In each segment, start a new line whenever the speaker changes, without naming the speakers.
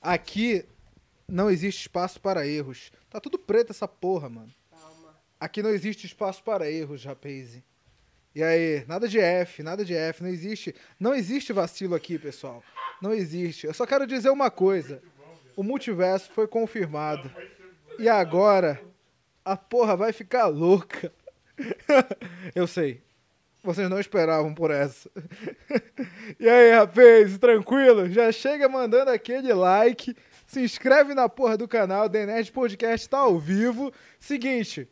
Aqui não existe espaço para erros. Tá tudo preto essa porra, mano.
Calma.
Aqui não existe espaço para erros, rapaz. E aí, nada de F, nada de F, não existe, não existe vacilo aqui, pessoal. Não existe. Eu só quero dizer uma coisa. O multiverso foi confirmado. E agora a porra vai ficar louca. Eu sei. Vocês não esperavam por essa. E aí, rapaz, tranquilo? Já chega mandando aquele like, se inscreve na porra do canal, The Nerd Podcast tá ao vivo. Seguinte,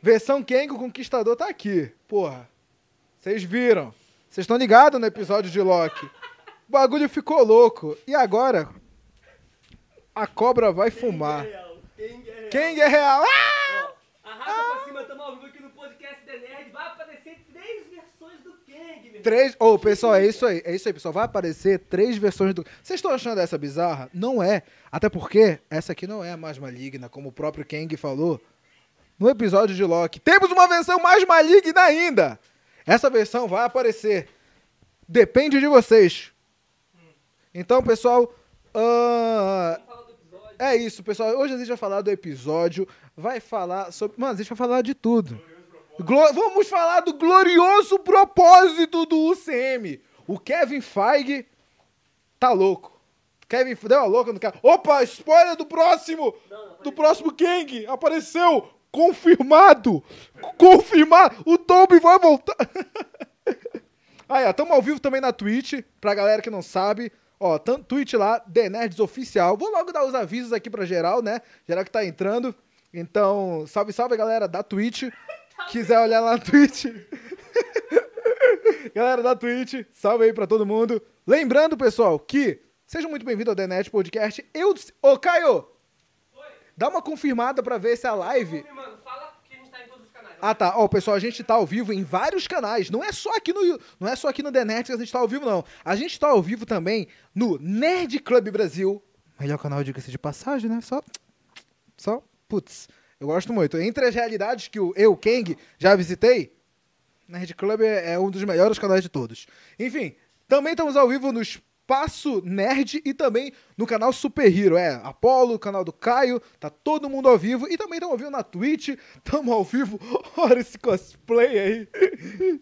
Versão Kengo Conquistador tá aqui. Porra. Vocês viram. Vocês estão ligados no episódio de Loki. O bagulho ficou louco. E agora? A cobra vai fumar.
Quem é real?
Quem é real? Ah!
Ó, Arrasta pra cima, tamo ao vivo aqui no podcast The Nerd. Vai aparecer três versões do Kang, meu
Três. Ô, pessoal, é isso aí. É isso aí, pessoal. Vai aparecer três versões do. Vocês estão achando essa bizarra? Não é. Até porque essa aqui não é a mais maligna, como o próprio Kang falou no episódio de Loki. Temos uma versão mais maligna ainda! Essa versão vai aparecer. Depende de vocês. Então, pessoal. ah, ahn,
Vamos falar do episódio.
é isso, pessoal. Hoje a gente vai falar do episódio. Vai falar sobre. Mano, a gente vai falar de tudo. Glo- Vamos falar do glorioso propósito do UCM. O Kevin Feige tá louco. Kevin deu uma louca no cara. Opa, spoiler do próximo!
Não, não,
Do próximo Kang! Apareceu! Confirmado! Confirmado! O Tomb vai voltar! Aí, ó, tamo ao vivo também na Twitch, pra galera que não sabe. Ó, tanto Twitch lá, The Nerds Oficial. Vou logo dar os avisos aqui pra geral, né? Geral que tá entrando. Então, salve, salve, galera da Twitch. Quiser olhar lá na Twitch. Galera da Twitch, salve aí pra todo mundo. Lembrando, pessoal, que sejam muito bem-vindos ao The Nerd Podcast. Eu. Ô, Caio!
Oi.
Dá uma confirmada pra ver se a live.
Filme, mano, fala que a gente tá em todos os canais.
Ah, tá. Ó, pessoal, a gente tá ao vivo em vários canais. Não é só aqui no, não é só aqui no The Nerd que a gente tá ao vivo, não. A gente tá ao vivo também no Nerd Club Brasil. Melhor canal, diga-se de passagem, né? Só. Só. Putz. Eu gosto muito. Entre as realidades que o eu, Kang, já visitei, Nerd Club é é um dos melhores canais de todos. Enfim, também estamos ao vivo no Espaço Nerd e também no canal Super Hero. É, Apollo, canal do Caio, tá todo mundo ao vivo. E também estamos ao vivo na Twitch, estamos ao vivo. Olha esse cosplay aí.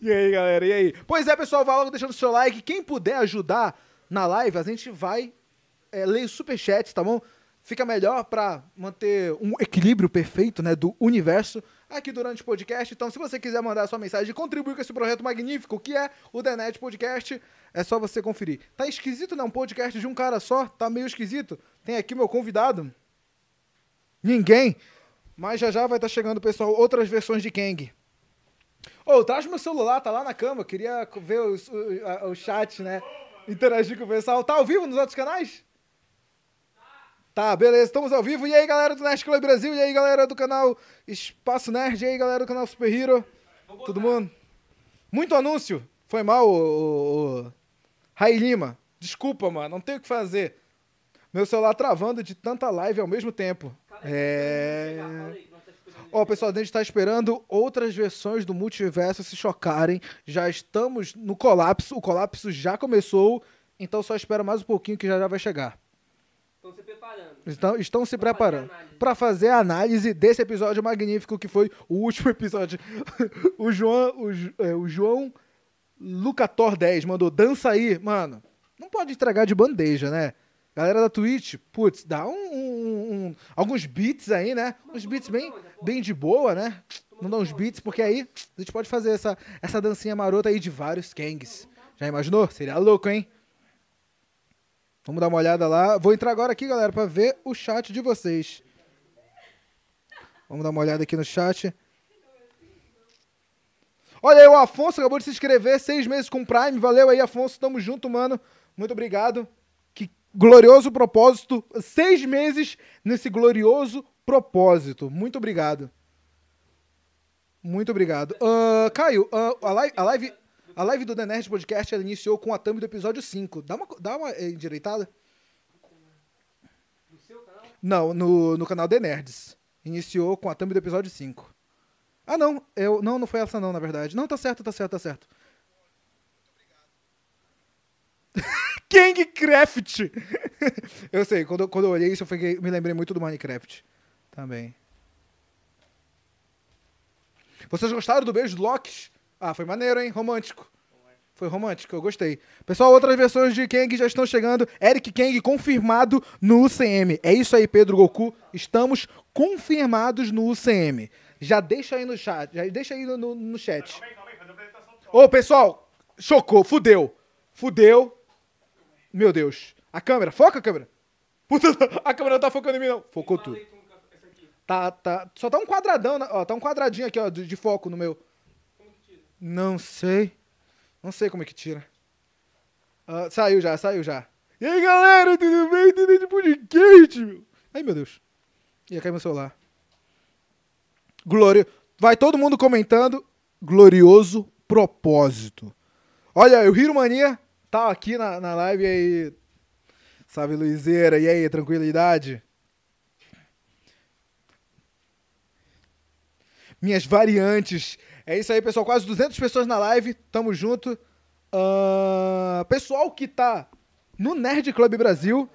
E aí, galera, e aí? Pois é, pessoal, vai logo deixando o seu like. Quem puder ajudar na live, a gente vai é, ler os superchats, tá bom? Fica melhor pra manter um equilíbrio perfeito, né, do universo aqui durante o podcast. Então, se você quiser mandar sua mensagem e contribuir com esse projeto magnífico que é o The Net Podcast, é só você conferir. Tá esquisito, né? Um podcast de um cara só? Tá meio esquisito. Tem aqui meu convidado. Ninguém. Mas já já vai estar chegando, pessoal, outras versões de Kang. Ô, traz meu celular, tá lá na cama. Queria ver os- o, a- o chat, né? Interagir com o pessoal. Tá ao vivo nos outros canais? Tá, beleza, estamos ao vivo. E aí, galera do Nerd Club Brasil? E aí, galera do canal Espaço Nerd? E aí, galera do canal Super Hero?
Vou botar.
Todo mundo? Muito anúncio. Foi mal, o, Rai Lima. Desculpa, mano, não tem o que fazer. Meu celular travando de tanta live ao mesmo tempo.
Calma aí,
É.
calma aí, calma aí, nós tá esperando ele
Ó, pessoal, a gente tá esperando outras versões do multiverso se chocarem. Já estamos no colapso. O colapso já começou. Então só espera mais um pouquinho que já já vai chegar.
chegar. Estão tá se preparando.
Estão, estão se
Pra fazer
preparando
análise.
para fazer a análise desse episódio magnífico que foi o último episódio. o João, o, Ju- é, o João Lucator 10 mandou dança aí, mano. Não pode entregar de bandeja, né? Galera da Twitch, putz, dá um, um- um- alguns beats aí, né? Uns beats bem, bem de boa, né? Não dá uns beats porque aí a gente pode fazer essa, essa dancinha marota aí de vários Kangs. Já imaginou? Seria louco, hein? Vamos dar uma olhada lá. Vou entrar agora aqui, galera, pra ver o chat de vocês. Vamos dar uma olhada aqui no chat. Olha aí, o Afonso acabou de se inscrever, seis meses com Prime. Valeu aí, Afonso. Tamo junto, mano. Muito obrigado. Que glorioso propósito. Seis meses nesse glorioso propósito. Muito obrigado. Muito obrigado. Ahn, Caio, ahn, a, live, a, live, a live do The Nerd Podcast ela iniciou com a thumb do episódio 5. Dá uma, co- dá uma eh, endireitada?
Do seu canal?
Não, no, no canal The Nerds. Iniciou com a thumb do episódio 5. Ah, não. Eu, não, não foi essa não, na verdade. Não, tá certo, tá certo, tá certo. Gangcraft! eu sei, quando, eu- quando eu olhei isso, eu fiquei- me lembrei muito do Minecraft também. Vocês gostaram do beijo do Locks? Ah, foi maneiro, hein? Romântico. Foi romântico, eu gostei. Pessoal, outras versões de Kang já estão chegando. Eric Kang confirmado no UCM. É isso aí, Pedro Goku. Estamos confirmados no UCM. Já deixa aí no chat. Já deixa aí no, no- no chat.
Calma aí, calma aí, fazer a apresentação do
Ô, pessoal, chocou, fudeu. Fudeu. Meu Deus. A câmera, foca a câmera. Puta, a câmera não tá focando em mim, não. Focou tudo.
Falei como que- essa aqui.
Tá, tá. Só tá um quadradão, na- ó, tá um quadradinho aqui, ó, de, de foco no meu.
Como que tira?
Não sei. Não sei como é que tira. Ah, saiu já, saiu já. E aí, galera, tudo bem? Tudo bem Tipo de podcast, meu? Ai, meu Deus. Ia cair meu celular. Glória. Vai todo mundo comentando. Glorioso propósito. Olha, o Hiro Mania tá aqui na, na live e aí. Salve, Luizeira. E aí, tranquilidade? minhas variantes. É isso aí, pessoal. Quase 200 pessoas na live. Tamo junto. Ahn, pessoal que tá no Nerd Club Brasil,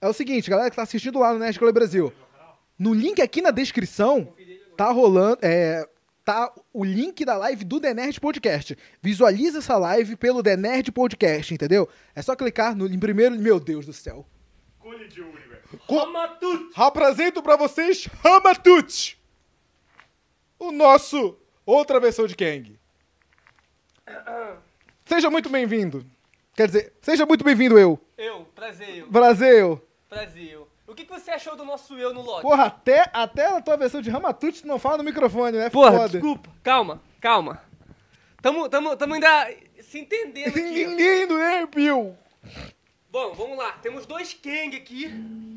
é o seguinte, galera que tá assistindo lá no Nerd Club Brasil, no link aqui na descrição, tá rolando. É, tá o link da live do The Nerd Podcast. Visualiza essa live pelo The Nerd Podcast, entendeu? É só clicar no em primeiro. Meu Deus do céu.
Colidiu o universo.
Co-
Toma tudo!
Apresento pra vocês Ramatut, o nosso outra versão de Kang. Seja muito bem-vindo. Quer dizer, seja muito bem-vindo eu,
Eu, prazer, eu,
Brasil.
prazer, eu. O que, que você achou do nosso eu no Loki?
Porra, até, até a tua versão de Ramatut tu não fala no microfone, né?
Porra,
Foda.
desculpa. Calma, calma. Tamo, tamo, tamo ainda se entendendo aqui.
Lindo, né, Bill?
Bom, vamos lá. Temos dois Kang aqui.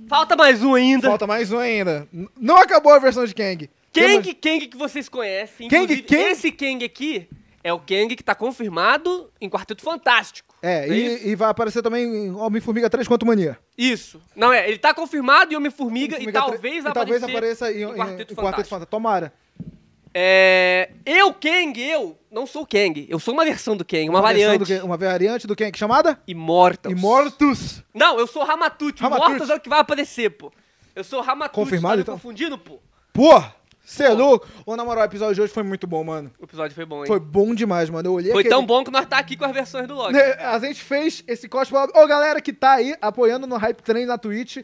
Falta mais um ainda.
Falta mais um ainda. N- Não acabou a versão de Kang. Tem mais-
Kang, Kang que vocês conhecem.
Kang,
Inclusive,
Kang?
Esse Kang aqui é o Kang que tá confirmado em Quarteto Fantástico.
É,
Não
e, e vai aparecer também em Homem-Formiga 3 quanto Mania.
Isso. Não, é. Ele tá confirmado em Homem-Formiga e
Homem-Formiga
talvez,
três- e talvez
apareça
apareça em, em,
em Quarteto
em Quarteto
Fantástico.
Fantástico. Tomara.
É, eu, Kang, eu não sou o Kang. Eu sou uma versão do Kang, uma,
versão do
variante.
Ken- uma variante do Kang chamada?
Immortals.
Imortus.
Não, eu sou o Ramatut. O
Ramatut.
Immortals é o que vai aparecer, pô. Eu sou o Ramatut.
Confirmado,
tá me
então?
confundindo, pô.
Pô, cê é louco? Ô, na moral, o episódio de hoje foi muito bom, mano.
O episódio foi bom, hein?
Foi bom demais, mano. Eu olhei
Foi
aquele-
tão bom que nós tá aqui com as versões do Loki.
Né, A gente fez esse corte. pra- Ô, galera que tá aí apoiando no Hype Train na Twitch.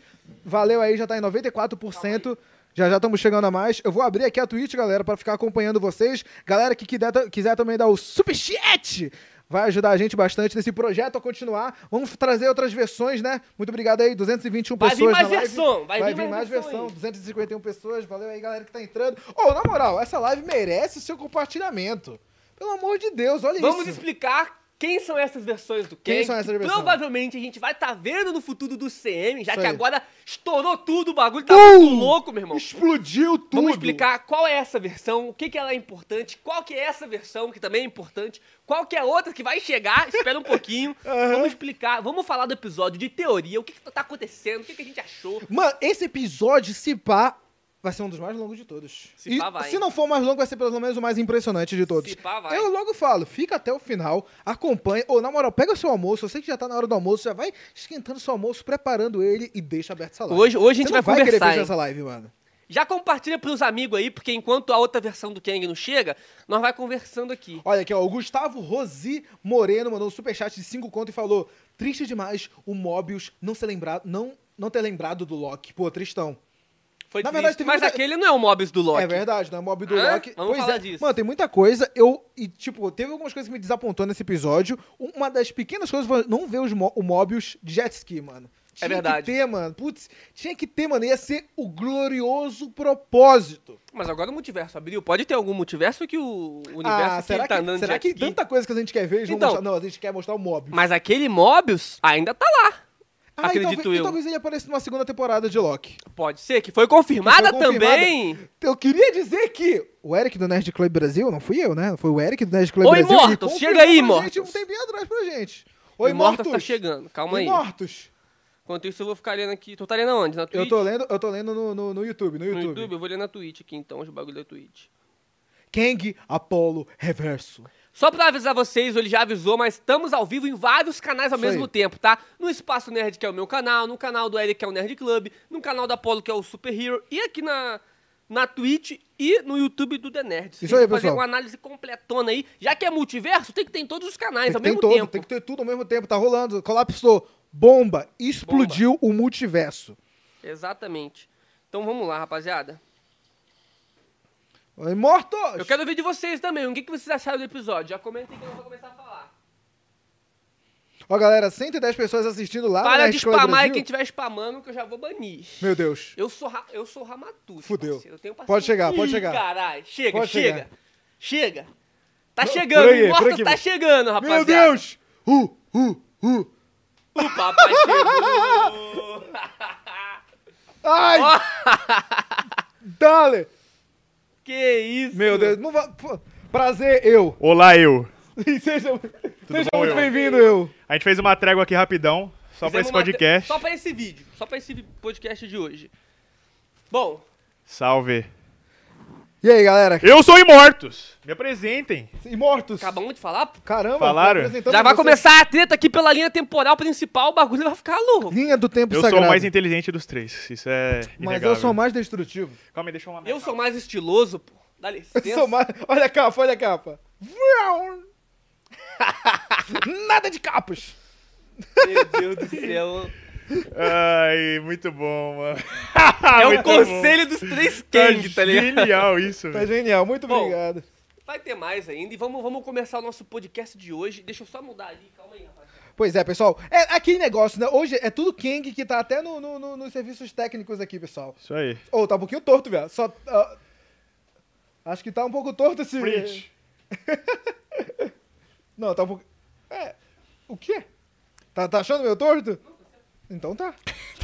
Valeu aí, já tá em 94%. Já já estamos chegando a mais. Eu vou abrir aqui a Twitch, galera, pra ficar acompanhando vocês. Galera que quiser, quiser também dar o superchat, vai ajudar a gente bastante nesse projeto a continuar. Vamos trazer outras versões, né? Muito obrigado aí, 221
Vai vir
pessoas né?
mais
na live.
versão, vai vir mais
mais
versão
versão,
aí.
251 pessoas. Valeu aí, galera que tá entrando. Ô, na moral, essa live merece o seu compartilhamento. Pelo amor de Deus, olha
Vamos
isso.
explicar quem são essas versões do Kang.
Quem são essas
que
versões?
Provavelmente a gente vai estar vendo no futuro do CM, já
Isso
que
aí.
agora estourou tudo, o bagulho tá
Uh!
muito louco, meu irmão.
Explodiu tudo.
Vamos explicar qual é essa versão, o que, que ela é importante, qual que é essa versão que também é importante, qual que é outra que vai chegar, espera um pouquinho.
Aham.
Vamos explicar, vamos falar do episódio de teoria, o que, que tá acontecendo, o que, que a gente achou.
Mano, esse episódio, se pá, vai ser um dos mais longos de todos.
Se pá, vai,
se
hein?
não for o mais longo, vai ser pelo menos o mais impressionante de todos.
Se pá, vai.
Eu logo falo, fica até o final, acompanha. Ou, na moral, pega seu almoço, eu sei que já tá na hora do almoço, já vai esquentando seu almoço, preparando ele e deixa aberto essa live.
Hoje- hoje a gente
Você
vai
não vai querer
conversar,
perder
hein?
essa live, mano.
Já compartilha pros amigos aí, porque enquanto a outra versão do Kang não chega, nós vai conversando aqui.
Olha aqui, ó. O Gustavo Rosi Moreno mandou um superchat de 5 conto e falou: Triste demais o Mobius não, ser lembrado, não, não ter lembrado do Loki. Pô, tristão.
Foi
Na
triste,
verdade, teve
mas
muita-
aquele não é o Mobius do Loki.
É verdade, né? Mob do
Hã?
Loki.
Vamos falar
é.
disso.
Mano, tem muita coisa. Eu. E, tipo, teve algumas coisas que me desapontou nesse episódio. Uma das pequenas coisas foi não ver os Mo- o Mobius de jet ski, mano. Tinha
É verdade.
que ter, mano. Putz, tinha que ter, mano. Ia ser o glorioso propósito.
Mas agora o multiverso abriu. Pode ter algum multiverso que o universo
ah,
que
será
ele tá
que,
andando de
será
jet
que
ski-
tanta coisa que a gente quer ver, eles vão
Então-
mostrar? Não, a gente quer mostrar o Mobius.
Mas aquele Mobius ainda tá lá.
Ah,
acredito
e talvez, e
eu.
talvez ele apareça numa segunda temporada de Loki.
Pode ser, que foi confirmada,
Que foi confirmada. Então,
também.
Eu queria dizer que o Eric do Nerd Club Brasil, não fui eu, né? Foi o Eric do Nerd Club
Ô,
Brasil. que
Immortals,
confirmou
chega aí,
pra
Immortals.
gente Um tempinho atrás pra gente.
O
Oi,
Immortals
Mortos.
tá chegando. Calma aí.
Immortus.
Enquanto isso, eu vou ficar lendo aqui. Tu tá lendo aonde? Na Twitch?
Eu tô lendo, eu tô lendo no, no, no YouTube, no
No
YouTube.
YouTube? Eu vou ler na Twitch aqui, então, os bagulho da Twitch.
Kang Apollo Reverso.
Só pra avisar vocês, ele já avisou, mas estamos ao vivo em vários canais ao
Isso
mesmo
aí.
tempo, tá? No Espaço Nerd, que é o meu canal, no canal do Eric, que é o Nerd Club, no canal da Apollo, que é o Super Hero, e aqui na, na Twitch e no YouTube do The Nerd.
Isso aí,
Fazer
pessoal.
uma análise completona aí. Já que é multiverso, tem que ter em todos os
Tem
canais
que
ao
ter
mesmo
todo,
tempo.
tem que ter tudo ao mesmo tempo, tá rolando, colapsou, bomba, explodiu o multiverso.
Exatamente. Então vamos lá, rapaziada.
Oi, mortos!
Eu quero ouvir de vocês também. O que que vocês acharam do episódio? Já comentem que eu vou começar a falar.
Ó, galera, 110 pessoas assistindo lá no
Para de
Ah, Nerd Club
spamar e
Brasil.
quem estiver spamando, que eu já vou banir.
Meu Deus.
Eu sou, ra- eu sou Ramatuça.
Fudeu.
parceiro. Eu tenho
Pode
paciência.
chegar, pode
Ih,
chegar.
Caralho, chega,
Pode
chega.
chegar.
Chega. Tá
Não,
chegando,
por aí,
o
por
Morta
aqui,
tá
mano.
chegando,
Meu
rapaziada.
Deus! Uh, uh, uh.
O tá papai chegou.
Ai! Dale!
que isso.
Meu Deus, não va... pô, prazer, eu.
Olá, eu.
seja seja
bom,
muito
eu?
bem-vindo, eu.
A gente fez uma trégua aqui rapidão, só pra
Fizemos
esse
uma-
podcast.
Só pra esse vídeo. Só pra esse podcast de hoje. Bom,
Salve.
E aí, galera?
Eu sou Imortos. Me apresentem.
E mortos?
acabamos de falar. pô.
Caramba,
Falaram?
apresentando
Já vai
vocês.
começar a treta aqui pela linha temporal principal, o bagulho vai ficar louco.
Linha do tempo
Eu
sagrado.
sou o mais inteligente dos três. Isso é
Mas
inegável.
eu sou o mais destrutivo.
Calma aí, deixa eu...
Eu sou mais estiloso, pô. Dá licença.
Eu sou mais... Olha a capa, olha a capa. Vrão! Nada de capas.
Meu Deus do céu.
Ai, muito bom, mano.
Ah,
É o
Muito
conselho dos três
bom. Tá
Kang, tá ligado?
Genial isso,
Tá
velho.
genial, muito
Bom,
obrigado.
Vai ter mais ainda e vamos, vamos começar o nosso podcast de hoje. Deixa eu só mudar ali, calma aí, rapaz.
Pois é, pessoal. É aquele negócio, né? Hoje é tudo King que tá até no, no- no- nos serviços técnicos aqui, pessoal.
Isso aí.
Ô, tá um pouquinho torto, velho. Só. ah, acho que tá um pouco torto esse.
Preach.
Não, tá um pouco. É. O quê? Tá, tá achando meu torto? Então tá.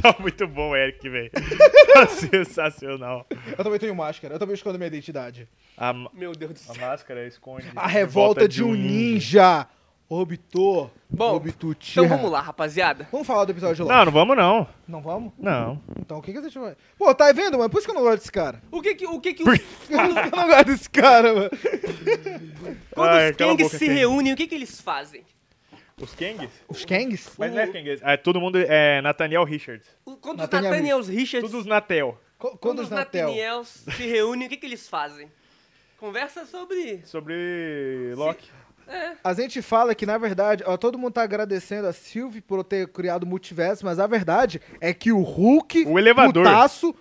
Tá muito bom, Eric, velho. tá sensacional.
Eu também tenho máscara, eu também escondo minha identidade.
A, ma-
Meu Deus do
a
céu.
máscara esconde...
A revolta de um ninja. Obtor.
Bom,
Obtutia.
Então vamos lá, rapaziada.
Vamos falar do episódio de
Não,
Loki.
não vamos não.
Não. vamos?
Não.
Então o que que a gente vai... Pô, tá vendo, mano? Por isso que eu não gosto desse cara.
O que que, o que, que os,
Eu não, eu não gosto desse cara, mano.
quando os
Ai, cala a
Kangs
boca,
se
Kang.
reúnem, o que que eles fazem?
Os Kangs?
Os Kangs?
Mas não é Kangs. É, todo mundo é Nathaniel Richards.
O- Quando os
Nathaniel
Nathaniels Richards,
Todos Natel.
Co-
quando
Quando
os
os Natel?
Nathaniels se reúnem, o que que eles fazem? Conversa sobre...
Sobre Loki.
É,
A gente fala que, na verdade, ó, todo mundo tá agradecendo a Sylvie por ter criado o multiverso, mas a verdade é que o Hulk,
O elevador.
putaço,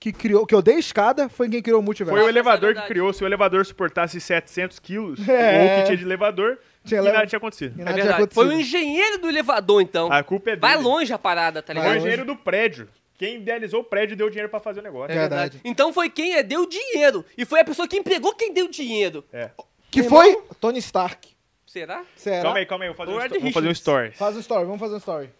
que criou, que eu dei escada, foi quem criou o multiverso.
Foi o elevador que
é verdade.
criou. Se o elevador suportasse 700 quilos,
É.
ou o que tinha de elevador,
Tinha
e
eleva-
nada tinha acontecido.
E
é
nada tinha
verdade. Foi o
acontecido.
engenheiro do elevador, então.
A culpa é dele.
Vai longe a parada, tá
Vai
Foi o
longe.
ligado?
engenheiro do prédio. Quem idealizou o prédio deu dinheiro pra fazer o negócio.
É verdade.
Então foi quem é, deu dinheiro. E foi a pessoa que empregou quem deu dinheiro.
É.
Que foi Tony Stark.
Será?
Será?
Calma aí, calma aí. Vou fazer, um,
Lord
sto- vou fazer um
Richards.
story.
Faz um story, vamos fazer um story.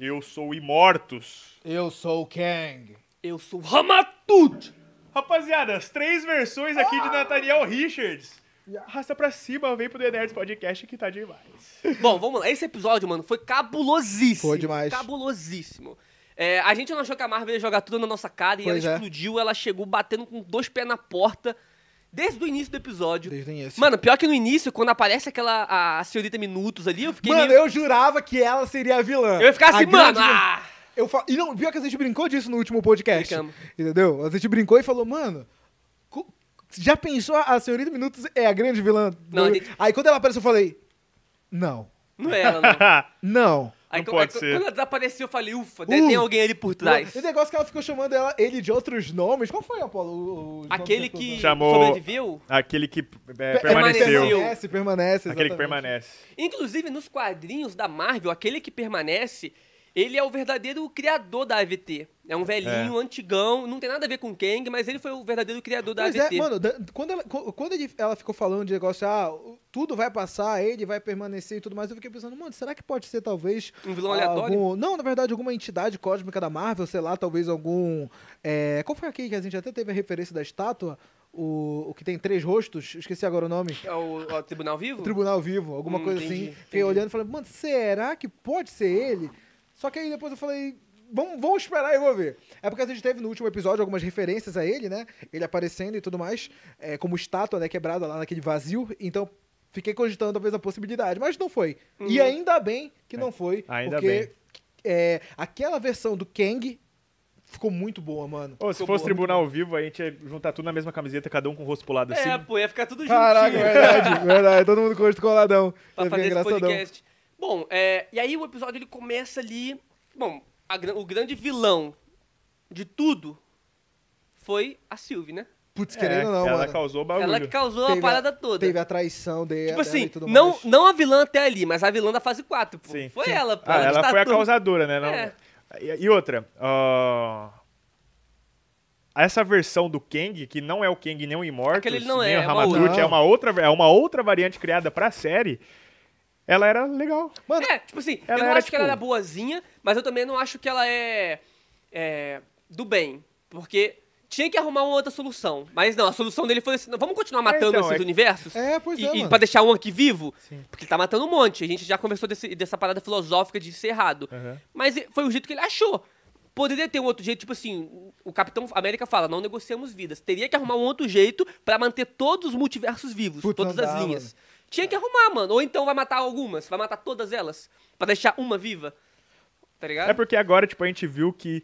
Eu sou Imortus.
Eu sou o Kang.
Eu sou Ramatut.
Rapaziada, as três versões aqui
Ah!
de Nathaniel Richards. Arrasta pra cima, vem pro The Nerds Podcast que tá demais.
Bom, vamos lá. Esse episódio, mano, foi cabulosíssimo.
Foi demais.
Cabulosíssimo. É, a gente não achou que a Marvel ia jogar tudo na nossa cara e
Pois
ela
é.
explodiu, ela chegou batendo com dois pés na porta desde o início do episódio.
Desde o início.
Mano, pior que no início, quando aparece aquela a, a senhorita Minutos ali, eu fiquei
Mano,
meio...
eu jurava que ela seria a vilã.
Eu ia ficar
A
assim, mano,
grande-
ah!
Eu fa... E não, pior que a gente brincou disso no último podcast.
Brincamos.
Entendeu? A gente brincou e falou, mano. co- Já pensou a senhorita Minutos é a grande vilã? do-
Não, a gente-
Aí quando ela apareceu, eu falei. Não.
Não é ela, não.
Não.
Aí,
Não
co-
pode
aí, co-
ser.
quando ela desapareceu, eu falei, ufa,
Uh.
tem alguém ali por trás.
O negócio é que ela ficou chamando ela, ele de outros nomes. Qual foi, Apolo? O- os
Aquele
nomes das
que
pessoas?
Chamou-
sobreviveu.
Aquele que é,
Pe-
permaneceu.
Permanece, permanece.
Aquele que
exatamente.
permanece.
Inclusive, nos quadrinhos da Marvel, aquele que permanece, ele é o verdadeiro criador da AVT. É um velhinho, antigão, não tem nada a ver com Kang, mas ele foi o verdadeiro criador da
Pois é,
AVT.
mano, da- quando, ela, co- quando ele- ela ficou falando de negócio, ah, o- tudo vai passar, ele vai permanecer e tudo mais, eu fiquei pensando, mano, será que pode ser talvez.
Um vilão aleatório?
algum- não, na verdade, alguma entidade cósmica da Marvel, sei lá, talvez algum. é, qual foi aquele que a gente até teve a referência da estátua? O, o que tem três rostos? Esqueci agora o nome.
É o, ó, Tribunal Vivo?
Tribunal Vivo, alguma
Hum,
coisa
entendi,
assim. Fiquei
entendi.
olhando e falei, mano, será que pode ser ele? Só que aí depois eu falei, vamos, vamos esperar e vou ver. É porque a gente teve no último episódio algumas referências a ele, né? Ele aparecendo e tudo mais, é, como estátua, né, quebrada lá naquele vazio. Então Fiquei cogitando talvez a possibilidade, mas não foi. E
Uhum.
ainda bem que
É.
não foi,
Ainda
porque
bem.
é, aquela versão do Kang ficou muito boa, mano.
Ô, se
Ficou
fosse
boa, muito
tribunal ao vivo, a gente ia juntar tudo na mesma camiseta, cada um com o rosto pro lado assim.
É, pô, ia ficar tudo
Caraca,
juntinho.
verdade, verdade. Todo mundo com o rosto coladão. Vai
pra
ficar
fazer esse
engraçadão.
podcast. Bom, é, e aí o episódio ele começa ali. Bom, a gran- o grande vilão de tudo foi a Sylvie, né?
Putz,
É,
querendo ou não,
ela
mano.
causou barulho.
Ela que causou a
Teve
parada toda.
Teve a traição dele
tipo
dela e
assim,
tudo
não,
mais.
não a vilã até ali, mas a vilã da fase 4, pô.
Sim.
foi
Sim.
ela, tá pô.
Ah, ela foi a
desatou-
causadora, né? Não-
É.
E, e outra, ó, essa versão do Kang, que não é o Kang nem o Immortus,
Aquele não
nem
é,
o
é uma
Hamaguchi,
outra.
é uma outra, é uma outra variante criada pra série, ela era legal.
Mano,
É, tipo assim,
Ela
eu não
era,
acho que ela
tipo-
era boazinha, mas eu também não acho que ela é, é, do bem. Porque tinha que arrumar uma outra solução. Mas não, a solução dele foi assim: não, vamos continuar matando
então,
esses
é-
universos?
É, pois
e,
é,
e
mano.
pra deixar um aqui vivo? Porque ele tá matando um monte. A gente já conversou desse- dessa parada filosófica de ser errado.
Uhum.
Mas foi o jeito que ele achou. Poderia ter um outro jeito, tipo assim, o Capitão América fala, não negociamos vidas. Teria que arrumar um outro jeito pra manter todos os multiversos vivos,
Putz,
todas
não
as
dá,
linhas.
mano.
Tinha que arrumar, mano. Ou então vai matar algumas, vai matar todas elas, Pra deixar uma viva. Tá ligado?
É porque agora, tipo, a gente viu que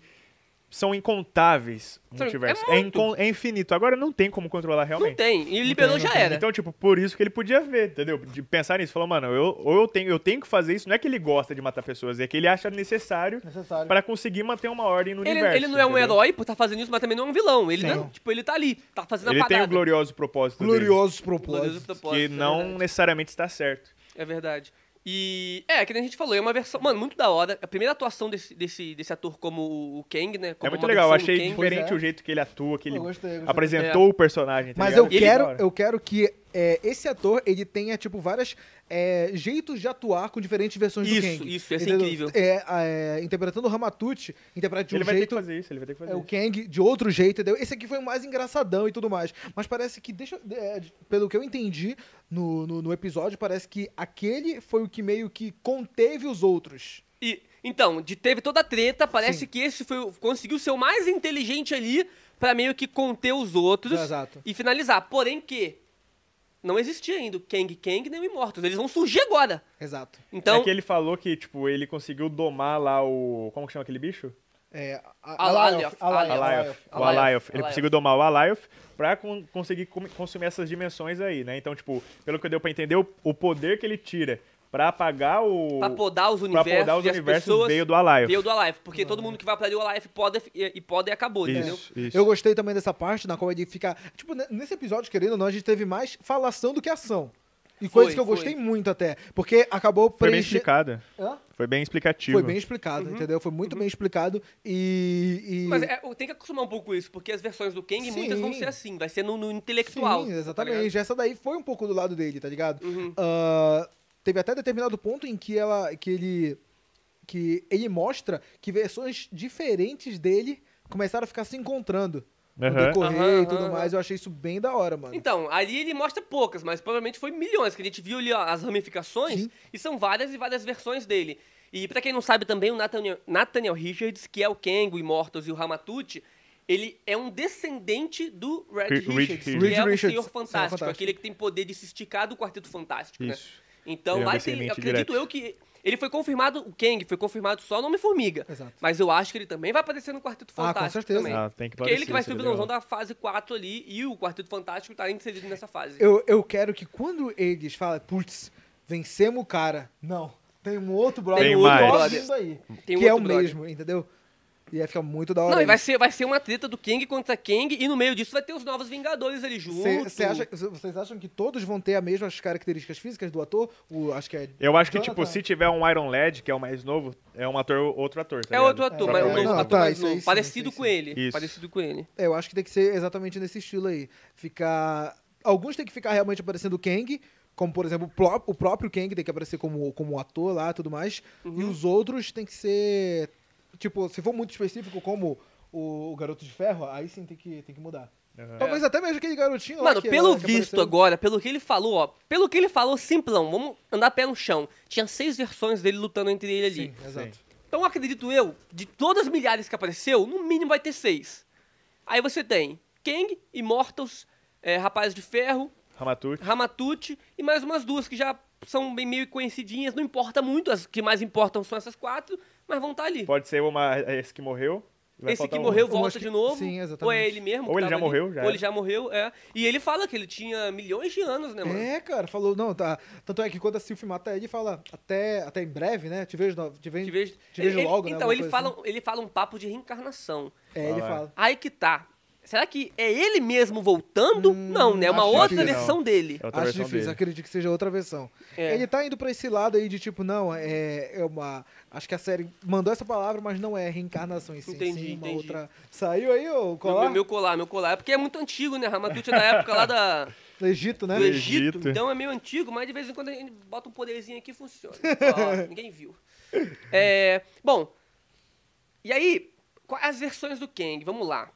são incontáveis
Sim,
multiversos.
é
É,
muito.
incon- é infinito. Agora não tem como controlar
não
realmente.
tem. E liberou já era.
Então, tipo, por isso que ele podia ver, entendeu? De pensar nisso. Falou, mano, eu, ou eu tenho, eu tenho que fazer isso. Não é que ele gosta de matar pessoas, é que ele acha necessário,
Necessário.
pra conseguir manter uma ordem no
ele,
universo.
ele não é um
entendeu?
herói por estar fazendo isso, mas também não é um vilão. Ele, não, tipo, ele tá ali, tá fazendo
Ele
a parada.
tem o glorioso propósito
Gloriosos
Glorioso
propósitos.
dele, que
propósito, é
não
verdade.
necessariamente está certo.
É verdade. E é, que nem a gente falou, é uma versão, mano, muito da hora. A primeira atuação desse, desse, desse ator como o- o Kang, né? Como
é muito
uma
legal, eu
versão
achei
do Kang.
diferente
Pois é.
o jeito que ele atua, que ele
Eu gostei, eu gostei.
É.
apresentou o personagem. tá
Mas eu
ligado? Ele-
quero,
Bora.
eu quero que é, esse ator ele tenha tipo várias é, jeitos de atuar com diferentes versões do
Isso,
Kang.
isso, ia ser
Entendeu?
incrível.
É, é, interpretando o Ramatut, interpreta de um
Ele vai ter que
jeito
fazer isso, ele vai ter que fazer
é, o
Então
isso.
Kang de outro jeito, entendeu? Esse aqui foi o mais engraçadão e tudo mais. Mas parece que, deixa, é, de- pelo que eu entendi no, no, no episódio, parece que aquele foi o que meio que conteve os outros.
E, então, de, teve toda a treta, parece
Sim.
que esse foi, o- conseguiu ser o mais inteligente ali pra meio que conter os outros
É, Exato.
e finalizar. Porém que não existia ainda o Kang Kang nem o Immortus. Eles vão surgir agora.
Exato.
Então,
É que ele falou que, tipo, ele conseguiu domar lá o... Como que chama aquele bicho?
É, a-
Alayoth,
Alayoth,
Alayoth.
Alayoth.
O
Alayoth.
Alayoth. Ele
Alayoth.
conseguiu domar o Alayoth pra con- conseguir com- consumir essas dimensões aí, né? Então, tipo, pelo que deu pra entender, o, o poder que ele tira pra apagar o...
pra podar os
pra
universos,
podar os
e as
universos
pessoas,
veio do Alayoth.
veio do Alive. Porque todo mundo que vai pra ali, o Alive poda e, e poda e acabou, entendeu?
Isso, isso.
Eu gostei também dessa parte na qual ele fica. Tipo, ne- nesse episódio, querendo ou não, a gente teve mais falação do que ação. E
Foi,
coisa que eu
foi.
gostei muito até. Porque acabou
Foi bem
preenchendo.
explicado. Tipo.
Hã?
Foi bem explicativo.
Foi bem explicado, entendeu? Foi muito bem explicado. E. e-
Uhum. Mas é, tem que acostumar um pouco com isso, porque as versões do Kang,
Sim.
muitas vão ser assim, vai ser no, no
Sim,
intelectual. tá ligado?
exatamente. Essa daí foi um pouco do lado dele, tá ligado?
Uhum.
Ah, teve até determinado ponto em que ela. que ele. que ele mostra que versões diferentes dele começaram a ficar se encontrando. No
Aham.
decorrer
Aham,
e tudo
aham,
mais. Eu achei isso bem da hora, mano.
Então, ali ele mostra poucas, mas provavelmente foi milhões, que a gente viu ali ó, as ramificações,
Sim.
e são várias e várias versões dele. E pra quem não sabe também, o Nathaniel, Nathaniel Richards, que é o Kang, o Immortals e o Ramatut, ele é um descendente do Red
Ri- Reed
Richards, que
Richards.
é o
Reed Richards,
Senhor Fantástico,
Fantástico.
aquele que tem poder de se esticar do Quarteto Fantástico, né?
Isso.
Então,
Ele é um
lá tem,
descendente
eu acredito
direto.
eu que ele foi confirmado, o Kang foi confirmado só no Homem-Formiga.
Exato.
Mas eu acho que ele também vai aparecer no Quarteto
Ah, com
Fantástico
certeza.
também.
Ah, tem que
né? Porque ele que vai
aparecer,
ser o
seria
vilãozão
legal.
da fase 4 ali e o Quarteto Fantástico tá inserido nessa fase.
Eu, eu quero que quando eles falam, putz, vencemos o cara. Não, tem um outro brother.
Tem
um outro
mais.
brother vindo aí,
Tem um
que é o
outro brother.
mesmo, entendeu? E ia ficar muito da hora.
Não, e vai ser, vai ser uma treta do Kang contra Kang e no meio disso vai ter os novos Vingadores ali junto.
Cê- cê acha- cê- vocês acham que todos vão ter as mesmas características físicas do ator? O, acho que é.
Eu acho que,
Jonathan.
tá.
tipo, se tiver um Iron Lad, que é o mais novo, é um ator, outro ator, tá
É
ligado?
outro ator,
Pra
mas
é,
um
poder-
não,
ator
tá,
mais
isso aí
novo,
sim,
parecido
isso
com
aí
ele.
Isso.
Parecido com ele.
É, Eu acho que tem que ser exatamente nesse estilo aí. Ficar. Alguns tem que ficar realmente aparecendo o Kang, como por exemplo o pró- o próprio Kang tem que aparecer como, como ator lá e tudo mais. E os outros tem que ser. Tipo, se for muito específico, como o, o Garoto de Ferro, aí sim tem que, tem que mudar.
Aham.
Talvez até mesmo aquele garotinho lá.
Mano,
que- é
pelo
que
visto
apareceu-
agora, pelo que ele falou, ó, pelo que ele falou, simplão, vamos andar pé no chão. Tinha seis versões dele lutando entre ele ali.
Sim, exato.
Então acredito eu, de todas as milhares que apareceu, no mínimo vai ter seis. Aí você tem Kang, Immortals, é, Rapaz de Ferro,
Ramatut.
Ramatute e mais umas duas que já são bem meio conhecidinhas. Não importa muito, as que mais importam são essas quatro, mas vão estar ali.
Pode ser uma, esse que morreu. e vai
Esse
faltar
que
um.
morreu
Eu
volta
acho que-
de novo.
sim, exatamente.
Ou é ele mesmo?
Ou
que
ele já
tava ali,
morreu, já
Ou ele
era.
já morreu, é. E ele fala que ele tinha milhões de anos, né, mano?
É, cara, falou, não, tá. Tanto é que quando a Sylphie mata ele, fala até, até em breve, né? Te vejo, no- te vejo,
Te vejo,
te vejo
ele- ele-
logo, né?
Então,
alguma
ele
coisa
fala,
assim.
ele fala um papo de reencarnação.
É, ele
Fala.
fala.
Aí que tá. Será que é ele mesmo voltando? não, né? É uma
acho
outra
que Hum, não.
versão dele.
É outra
Acho
versão
difícil,
dele.
Ah, acredito que seja outra versão.
É.
Ele tá indo pra esse lado aí de tipo, não, é, é uma. Acho que a série mandou essa palavra, mas não é reencarnação em si.
Entendi,
sim, uma
entendi.
outra. Saiu aí, ô,
Meu-
colar?
Meu, meu colar, meu colar. É porque é muito antigo, né? Ramatute é da época lá da,
Do Egito, né?
do Egito.
Egito.
Então é meio antigo, mas de vez em quando ele bota um poderzinho aqui e funciona. Ó, ninguém viu. É, bom, e aí, quais as versões do Kang? Vamos lá.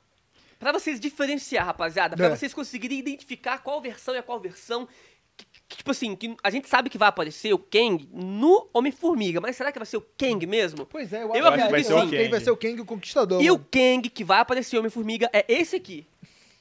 Pra vocês diferenciar, rapaziada, pra
É.
vocês conseguirem identificar qual versão é qual versão. que- que, tipo assim, que a gente sabe que vai aparecer o Kang no Homem-Formiga, mas será que vai ser o Kang mesmo?
Pois é, eu,
Eu acho que vai
esse
ser o
ano quem
Kang.
vai ser o Kang o Conquistador.
E o
mano.
Kang que vai aparecer Homem-Formiga é esse aqui.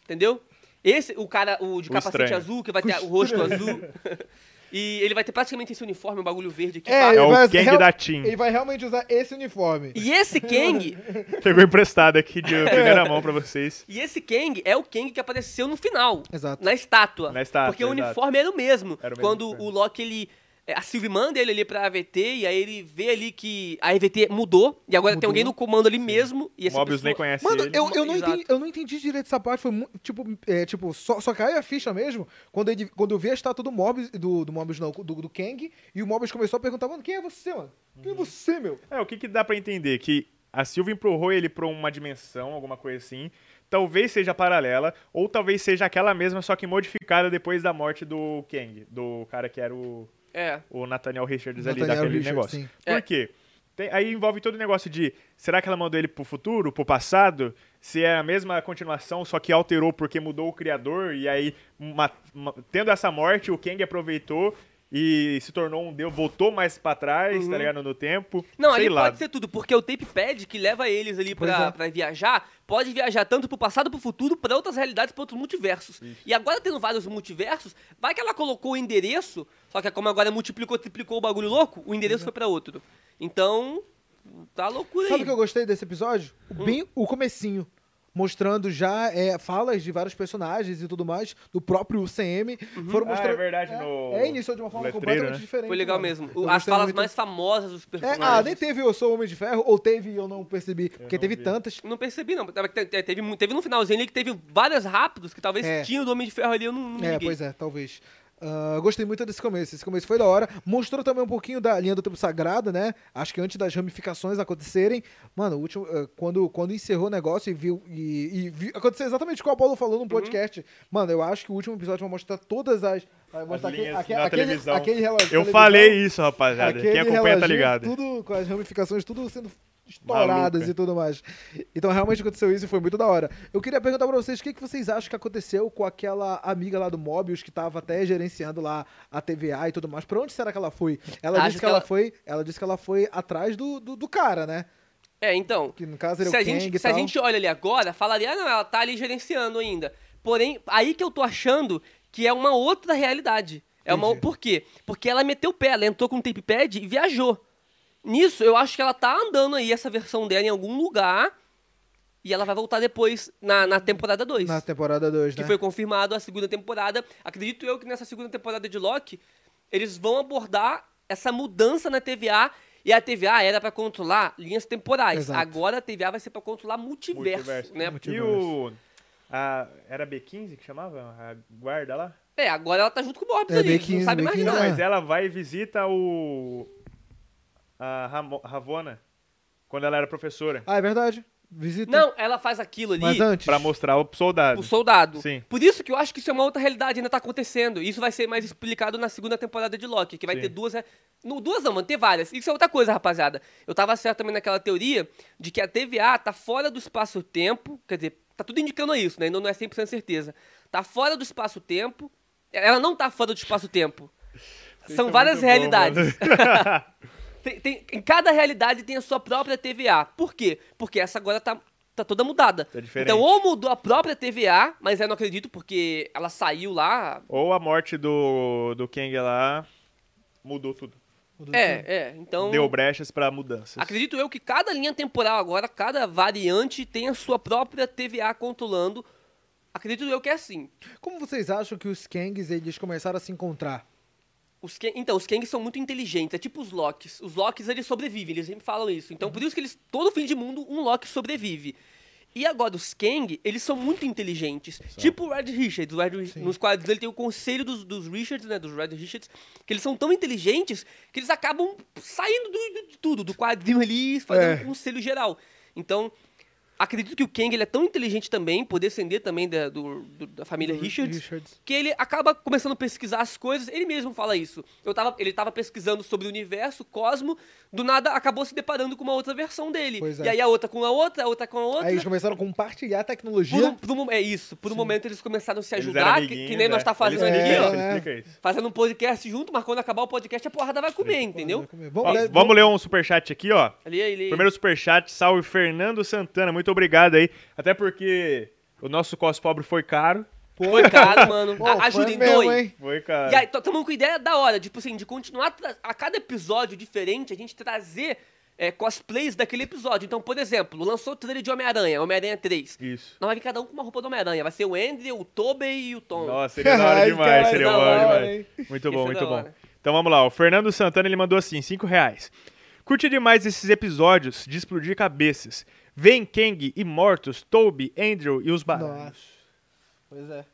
Entendeu? Esse, o cara, o de
O
capacete
estranho.
azul, que vai ter o rosto azul. e ele vai ter praticamente esse uniforme, um bagulho verde aqui. pá.
É, ele
É o
vai,
Kang
real-
da Team.
Ele vai realmente usar esse uniforme.
E esse Kang,
Pegou emprestado aqui de primeira mão pra vocês.
e esse Kang é o Kang que apareceu no final.
Exato.
Na estátua.
Na estátua,
Porque o
exato.
uniforme era o mesmo.
Era o mesmo
quando
uniforme.
o Loki, ele... é, A Sylvie manda ele ali pra AVT e aí ele vê ali que a AVT mudou e agora tem
Mudou.
alguém no comando ali mesmo. E
O
essa
Mobius
pessoa-
nem conhece
Mano,
ele.
eu, eu, não
Exato.
entendi, eu não entendi direito essa parte. Foi mu- tipo, é, tipo só, só caiu a ficha mesmo quando, ele, quando eu vi a estátua do Mobius, do, do Mobius não, do, do Kang, e o Mobius começou a perguntar, mano, quem é você, mano? Quem é você, meu?
É, o que, que dá pra entender? Que a Sylvie empurrou ele pra uma dimensão, alguma coisa assim. Talvez seja paralela, ou talvez seja aquela mesma, só que modificada depois da morte do Kang, do cara que era o,
É.
o Nathaniel Richards ali,
Nathaniel
daquele
Richards,
negócio.
sim.
É.
Por quê? Tem- aí envolve todo o negócio de será que ela mandou ele pro futuro, pro passado? Se é a mesma continuação, só que alterou porque mudou o criador, e aí, ma- ma- tendo essa morte, o Kang aproveitou e se tornou um deus, voltou mais pra trás, tá ligado? No tempo.
Uhum. Não,
sei
ali
lá.
pode ser tudo, porque o tape pad que leva eles ali
Pois
pra,
é.
pra viajar, pode viajar tanto pro passado, pro futuro, pra outras realidades, pra outros multiversos. E agora tendo vários multiversos, vai que ela colocou o endereço, só que como agora multiplicou, triplicou o bagulho louco, o endereço foi pra outro. Então, tá loucura
Uhum. Sabe o
aí.
que eu gostei desse episódio? O
Hum.
Bem o comecinho. Mostrando já é, falas de vários personagens e tudo mais, do próprio UCM. Foram
Ah,
mostrando.
é verdade,
É,
no-
é, iniciou de uma forma
letreiro,
completamente
né?
diferente.
Foi legal
mano.
mesmo.
Eu
As
gostei
falas
muito.
mais famosas dos
É,
personagens.
ah, nem teve Eu Sou Homem de Ferro, ou teve e eu não percebi, porque
não
teve
vi.
tantas.
Não percebi, não. Te- te- Teve, mu- teve no finalzinho ali que teve várias rápidos, que talvez
É.
tinha o do Homem de Ferro ali, eu não, não
É,
liguei.
pois é, talvez. Ah, gostei muito desse começo. Esse começo foi da hora. Mostrou também um pouquinho da linha do tempo sagrado, né? Acho que antes das ramificações acontecerem. Mano, o último, ah, quando, quando encerrou o negócio e viu. E, e viu- aconteceu exatamente o que o Apolo falou num podcast. Mano, eu acho que o último episódio vai mostrar todas as. Vai mostrar aque-
linhas
aque-
na
aquele,
televisão.
aquele relo-
Eu
televisão,
falei isso, rapaziada.
aquele
Quem acompanha tá
reloginho,
ligado.
Tudo com as ramificações, tudo sendo estouradas
Maluca.
e tudo mais. Então realmente aconteceu isso e foi muito da hora. Eu queria perguntar pra vocês o que, que vocês acham que aconteceu com aquela amiga lá do Mobius que tava até gerenciando lá a TVA e tudo mais. Pra onde será que ela foi? Ela
Acho
disse que,
que
ela...
ela-
foi. Ela disse que ela foi atrás do, do, do cara, né?
É, então.
Que no caso era
se
o
a
Kang
gente,
e
se a
tal.
gente olha ali agora, falaria, ah, não, ela tá ali gerenciando ainda. Porém, aí que eu tô achando que é uma outra realidade. É uma,
Entendi.
por quê? Porque ela meteu o pé, ela entrou com o tape pad e viajou. Nisso, eu acho que ela tá andando aí, essa versão dela, em algum lugar. E ela vai voltar depois, na, na temporada 2.
Na temporada 2,
Que
né?
foi confirmado a segunda temporada. Acredito eu que nessa segunda temporada de Loki, eles vão abordar essa mudança na TVA. E a TVA era pra controlar linhas temporais.
Exato.
Agora a TVA vai ser pra controlar multiverso,
Multiverso.
né?
Multi-
E o. a- era B15 que chamava? A guarda lá?
É, agora ela tá junto com o Bob
É,
ali.
B15,
não sabe mais
B15,
nada.
Não,
Ah.
mas ela vai e visita o. A Ramo- Ravona. Quando ela era professora.
Ah, é verdade. Visita.
Não, ela faz aquilo ali.
Mas antes.
Pra mostrar o soldado.
O soldado.
Sim.
Por isso que eu acho que isso é uma outra realidade, ainda tá acontecendo. Isso vai ser mais explicado na segunda temporada de Loki, que vai
Sim.
ter duas. Não, duas não, mano, ter várias. Isso é outra coisa, rapaziada. Eu tava certo também naquela teoria de que a TVA tá fora do espaço-tempo. Quer dizer, tá tudo indicando isso, né? Ainda não é 100% certeza. Tá fora do espaço-tempo. Ela não tá fora do espaço-tempo.
Vocês
São
tão
várias
é muito bom,
realidades.
mano.
Tem- tem- em cada realidade tem a sua própria TVA. Por quê? Porque essa agora tá tá toda mudada.
Tá diferente.
então, ou mudou a própria TVA, mas eu não acredito porque ela saiu lá.
Ou a morte do, do Kang lá mudou tudo.
É, é. Então.
Deu brechas pra mudanças.
Acredito eu que cada linha temporal agora, cada variante tem a sua própria TVA controlando. Acredito eu que é assim.
Como vocês acham que os Kangs eles começaram a se encontrar?
Os Ken- Então, os Kangs são muito inteligentes, é tipo os Locks. Os Locks, eles sobrevivem, eles sempre falam isso. Então, por isso que eles, todo fim de mundo, um Loki sobrevive. E agora, os Kang, eles são muito inteligentes. Tipo o Red Richards. O Red Ri- nos quadros ele tem o conselho dos, dos Richards, né? Dos Red Richards. Que eles são tão inteligentes que eles acabam saindo do- do- de tudo, do quadrinho ali, fazendo um conselho geral. Então, acredito que o Kang ele é tão inteligente também, por descender também da, do- do- da família
Do
Richards,
Richards.
que ele acaba começando a pesquisar as coisas. Ele mesmo fala isso. Eu tava, ele estava pesquisando sobre o universo, o cosmo, do nada acabou se deparando com uma outra versão dele.
Pois é.
E aí a outra com a outra, a outra com a outra.
Aí eles começaram a compartilhar
Por
tecnologia.
um- por um mo- é isso, por um momento eles começaram a se
Eles
ajudar,
eram
que, que
amiguinhos,
nem nós
é.
tá fazendo
Eles-
aqui, ó.
é, eles explicam isso.
Fazendo um podcast junto, mas quando acabar o podcast a porrada vai comer, entendeu?
Vamos,
Ó,
né,
vamos ler um superchat aqui, ó.
Ali, ali.
Primeiro superchat, salve Fernando Santana, muito obrigado aí. Até porque o nosso cos pobre foi caro.
Foi caro, mano.
Pô,
A-
foi
Ajudem,
mesmo,
doem.
hein?
Foi caro.
E aí, estamos com ideia da hora, tipo assim, de continuar tra- a cada episódio diferente, a gente trazer é, cosplays daquele episódio. Então, por exemplo, lançou o trailer de Homem-Aranha, Homem-Aranha 3.
Isso.
Nós vai vir cada um com uma roupa do Homem-Aranha. Vai ser o Andrew, o Tobey e o Tom.
Nossa, seria da hora
Ai,
demais,
cara,
seria
da
da hora
hora,
demais. Muito
Isso
bom,
é
muito
da
bom.
hora.
Então vamos lá, o Fernando Santana ele mandou assim, 5 reais. Curti demais esses episódios de explodir cabeças. Vem Kang, Immortus, Toby, Andrew e os
Nossa.
Barões.
Pois é.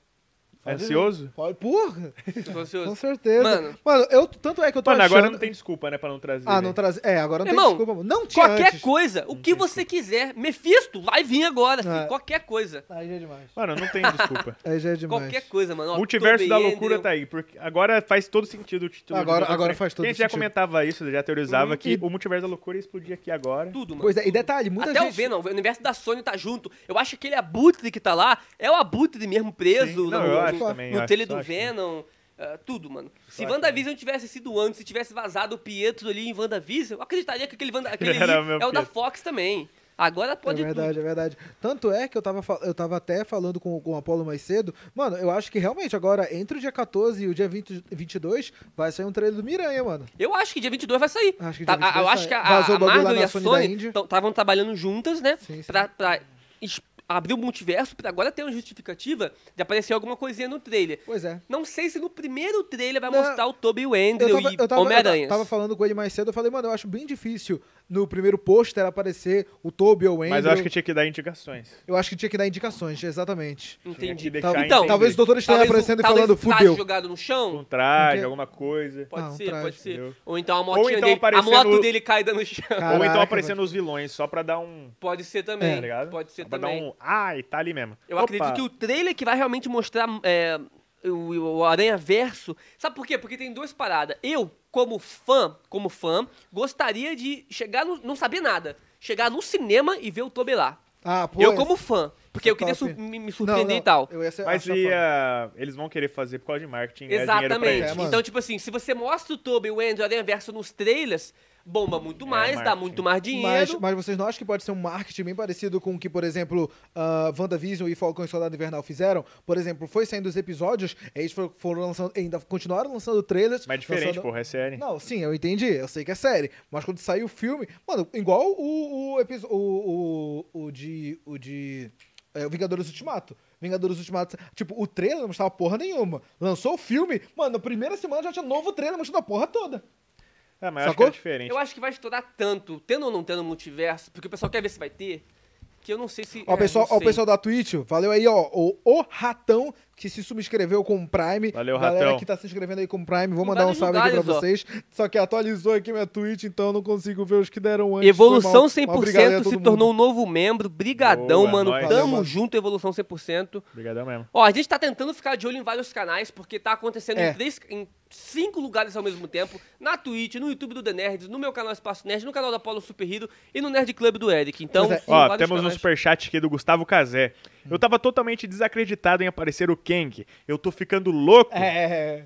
Ansioso?
Pode, porra,
Se fosse
com
os-
certeza.
Mano.
eu tanto é que eu tô
Mano,
achando...
agora não tem desculpa, né, pra não trazer.
Ah,
né?
não traz. É, agora não
Irmão,
tem desculpa. Não tinha
Qualquer
antes.
coisa, o que você quiser. Mephisto, vai vir agora, filho.
É.
Qualquer coisa.
Aí já é demais.
Mano, não tem desculpa.
Aí já é demais.
Qualquer coisa, mano. Ó,
Multiverso
Tobey,
da loucura
Andrew.
tá aí, porque agora faz todo sentido o título.
Agora-
do negócio,
agora
né?
faz todo
Quem já
sentido.
comentava isso, já teorizava
Hum,
que
e-
o multiverso da loucura ia explodir aqui agora.
Tudo, mano.
Pois é, e detalhe, muita
Até o
gente.
Venom, o universo da Sony tá junto. Eu acho que aquele abutre que tá lá é o abutre mesmo preso
Sim.
no,
Não, eu
no- no-
acho também,
no
eu acho,
telho
eu
do
acho.
Venom. ah, tudo, mano. Se
acho
WandaVision tivesse sido antes, se tivesse vazado o Pietro ali em WandaVision, eu acreditaria que aquele, Wanda, aquele ali
Era
é
o meu
o da
Pietro.
Fox também. Agora pode
é verdade, é verdade. Tanto é que eu tava, fa- eu tava até falando com, com o Apolo mais cedo. Mano, eu acho que realmente agora, entre o dia 14 e o dia 20, 22, vai sair um trailer do Miranha, mano.
Eu acho que dia 22 vai sair.
Acho que
Tá-
dia 22
a- eu
sai.
acho que a,
Vazou
a
o bagulho lá
Marvel e
na
a
Sony da
Sony
Índia.
estavam trabalhando juntas, né?
Sim, sim.
Pra, pra es- abrir o multiverso, pra agora ter uma justificativa de aparecer alguma coisinha no trailer.
Pois é.
Não sei se no primeiro trailer vai
Não,
mostrar o Toby e o
Eu
Andrew
tava, eu,
e
tava,
Homem-Aranha.
eu tava falando com ele mais cedo, eu falei, mano, eu acho bem difícil no primeiro pôster aparecer o Toby ou o Andrew.
Mas eu acho que tinha que dar indicações.
Eu acho que tinha que dar indicações, exatamente.
Entendi.
que deixar
Então,
entender.
Talvez o Doutor Estranho
Talvez o-
aparecendo e
talvez
falando,
o traje
fudeu.
jogado no
Um
chão?
traje,
Porque-
alguma coisa.
Pode
Ah, um
ser,
traje,
pode ser.
entendeu?
Ou então a motinha
então
dele, a
aparecendo-
moto dele caída no chão.
Cara-
Ou
Caraca,
então aparecendo os vilões, só pra dar um.
Pode ser
É.
também.
Tá ligado?
Pode ser
Só pra
também.
dar um. Ai, tá ali mesmo.
Eu
Opa.
acredito que o trailer que vai realmente mostrar é, o, o Aranha Verso. Sabe por quê? Porque tem duas paradas. Eu, como fã, como fã, gostaria de chegar no. não saber nada. Chegar no cinema e ver o Toby lá.
Ah, pô.
eu,
é-
como fã. Porque eu queria
top.
sur- me, me
Não,
surpreender
não,
e tal.
eu ia ser-
Mas
achar
e,
foda.
ah, eles vão querer fazer por causa de marketing. É dinheiro pra
Exatamente.
eles.
É, mano.
então, tipo assim, se você mostra o Toby, o Andrew, o Aranha Verso nos trailers, bomba muito mais, dá
É, marketing.
muito mais dinheiro.
Mas, mas vocês não acham que pode ser um marketing bem parecido com o que, por exemplo, uh, WandaVision e Falcão e Soldado Invernal fizeram? Por exemplo, foi saindo os episódios, eles foram, foram lançando, ainda continuaram lançando trailers.
Mas é diferente,
lançando...
porra, é série.
Não, sim, eu entendi, eu sei que é série. Mas quando saiu o filme. Mano, igual o, o episódio. O, o, o de. O de. é, Vingadores Ultimato. Vingadores Ultimato. Tipo, o trailer não mostrava porra nenhuma. Lançou o filme, mano, na primeira semana já tinha novo trailer mostrando a porra toda.
Ah, mas eu acho que
Sacou?
é diferente.
Eu acho que vai estourar tanto, tendo ou não tendo multiverso, porque o pessoal quer ver se vai ter, que eu não sei se.
Ó, o
é,
pessoal,
não
ó, o
sei.
pessoal da Twitch, valeu aí, ó. O, o Ratão, que se subscreveu com o Prime.
Valeu,
Galera
Ratão.
que tá se inscrevendo aí com o Prime, vou
Em
mandar um
vários
salve aqui pra
lugares, ó.
vocês. Só que atualizou aqui minha Twitch, então eu não consigo ver os que deram antes.
Evolução
foi mal. Mas obrigado aí a
100%
todo
se
mundo.
tornou um novo membro. Brigadão,
Boa,
mano.
nóis.
Tamo
Valeu, mano.
junto, Evolução 100%.
Obrigadão mesmo.
Ó, a gente tá tentando ficar de olho em vários canais, porque tá acontecendo
É.
em, três, em cinco lugares ao mesmo tempo. Na Twitch, no YouTube do The Nerds, no meu canal Espaço Nerd, no canal da Apollo Super Hero e no Nerd Club do Eric. Então,
Pois é.
são
Ó,
vários
temos um
canais.
superchat aqui do Gustavo Cazé. Eu tava totalmente desacreditado em aparecer o Kang. Eu tô ficando louco.
É.
É,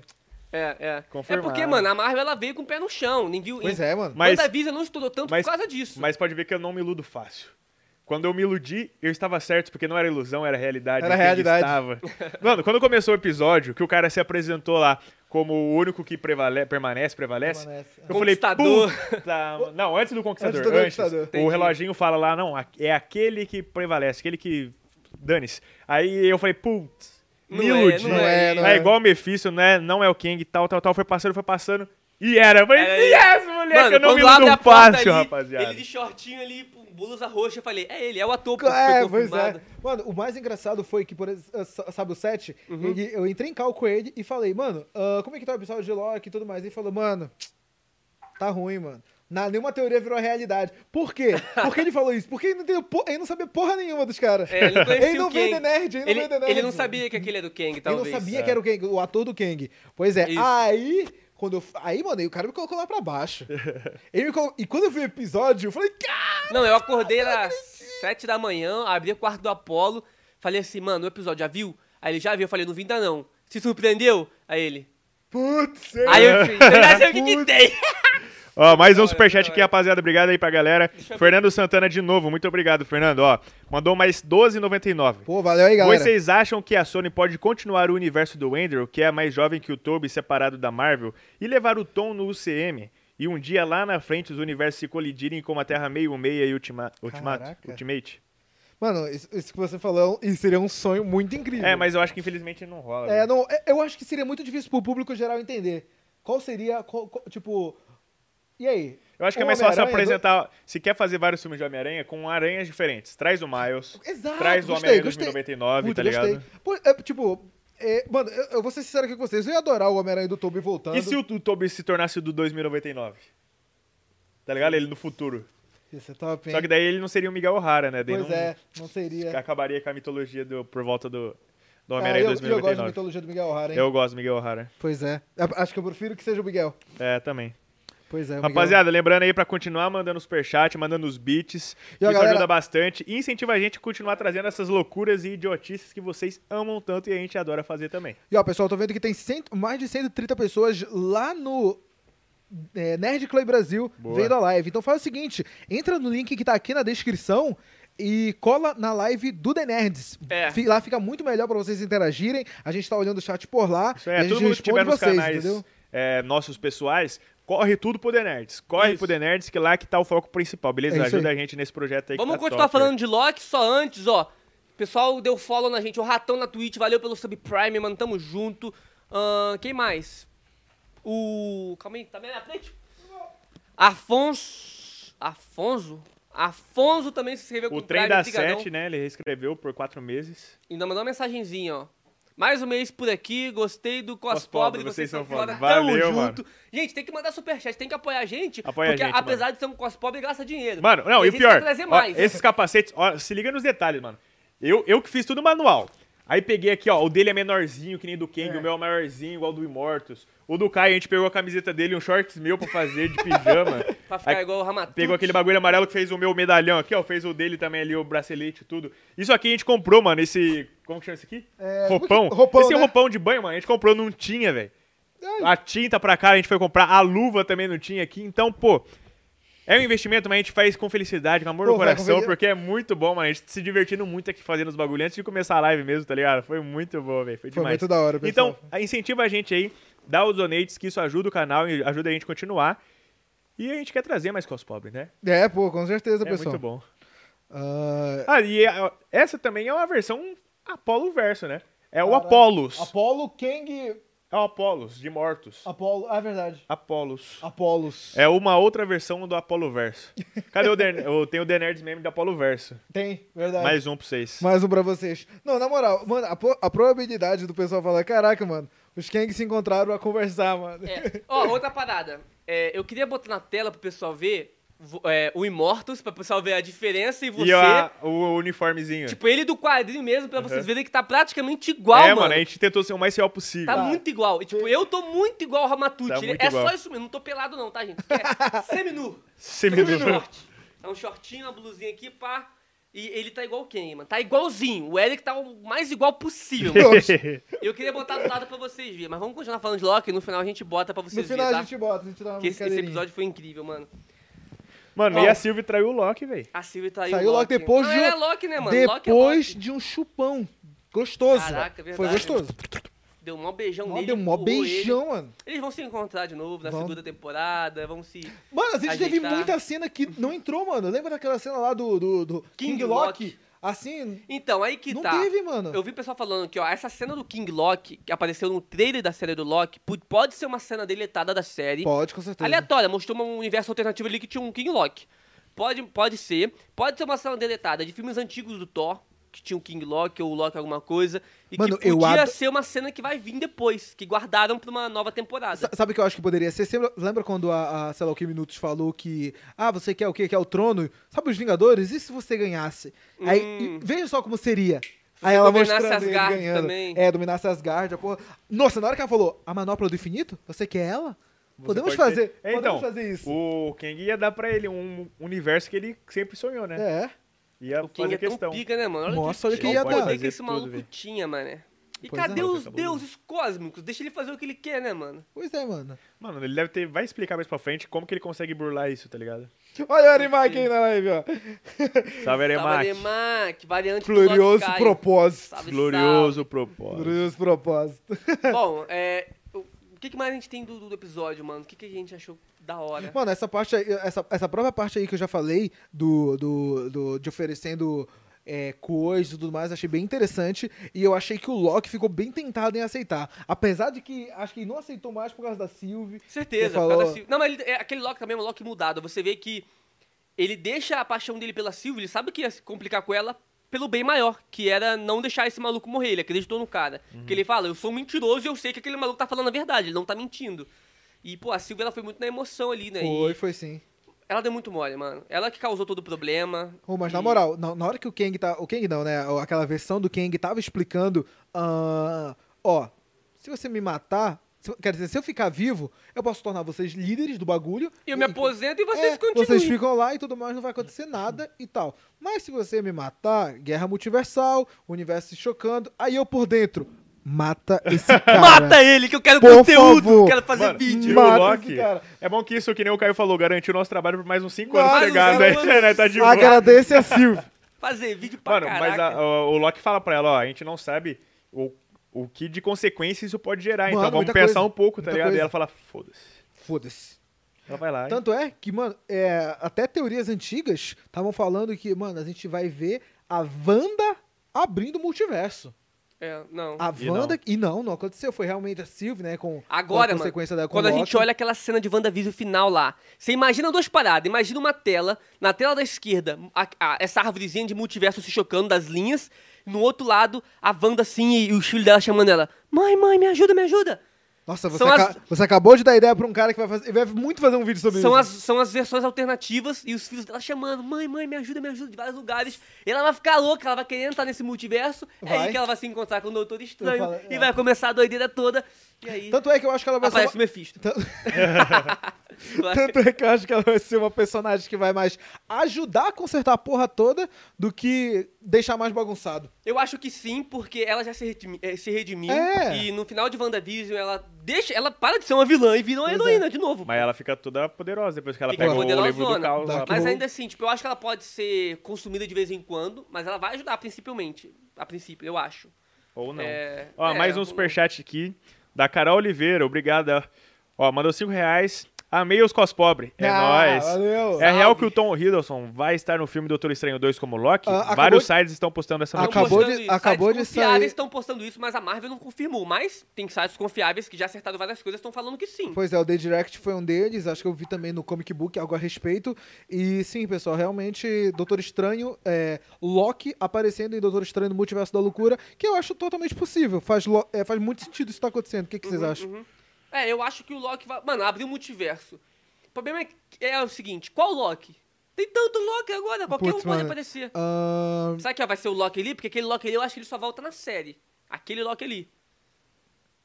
é. É
Confirmado.
porque, mano, a Marvel ela veio com o pé no chão. Ninguém,
Pois é, mano.
Mas-
Mas a Visa não estourou tanto
mas-
por causa disso.
Mas pode ver que eu não me iludo fácil. Quando eu me iludi, eu estava certo, porque não era ilusão, era realidade.
Era
eu
realidade.
acreditava. Mano, quando começou o episódio, que o cara se apresentou lá como o único que prevale- permanece, prevalece,
Permanece. é.
eu falei,
Conquistador.
puta... Não, antes do Conquistador,
Antes do
antes.
Conquistador.
O
Entendi.
reloginho fala lá, não, a- é aquele que prevalece, aquele que... Dane-se. Aí eu falei, putz,
Não
me
é,
iludi.
não é,
não
é,
é.
igual o Mephisto, né? Não é o King, tal, tal, tal. Foi passando, foi passando. E era. Eu falei,
Era ele.
yes, moleque,
Mano,
eu não me
quando abre
iludo
a porta
fácil,
ali,
rapaziada.
Ele de shortinho ali, pô, blusa roxa, eu falei, é ele, é o ator, pô,
É,
foi
pois
confirmado.
é. Mano, o mais engraçado foi que, por ex- s- sabe o 7?
Uhum.
Ele, eu entrei em cal com ele e falei, mano, ah, como é que tá o episódio de Loki e tudo mais? Ele falou, mano, tá ruim, mano. Na, nenhuma teoria virou realidade. Por quê? Por que ele falou isso? Porque ele não, entendeu por- ele não sabia porra nenhuma dos caras.
É, ele não conhecia
Ele não
o Kang.
veio The Nerd, ele não veio The Nerd.
Ele não sabia que aquele era o Kang,
Ele não
talvez. É.
sabia que era o Kang, o ator do Kang. Pois é,
Isso.
aí. Quando eu, aí, mano, aí o cara me colocou lá pra baixo. Ele me colocou- e quando eu vi o episódio, eu falei, cara!
Não, eu
Ah,
acordei às sete da manhã, abri o quarto do Apolo, falei assim, mano, o episódio já viu? Aí ele já viu, eu falei, não vi ainda não. Se surpreendeu? Aí ele.
Putz!
Aí eu fiz, eu já sei o que, que tem.
Ó, mais um
Olha,
superchat
olha.
aqui, rapaziada. Obrigado aí pra galera. Fernando Santana de novo. Muito obrigado, Fernando. Ó, mandou mais 12,99.
Pô, valeu aí, galera.
Vocês acham que a Sony pode continuar o universo do Andrew, que é mais jovem que o Toby separado da Marvel, e levar o tom no UCM? E um dia lá na frente os universos se colidirem como a Terra meio meia e Ultima, Ultimato,
Caraca.
Ultimate?
Mano, isso, isso que você falou isso seria um sonho muito incrível.
É, mas eu acho que infelizmente não rola.
É,
né?
não, é- eu acho que seria muito difícil pro público geral entender. Qual seria, qual- qual- tipo... E aí?
Eu acho que é
O
mais fácil
Homem-Aranha
apresentar. Se quer fazer vários filmes de Homem-Aranha, com aranhas diferentes. Traz o Miles.
do- Exato,
traz o
gostei,
Homem-Aranha
gostei.
2099,
Muito
tá ligado?
gostei. Pô, é, tipo... é, mano, eu, eu vou ser sincero aqui com vocês. Eu ia adorar o Homem-Aranha do Tobey voltando.
E se o, o Toby se tornasse o do 2099? Tá ligado? Ele no futuro.
Ia ser top, hein?
Só que daí ele não seria o Miguel O'Hara, né? Daí
Pois
não-
é, não seria.
Acabaria com a mitologia do, por volta do, do
Ah,
Homem-Aranha
eu, eu gosto de
2099.
mitologia do Miguel O'Hara, hein?
Eu gosto do Miguel O'Hara.
Pois é. A- Acho que eu prefiro que seja o Miguel.
É, também.
Pois é, o Miguel.
Rapaziada, lembrando aí pra continuar mandando superchat, mandando os beats.
E, ó,
isso
galera-
ajuda bastante. E incentiva a gente a continuar trazendo essas loucuras e idiotices que vocês amam tanto e a gente adora fazer também.
E ó, pessoal, tô vendo que tem cento- mais de 130 pessoas lá no é, Nerd Club Brasil
Boa.
vendo a live. Então faz o seguinte, entra no link que tá aqui na descrição e cola na live do The Nerds.
É.
Fi- Lá fica muito melhor pra vocês interagirem. A gente tá olhando o chat por lá.
Isso aí,
e a gente
todo mundo que tiver
responde
nos
vocês,
canais
entendeu?
é, nossos pessoais, corre tudo pro The Nerds. Corre
Isso.
pro The Nerds, que lá que tá o foco principal, beleza?
É isso
ajuda a gente nesse projeto aí. que
Vamos
tá
continuar
top.
falando de Loki, só antes, ó. Pessoal, deu follow na gente. O Ratão na Twitch, valeu pelo subprime, mano. Tamo junto. Ahn, quem mais? O. Calma aí, tá bem na frente? Afonso. Afonso? Afonso também se inscreveu com
O trem
Prime,
da
brigadão.
7, né? Ele reescreveu por quatro meses.
Ainda mandou uma mensagenzinha, ó. Mais um mês por aqui, gostei do
Cospobre,
Cospobre,
vocês são foda.
Tamo
Valeu,
junto. Gente, tem que mandar superchat, tem que apoiar a gente.
Apoia a
porque
gente,
apesar
mano.
de ser um Cospobre, gasta dinheiro.
Mano, não, e
a
o
gente
pior.
quer trazer
ó,
mais. né?
esses capacetes, ó, se liga nos detalhes, mano. Eu, eu que fiz tudo manual. Aí peguei aqui, ó, o dele é menorzinho, que nem do Kang, o meu é maiorzinho, igual do Imortus. O do Kai, a gente pegou a camiseta dele, um shorts meu pra fazer de pijama.
Pra ficar
Aí
igual o Ramatu.
é Pegou aquele bagulho amarelo que fez o meu medalhão aqui, ó. Fez o dele também ali, o bracelete e tudo. Isso aqui a gente comprou, mano, esse. Como que chama isso aqui?
É,
roupão.
muito- roupão,
Esse
né?
um
É.
roupão de banho, mano, a gente comprou, não tinha, velho. A tinta pra cá a gente foi comprar, a luva também não tinha aqui. Então, pô, é um investimento, mas a gente faz com felicidade, com amor
Pô,
no
vai, com
coração,
fel-
porque é muito bom, mano. A gente se divertindo muito aqui fazendo os bagulhos antes de começar a live mesmo, tá ligado? Foi muito bom, velho. Foi
Foi
demais.
muito da hora, pessoal.
Então, a- incentiva a gente aí, dá os donates, que isso ajuda o canal e ajuda a gente a continuar. E a gente quer trazer mais cos pobres, né?
É, pô, com certeza,
É
pessoal.
muito bom.
Ah,
Ah, e a- essa também é uma versão Apolo verso, né? É o
Caraca.
Apolos.
Apolo, Kang...
É o Apolos, de mortos.
Apolo... Ah, é verdade.
Apolos.
Apolos.
É uma outra versão do Apolo Verso. Cadê o The, eu tenho o The Nerds meme do Apolo Verso.
Tem,
Tá.
verdade.
Mais um pra vocês.
Mais um pra vocês. Não, na moral, mano, a, po- a probabilidade do pessoal falar, caraca, mano, os Kang se encontraram a conversar, mano.
É. Ó, outra parada. É, eu queria botar na tela pro pessoal ver vo- é, o Immortals, pra pessoal ver a diferença e você.
E a- o uniformezinho.
Tipo, ele do quadrinho mesmo, pra vocês
Uhum.
verem que tá praticamente igual,
é,
mano.
mano, a gente tentou ser o mais real possível.
Tá muito igual. E, tipo, eu tô muito igual ao Ramatucci.
Tá
Ele-
muito
é
igual.
só isso mesmo. Não tô pelado não, tá, gente? É seminu.
Seminu.
Um short. É um shortinho, uma blusinha aqui, pá. E ele tá igual quem, mano? Tá igualzinho. O Eric tá o mais igual possível, mano. Eu queria botar do lado pra vocês verem, mas vamos continuar falando de Loki. No final a gente bota pra
No
vocês
final
verem,
a
tá?
gente bota, a gente dá uma
Porque esse, esse
brincadeirinha.
episódio foi incrível, mano.
Mano,
Ó.
e a Sylvie traiu o Loki, velho.
A Sylvie traiu
Saiu
o
logo
Loki.
depois
Não,
de. um
é Loki, né, mano? Loki é
Depois
Loki.
de um chupão. Gostoso.
Caraca, é verdade.
Foi gostoso.
Deu um mó beijão
Mó,
nele.
deu um mó
empurrou ele.
beijão, mano.
Eles vão se encontrar de novo na
Vão.
segunda temporada, vão se...
Mano, a gente teve
Ajeitar.
muita cena que não entrou, mano. Lembra daquela cena lá do, do, do King,
King
Loki?
Loki?
Assim,
Então, aí que
não
tá.
teve, mano.
Eu vi o pessoal falando que, ó, essa cena do King Loki, que apareceu no trailer da série do Loki, pu- pode ser uma cena deletada da série.
Pode, com certeza.
Aleatória, mostrou um universo alternativo ali que tinha um King Loki. Pode, pode ser. Pode ser uma cena deletada de filmes antigos do Thor, que tinha um King Loki ou Loki alguma coisa. E
Mano,
que
eu
podia
ado-
ser uma cena que vai vir depois, que guardaram pra uma nova temporada.
Sa- Sabe o que eu acho que poderia ser? Você lembra- lembra quando a, a sei lá o que Minutos falou que. Ah, você quer o quê? Quer o trono? Sabe os Vingadores? E se você ganhasse? Aí, e veja só como seria. Aí ela
Hum. dominasse
mostrando ele
Asgard
ganhando.
também.
É, dominasse Asgard, a porra. Nossa, na hora que ela falou, a manopla do infinito? Você quer ela?
Você
podemos
pode
fazer.
ter- É, Então,
podemos fazer isso.
o Kang ia dar pra ele um universo que ele sempre sonhou, né?
É.
Ia
O King
fazer
é tão
questão.
pica, né, mano?
Nossa, olha
que
quem ia
o poder
dar.
que esse
Fazer
maluco
tudo, velho.
tinha, mané. E
Pois é.
cadê os
Tá bom.
deuses cósmicos? Deixa ele fazer o que ele quer, né, mano?
Pois é, mano.
Mano, ele deve ter. Vai explicar mais pra frente como que ele consegue burlar isso, tá ligado?
Olha o Arimak aí na live, ó.
Salve, Aremac.
Aremac, variante do
Glorioso
Lord Kai.
propósito.
Salve,
Glorioso propósito.
Glorioso propósito.
salve. Bom, é, o o que, que mais a gente tem do, do episódio, mano? O que, que a gente achou da hora?
É. Mano, essa parte aí, essa, essa própria parte aí que eu já falei do, do, do- de oferecendo é, coisas e tudo mais, achei bem interessante. E eu achei que o Loki ficou bem tentado em aceitar. Apesar de que acho que ele não aceitou mais por causa da Sylvie.
Certeza.
Você
por causa da
falou-
Sylvie. Não, mas ele- é, aquele Loki também é um Loki mudado. Você vê que ele deixa a paixão dele pela Sylvie, ele sabe que ia se complicar com ela pelo bem maior, que era não deixar esse maluco morrer. Ele acreditou no cara. Que ele fala, eu sou um mentiroso e eu sei que aquele maluco tá falando a verdade, ele não tá mentindo. E, pô, a Sylvie, ela foi muito na emoção ali, né? E
Foi, foi sim.
Ela deu muito mole, mano. Ela que causou todo o problema.
Ô, mas na
E-
moral, na, na hora que o Kang tá. O Kang não, né? Aquela versão do Kang tava explicando. ah, ó, se você me matar. se- quer dizer, se eu ficar vivo, eu posso tornar vocês líderes do bagulho.
E eu me aposento e vocês
É,
continuam.
Vocês ficam lá e tudo mais, não vai acontecer nada e tal. Mas se você me matar, guerra multiversal, o universo se chocando, aí eu por dentro. Mata esse cara.
Mata ele, que eu quero
Por
conteúdo,
favor.
quero fazer
Mano,
vídeo.
e
Mata
o Loki.
esse cara.
É bom que isso, que nem o Caio falou, garantiu o nosso trabalho por mais uns 5
Mas
anos
os
chegando.
caras-
Aí, né?
Ah,
Tá de boa.
Agradece a Silvia.
Fazer vídeo pra
Mano,
caraca.
mas a- o, o Loki fala pra ela, ó, a gente não sabe o, o que de consequência isso pode gerar,
Mano,
então vamos
muita
pensar
coisa,
um pouco, tá
muita
ligado?
coisa.
E ela fala, foda-se.
Foda-se.
Ela vai lá.
Tanto é que, mano, é, até teorias antigas estavam falando que, mano, a gente vai ver a Wanda abrindo o multiverso.
É, não.
A
E
Wanda. E não, não aconteceu. Foi realmente a Sylvie, né? Com,
Agora,
com a
mano,
consequência da com
quando a
o
gente
Loki.
olha aquela cena de WandaVision final lá, você imagina duas paradas. Imagina uma tela, na tela da esquerda, a- a- essa árvorezinha de multiverso se chocando das linhas. No outro lado, a Wanda assim e, e os filhos dela chamando ela. Mãe, mãe, me ajuda, me ajuda.
Nossa, você,
são as-
aca- você acabou de dar ideia pra um cara que vai, fazer, vai muito fazer um vídeo sobre
São
isso.
as, são as versões alternativas e os filhos dela chamando. Mãe, mãe, me ajuda, me ajuda, de vários lugares. E ela vai ficar louca, ela vai querer entrar nesse multiverso. É
Vai.
aí que ela vai se encontrar com o Doutor Estranho
falo,
e
é.
vai começar a doideira toda. E aí
Tanto é que eu acho que ela vai ser.
aparece
uma-
o Mephisto.
Tan- Tanto é que eu acho que ela vai ser uma personagem que vai mais ajudar a consertar a porra toda do que deixar mais bagunçado.
Eu acho que sim, porque ela já se, redimi- eh, se redimiu.
É.
E no final de WandaVision, ela deixa. Ela para de ser uma vilã e vira uma
Pois é.
heroína de novo.
Mas ela fica toda poderosa depois que ela
Fica
pega o
poderosona.
livro do caos. lá.
Daqui-
Mas
Bom.
ainda assim, tipo, eu acho que ela pode ser consumida de vez em quando, mas ela vai ajudar principalmente. A princípio, eu acho.
Ou não.
É,
Ó,
é,
mais um
eu-
superchat aqui, da Carol Oliveira, obrigada. Ó, mandou 5 reais. Amei os cospobre. É
Ah,
nóis.
Valeu.
É real que o Tom Hiddleston vai estar no filme Doutor Estranho 2 como Loki?
Ah, acabou
Vários
de-
sites estão postando essa
Tão
notícia.
Acabou
postando
de-
isso.
acabou de
sites confiáveis
sair-
estão postando isso, mas a Marvel não confirmou. Mas tem sites confiáveis que já acertaram várias coisas estão falando que sim.
Pois é, o The Direct foi um deles, acho que eu vi também no comic book algo a respeito. E sim, pessoal, realmente, Doutor Estranho, é, Loki aparecendo em Doutor Estranho no Multiverso da Loucura, que eu acho totalmente possível. Faz, lo- é, faz muito sentido isso tá acontecendo. O que, que
Uhum,
vocês acham?
É, eu acho que o Loki vai. Mano, abriu o multiverso. O problema é, que- é o seguinte: qual Loki? Tem tanto Loki agora, qualquer
Putz,
um pode
mano.
aparecer.
Ahn,
Sabe que ó, vai ser o Loki ali? Porque aquele Loki ali eu acho que ele só volta na série. Aquele Loki ali.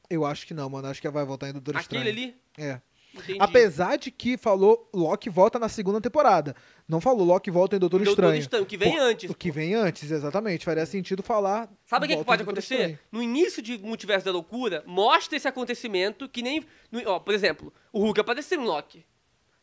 eu acho que não, mano. Acho que vai voltar em Doutor
Aquele
Estranho.
ali.
É.
Entendi.
Apesar de que falou Loki volta na segunda temporada. Não falou Loki volta em Doutor,
Doutor
Estranho.
Estranho, que vem
Pô,
antes,
O que vem antes, exatamente. Faria sentido falar.
Sabe o que, que
volta
pode
em Doutor
acontecer?
Estranho.
No início de Multiverso da Loucura, mostra esse acontecimento que nem. no- ó, por exemplo, o Hulk apareceu em Loki.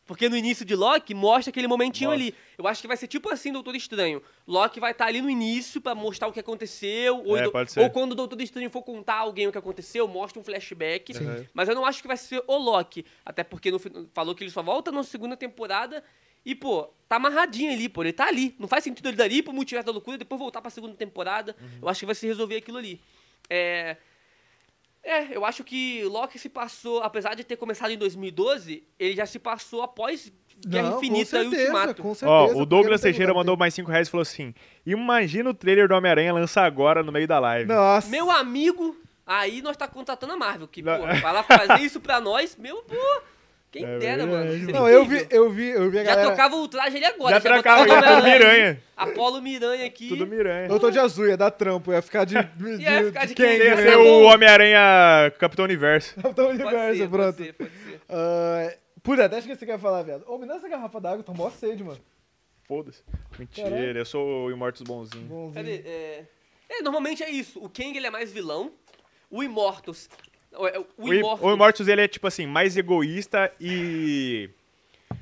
Porque no início de Loki mostra aquele momentinho
Mostra.
ali. Eu acho que vai ser tipo assim, Doutor Estranho. Loki vai estar ali no início pra mostrar o que aconteceu. Ou,
É,
do-
pode ser.
ou quando o Doutor Estranho for contar a alguém o que aconteceu, mostra um flashback.
Sim.
Mas eu não acho que vai ser o Loki. Até porque no fin- falou que ele só volta na segunda temporada. E, pô, tá amarradinho ali, pô. Ele tá ali. Não faz sentido ele dali pro multiverso da loucura e depois voltar pra segunda temporada.
Uhum.
Eu acho que vai se resolver aquilo ali. É. É, eu acho que Loki se passou, apesar de ter começado em 2012, ele já se passou após Guerra
Não,
Infinita
com certeza,
e Ultimato.
Com certeza,
Ó,
porque
o
não
Douglas
tem
Teixeira
lugar.
mandou mais 5 reais e falou assim: Imagina o trailer do Homem-Aranha lançar agora no meio da live.
Nossa.
Meu amigo, aí nós tá contratando a Marvel, que, pô,
Não.
vai lá fazer isso pra nós, meu, pô, quem
É
dera, mano.
verdade,
seria
Não, eu vi,
incrível.
eu vi, eu vi a
Já
galera.
trocava o traje ali agora.
Já trocava,
botava
já tudo
o Miranha ali,
Miranha.
Apolo Miranha aqui.
Tudo Miranha.
Eu tô de azul, ia dar trampo, ia ficar de. de,
Ia ficar de
Kang,
Kang,
Ia
ia
né?
ser o Homem-Aranha Capitão Universo.
Capitão
Pode
Universo,
ser,
pronto.
pode ser, pode ser.
Ah, Puta, até esqueci o que eu ia falar, viado. Ô, me dá essa garrafa d'água, tô mó sede, mano.
Foda-se. Mentira,
Caralho.
eu sou o Imortus bonzinho.
Bonzinho.
Cadê? É... é, normalmente é isso. O Kang, ele é mais vilão. O Immortus... O, é,
O,
o
I-
Immortus...
o Imortus, ele é tipo assim, mais egoísta e.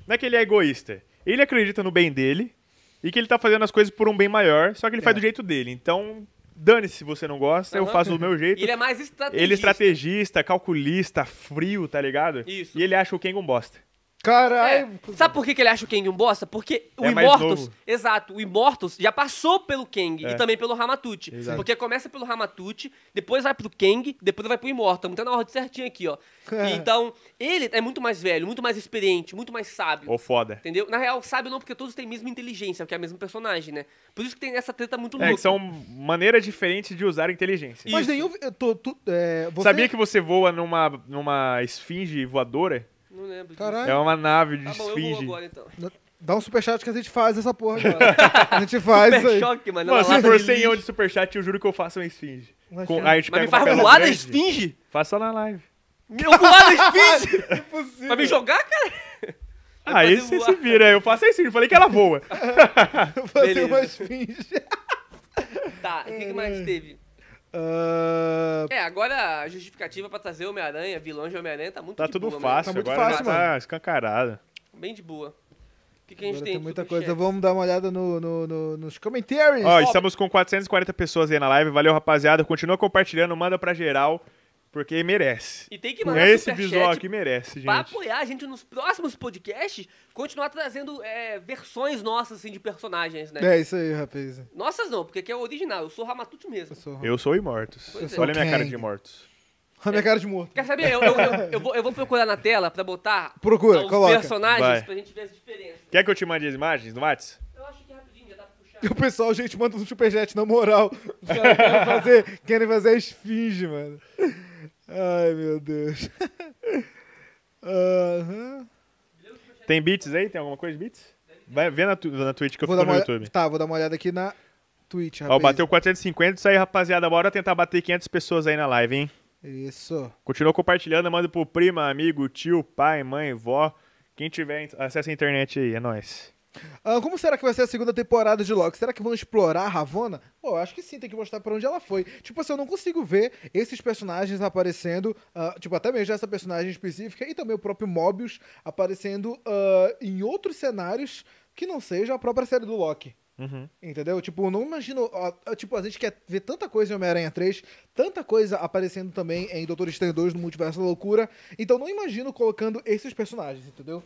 Não é que ele é egoísta. Ele acredita no bem dele e que ele tá fazendo as coisas por um bem maior, só que ele faz
É.
do jeito dele. Então, dane-se se você não gosta, eu
Aham.
faço do meu jeito.
E ele é mais estrategista.
Ele é estrategista, calculista, frio, tá ligado?
Isso.
E ele acha o Kang um bosta.
Caralho.
É, Sabe por que, que ele acha o Kang um bosta? Porque o
É mais
Immortus,
novo.
exato, o Immortus já passou pelo Kang
É.
e também pelo Ramatute.
Exato.
Porque começa pelo Ramatute, depois vai pro Kang, depois vai pro Immortus. Tá na ordem certinha aqui, ó.
É.
Então, ele é muito mais velho, muito mais experiente, muito mais sábio.
Ou foda.
Entendeu? Na real, sábio não, porque todos têm a mesma inteligência, que é o mesmo personagem, né? Por isso que tem essa treta muito
É
louca.
que são maneiras diferentes de usar a inteligência.
Mas
Isso.
nenhum. Eu tô, tu, é, você...
Sabia que você voa numa, numa esfinge voadora?
Não lembro. disso.
Caralho.
É uma nave de
Tá bom, eu vou
esfinge.
agora então.
Dá um superchat que a gente faz essa porra agora. a gente faz isso
Super
aí.
choque, mano.
Mano,
Olha lá. tá
se for 100 de superchat, eu juro que eu faço uma esfinge.
Mas é.
Com,
cara,
aí a gente
Mas me
pega um uma
faz
pedra
voar da
grande.
esfinge?
Faça lá na live.
Eu voar da esfinge?
Impossível.
Pra me jogar, cara? Vai
Aí
fazer
você
voar. Tá
se vira. Eu faço a esfinge. Falei que ela voa.
Fazer
Beleza.
uma esfinge.
Tá, o que, que
É.
mais teve?
Ah,
É, agora a justificativa pra trazer Homem-Aranha, vilão de Homem-Aranha, tá muito
Tá
de
tudo
boa,
fácil.
Tá muito
agora
fácil,
já tá
mano.
escancarado.
mano. Bem de boa. O que, que a gente
Agora
tem?
tem muita
Superchat.
coisa. Vamos dar uma olhada no, no- no- nos commentaries.
Ó,
Ó,
estamos com 440 pessoas aí na live. Valeu, rapaziada. Continua compartilhando, manda pra geral, porque merece.
E tem que
Com
mandar
esse
é um superchat
visual aqui merece,
pra
gente.
apoiar a gente nos próximos podcasts, continuar trazendo é, versões nossas, assim, de personagens, né?
É isso aí, rapaz.
Nossas não, porque aqui é o original, eu sou o Ramatute mesmo.
Eu sou.
Eu sou Imortus.
Pois
é.
Olha a minha cara
Kang.
de Imortus.
A minha cara de morto.
Quer saber? Eu, eu, eu- eu vou, eu vou procurar na tela pra botar
Procura,
os
coloca.
personagens
Vai.
pra gente ver as diferenças.
Quer que eu te mande as imagens no Whats?
Eu acho que rapidinho já dá pra puxar.
O pessoal, gente, manda um superchat, na moral. Os caras querem fazer, querem fazer a esfinge, mano. Ai, meu Deus. Aham.
Tem beats aí? Tem alguma coisa de beats? Vai ver na, tu- na Twitch que eu
Vou dar
fico no
uma olha-
YouTube.
Tá, vou dar uma olhada aqui na Twitch, rapaz.
Ó, bateu 450, isso aí, rapaziada. Bora tentar bater 500 pessoas aí na live, hein?
Isso.
Continua compartilhando, manda pro prima, amigo, tio, pai, mãe, vó. Quem tiver, in- acessa a internet aí, é nóis.
Ah, como será que vai ser a segunda temporada de Loki? Será que vão explorar a Ravonna? Pô, eu acho que sim, tem que mostrar pra onde ela foi. Tipo assim, eu não consigo ver esses personagens aparecendo, ah, tipo, até mesmo essa personagem específica e também o próprio Mobius aparecendo ah, em outros cenários que não seja a própria série do Loki.
Uhum.
Entendeu? Tipo, eu não imagino. ó, ó, tipo, a gente quer ver tanta coisa em Homem-Aranha 3, tanta coisa aparecendo também em Doutor Estranho 2 no Multiverso da Loucura. Então não imagino colocando esses personagens, entendeu?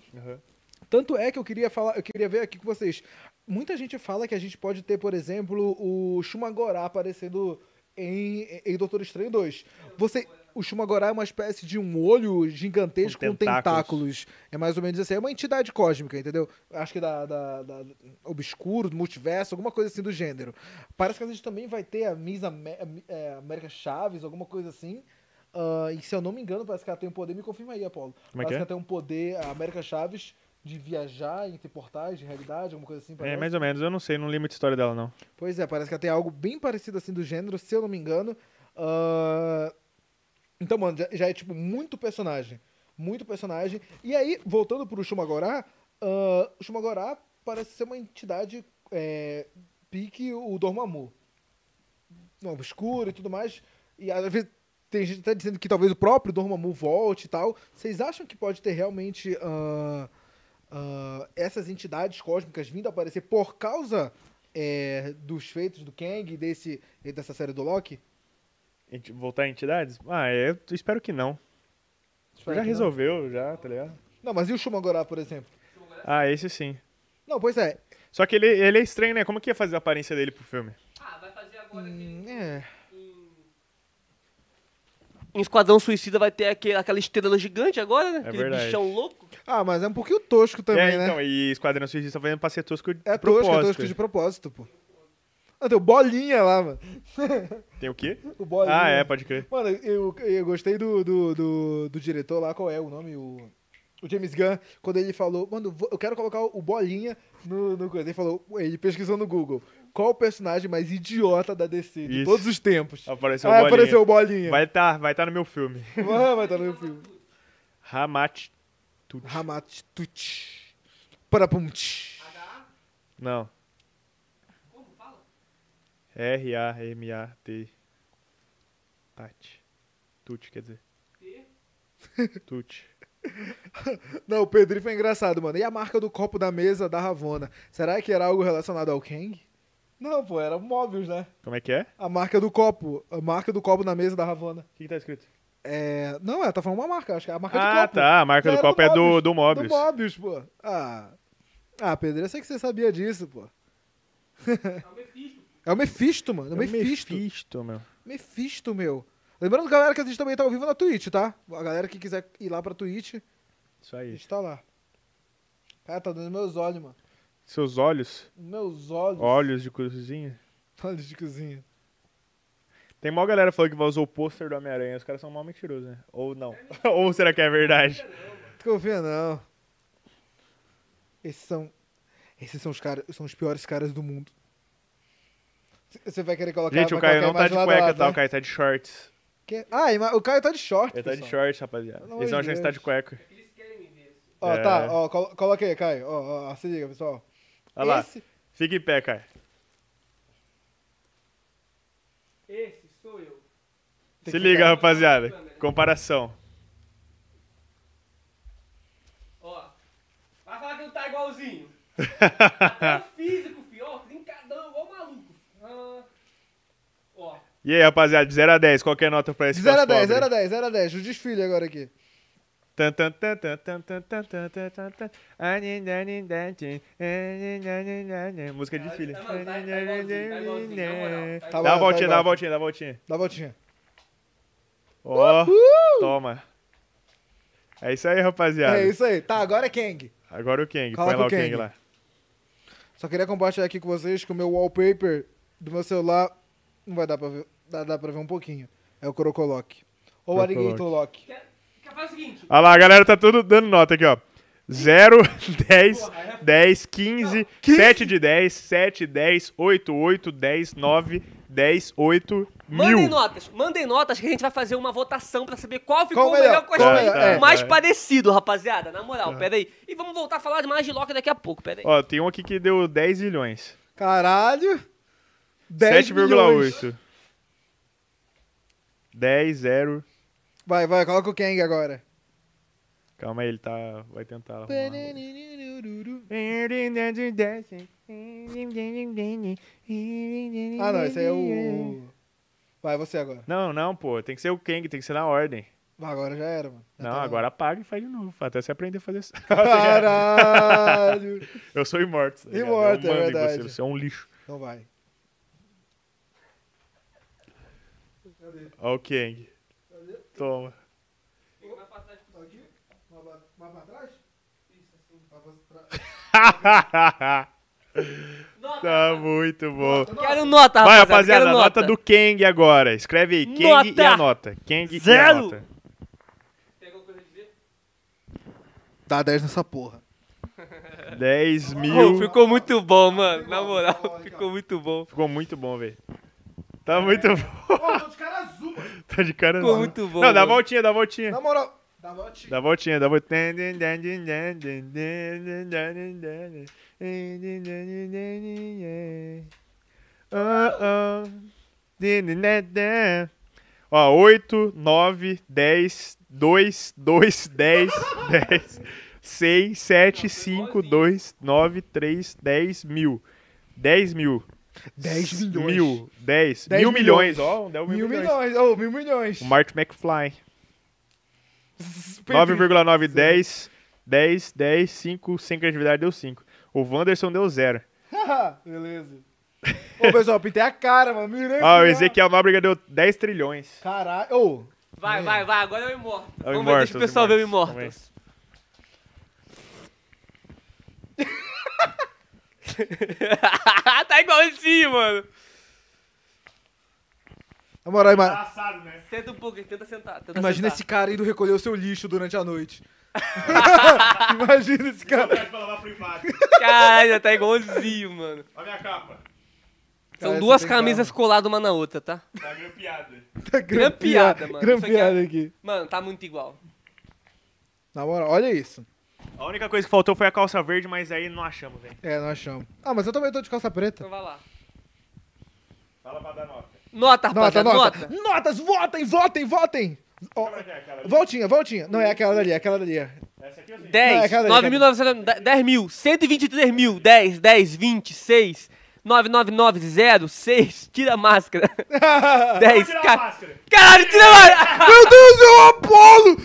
Tanto é que eu queria falar, eu queria ver aqui com vocês. Muita gente fala que a gente pode ter, por exemplo, o Shumagorá aparecendo em, em Doutor Estranho 2. Você, o Shumagorá é uma espécie de um olho gigantesco
Com
com, tentáculos.
tentáculos.
É mais ou menos assim. É uma entidade cósmica, entendeu? Acho que da, da- da- obscuro, do multiverso, alguma coisa assim do gênero. Parece que a gente também vai ter a Miss Amé- é, América Chaves, alguma coisa assim. Ah, e se eu não me engano, parece que ela tem um poder. Me confirma aí, Apolo.
Como é
parece
que é?
ela tem um poder, a América Chaves, de viajar entre portais de realidade, alguma coisa assim.
É,
parece.
mais ou menos, eu não sei, não li muita história dela, não.
Pois é, parece que ela tem algo bem parecido assim do gênero, se eu não me engano. Ah, Então, mano, já, já é tipo muito personagem. Muito personagem. E aí, voltando pro Shumagorá, ah, o Shumagorá parece ser uma entidade é, pique o Dormammu. Não, obscuro e tudo mais. E às vezes tem gente até dizendo que talvez o próprio Dormammu volte e tal. Vocês acham que pode ter realmente ah, ah, essas entidades cósmicas vindo a aparecer por causa é, dos feitos do Kang e, desse, e dessa série do Loki?
Enti- Voltar a entidades? Ah, eu t- espero que não.
Espero
já
que não.
resolveu, já, tá ligado?
Não, mas e o Shumagorá, por exemplo?
Ah, esse sim.
Não, pois é.
Só que ele, ele é estranho, né? Como que ia fazer a aparência dele pro filme?
Ah, vai fazer agora
Hum, é.
Em Esquadrão Suicida vai ter aquele, aquela estrela gigante agora, né? aquele
É verdade.
bichão louco.
Ah, mas é um pouquinho tosco também,
é,
né?
então, e Esquadrão Suicida tá fazendo pra ser tosco de
É tosco,
propósito.
é tosco de propósito, pô. Ah, tem o bolinha lá, mano.
Tem o quê?
O bolinha.
Ah, é, pode crer.
Mano, eu, eu gostei do, do, do, do diretor lá, qual é o nome? O, o James Gunn, quando ele falou, mano, vou- eu quero colocar o bolinha no, no coisa. Ele falou, ele pesquisou no Google, qual o personagem mais idiota da DC de
Isso.
todos os tempos?
Apareceu o
Ah,
bolinha.
apareceu o bolinha.
Vai tá, vai tá no meu filme.
Ah, vai tá no filme.
Ramat.
Ramatut. Parapumt.
Não. R-A-M-A-T. Tati. Tut, quer dizer. Tut.
Não, o Pedrinho foi engraçado, mano. E a marca do copo da mesa da Ravona? Será que era algo relacionado ao Kang? Não, pô, era móveis, né?
Como é que é?
A marca do copo. A marca do copo na mesa da Ravona.
O que, que tá escrito?
É. Não, ela tá falando uma marca, acho que é a marca do
Ah,
copo.
tá. A marca
Não,
do
era
copo é do,
Mobius.
do Mobius.
Do Mobius, pô. Ah. Ah, Pedro, eu sei que você sabia disso, pô. É o Mephisto, mano. É o Mephisto.
Mephisto, meu.
Mephisto, meu. Lembrando, galera, que a gente também tá ao vivo na Twitch, tá? A galera que quiser ir lá pra Twitch,
Isso
a
aí.
gente tá lá. Cara, tá dando meus olhos, mano.
Seus olhos.
Meus olhos.
Olhos de cozinha.
Olhos de cozinha.
Tem mó galera que falou que vazou o pôster do Homem-Aranha. Os caras são mó mentirosos, né? Ou não. Ou será que é verdade?
Tu confia, não. Esses são. Esses são os caras. São os piores caras do mundo. C- Você vai querer colocar.
Gente, o
vai
Caio
colocar
não
a imagem
tá de
lá do
cueca,
lado,
tá?
né?
O Caio tá de shorts.
Que- Ah, ima- o Caio tá de short.
Ele tá de
pessoal.
shorts, rapaziada.
Pelo amor
Eles
de
não acham que você tá
Deus.
de cueca.
Ó,
É.
tá, ó, col- coloca aí, Caio. Ó, ó, se liga, pessoal.
Olha lá.
Esse-
Fica em pé, Caio.
Esse sou eu.
Se liga, rapaziada. Comparação.
Ó. Vai falar que não tá igualzinho. Até o físico, pior, trincadão, igual maluco. Ah, ó.
E aí, rapaziada, de 0 a 10, qual que é a nota pra esse
De 0 a 10,
caos
0 a
pobre?
10, 0 a 10. O desfile agora aqui.
Tan, tan, tan, tan, tan, tan, tan, tan, tan, tan, tan. Ah, Ani, nani, nani, nani, nani, nani. Música de filha.
Tá, mano, tá- tá igualzinho, tá igualzinho, na moral, tá
Tá
Dá uma
bom,
voltinha, dá uma
bom.
voltinha, dá uma voltinha.
Dá a voltinha.
Ó,
Uhul!
toma. É isso aí, rapaziada.
É isso aí. Tá, agora é Kang.
Agora o Kang,
Coloca
põe lá
o
o Kang
Kang.
lá.
Só queria compartilhar aqui com vocês que o meu wallpaper do meu celular não vai dar pra ver. Dá, dá pra ver um pouquinho. É o Crocolock. Ou o
Crocolock.
Arigator Lock.
Quer, quer fazer o seguinte?
Olha lá, a galera tá tudo dando nota aqui, ó. 0, 10,
é
10, 15, 7 de 10, 7, 10, 8, 8, 10, 9, 10, 8,
Mandem
mil.
notas, mandem notas que a gente vai fazer uma votação pra saber qual ficou
Qual
o melhor
melhor,
com a
qual
gente.
melhor, é.
O mais
É.
parecido, rapaziada. Na moral, pera aí. E vamos voltar a falar de mais de Loki daqui a pouco, pera aí.
Ó, tem um aqui que deu 10 milhões.
Caralho. 10 milhões.
7,8. 10, 0.
Vai, vai, coloca o Kang agora.
Calma aí, ele tá. Vai tentar. arrumar.
Ah, não, esse aí é o. Vai, você agora.
Não, não, pô. Tem que ser o Kang, tem que ser na ordem.
Ah, Agora já era, mano. Já
Não,
tá-
agora apaga e faz de novo. Até você aprender a fazer isso.
Caralho.
Eu sou imorto. tá ligado? Eu
Imortal, é
mando em você,
verdade.
Você é um lixo.
Então vai.
Ó o Kang. Toma.
Aqui? Mais pra trás? Isso, assim.
tá muito bom.
Quero nota,
Vai,
rapaziada.
rapaziada,
quero
a nota do Kang agora. Escreve aí, Kang e
Nota.
a nota. Kang e
Zero.
a nota.
Dá 10 nessa porra.
10
Pô,
mil.
ficou muito bom, mano. Na moral, ficou muito bom.
Ficou muito bom, velho. Tá muito
É.
bom.
tô de cara azul, mano.
Tá de cara
Ficou
não.
muito bom,
Não, dá a
mano.
voltinha, dá a voltinha.
Na moral. Dá volte.
Dá a voltinha, dá a voltinha. Oh, oh. Ó, 8, 9, 10, 2, 2, 10, 10, 6, 7, 5, 2, 9, 3, 10 mil. 10 mil.
10 milhões.
Mil. 10.
10
mil milhões,
milhões.
ó. deu
Mil milhões. Oh, mil milhões.
O Marty McFly.
Pedrinho.
9,9, 10, 10, 10, 5, sem criatividade deu 5. O Wanderson deu 0.
Ah, Beleza. Ô, pessoal, pintei a cara, mano. Mirei
Ah, o
filha.
Ezequiel Nóbrega deu 10 trilhões.
Caralho. Ô,
Vai, vai, vai, agora é o Imortal.
É o
Vamos ver, deixa o
Immortals,
pessoal ver o
Immortals,
Imortals. tá igualzinho, mano.
na moral, ima-
Engraçado, né?
Senta um pouco, tenta sentar. Tenta
imagina
sentar.
esse cara indo recolher o seu lixo durante a noite. imagina esse cara.
Pede pra lavar privado.
Caralho, tá igualzinho, mano.
Olha a minha capa.
São
Cara,
duas
você tem
camisas coladas uma na outra, tá?
Tá grampeada.
Tá
Grampeada,
grampea-
mano.
Grampeada
Isso é
aqui.
Mano, tá muito igual.
Na moral, olha isso.
A única coisa que faltou foi a calça verde, mas aí não achamos, velho.
É, nós achamos. Ah, mas eu também tô de calça preta.
Então vai lá.
Fala pra dar nota.
Nota,
Nota, Então, rapaziada,
nota.
nota.
Notas, votem, votem, votem. Ó,
Como é que é aquela ali?
voltinha, voltinha. Não, é aquela dali, é aquela dali. é.
Essa aqui eu sei.
10,
Não, é cada-
9.900, 10 mil, 123 mil, 10, 10, 20, 6, 9990, 0, 6, tira a máscara. 10,
Tira a
ca-
máscara.
Caralho, tira a máscara!
Meu Deus, é o Apolo!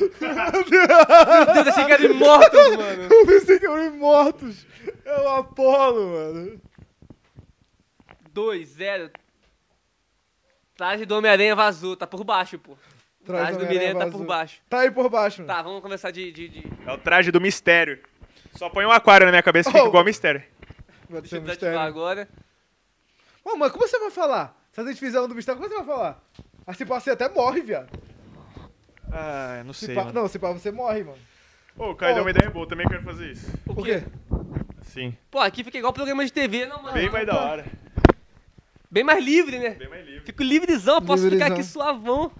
Meu Deus, achei que era imortal, mano.
Eu pensei que eram imortos. É o Apolo, mano.
2, 0. Traje do Homem-Aranha vazou, tá por baixo, pô.
Traje
O Traje
do
do
Homem-Aranha
Miranha tá
vazou.
por baixo.
Tá aí por baixo, mano.
Tá, vamos começar de... de, de...
É o traje do mistério. Só põe um aquário na minha cabeça e fica
Oh.
igual mistério.
Vai
Deixa
ser
eu
um
desativar
mistério.
agora.
Ô, mano, como você vai falar? Se a gente fizer um do mistério, como você vai falar? Ah, se pá, você até morre, viado.
Ah, não
Se
sei.
pá-
mano.
Não, se pá, você morre, mano.
Ô, Caio,
Oh.
deu uma ideia boa, eu também quero fazer isso.
O quê?
Sim.
Pô, aqui fica igual programa de TV, não, mano.
Bem mais da hora.
Bem mais livre, né?
Bem mais livre.
Fico livrezão, posso ficar
Livrezão.
aqui suavão.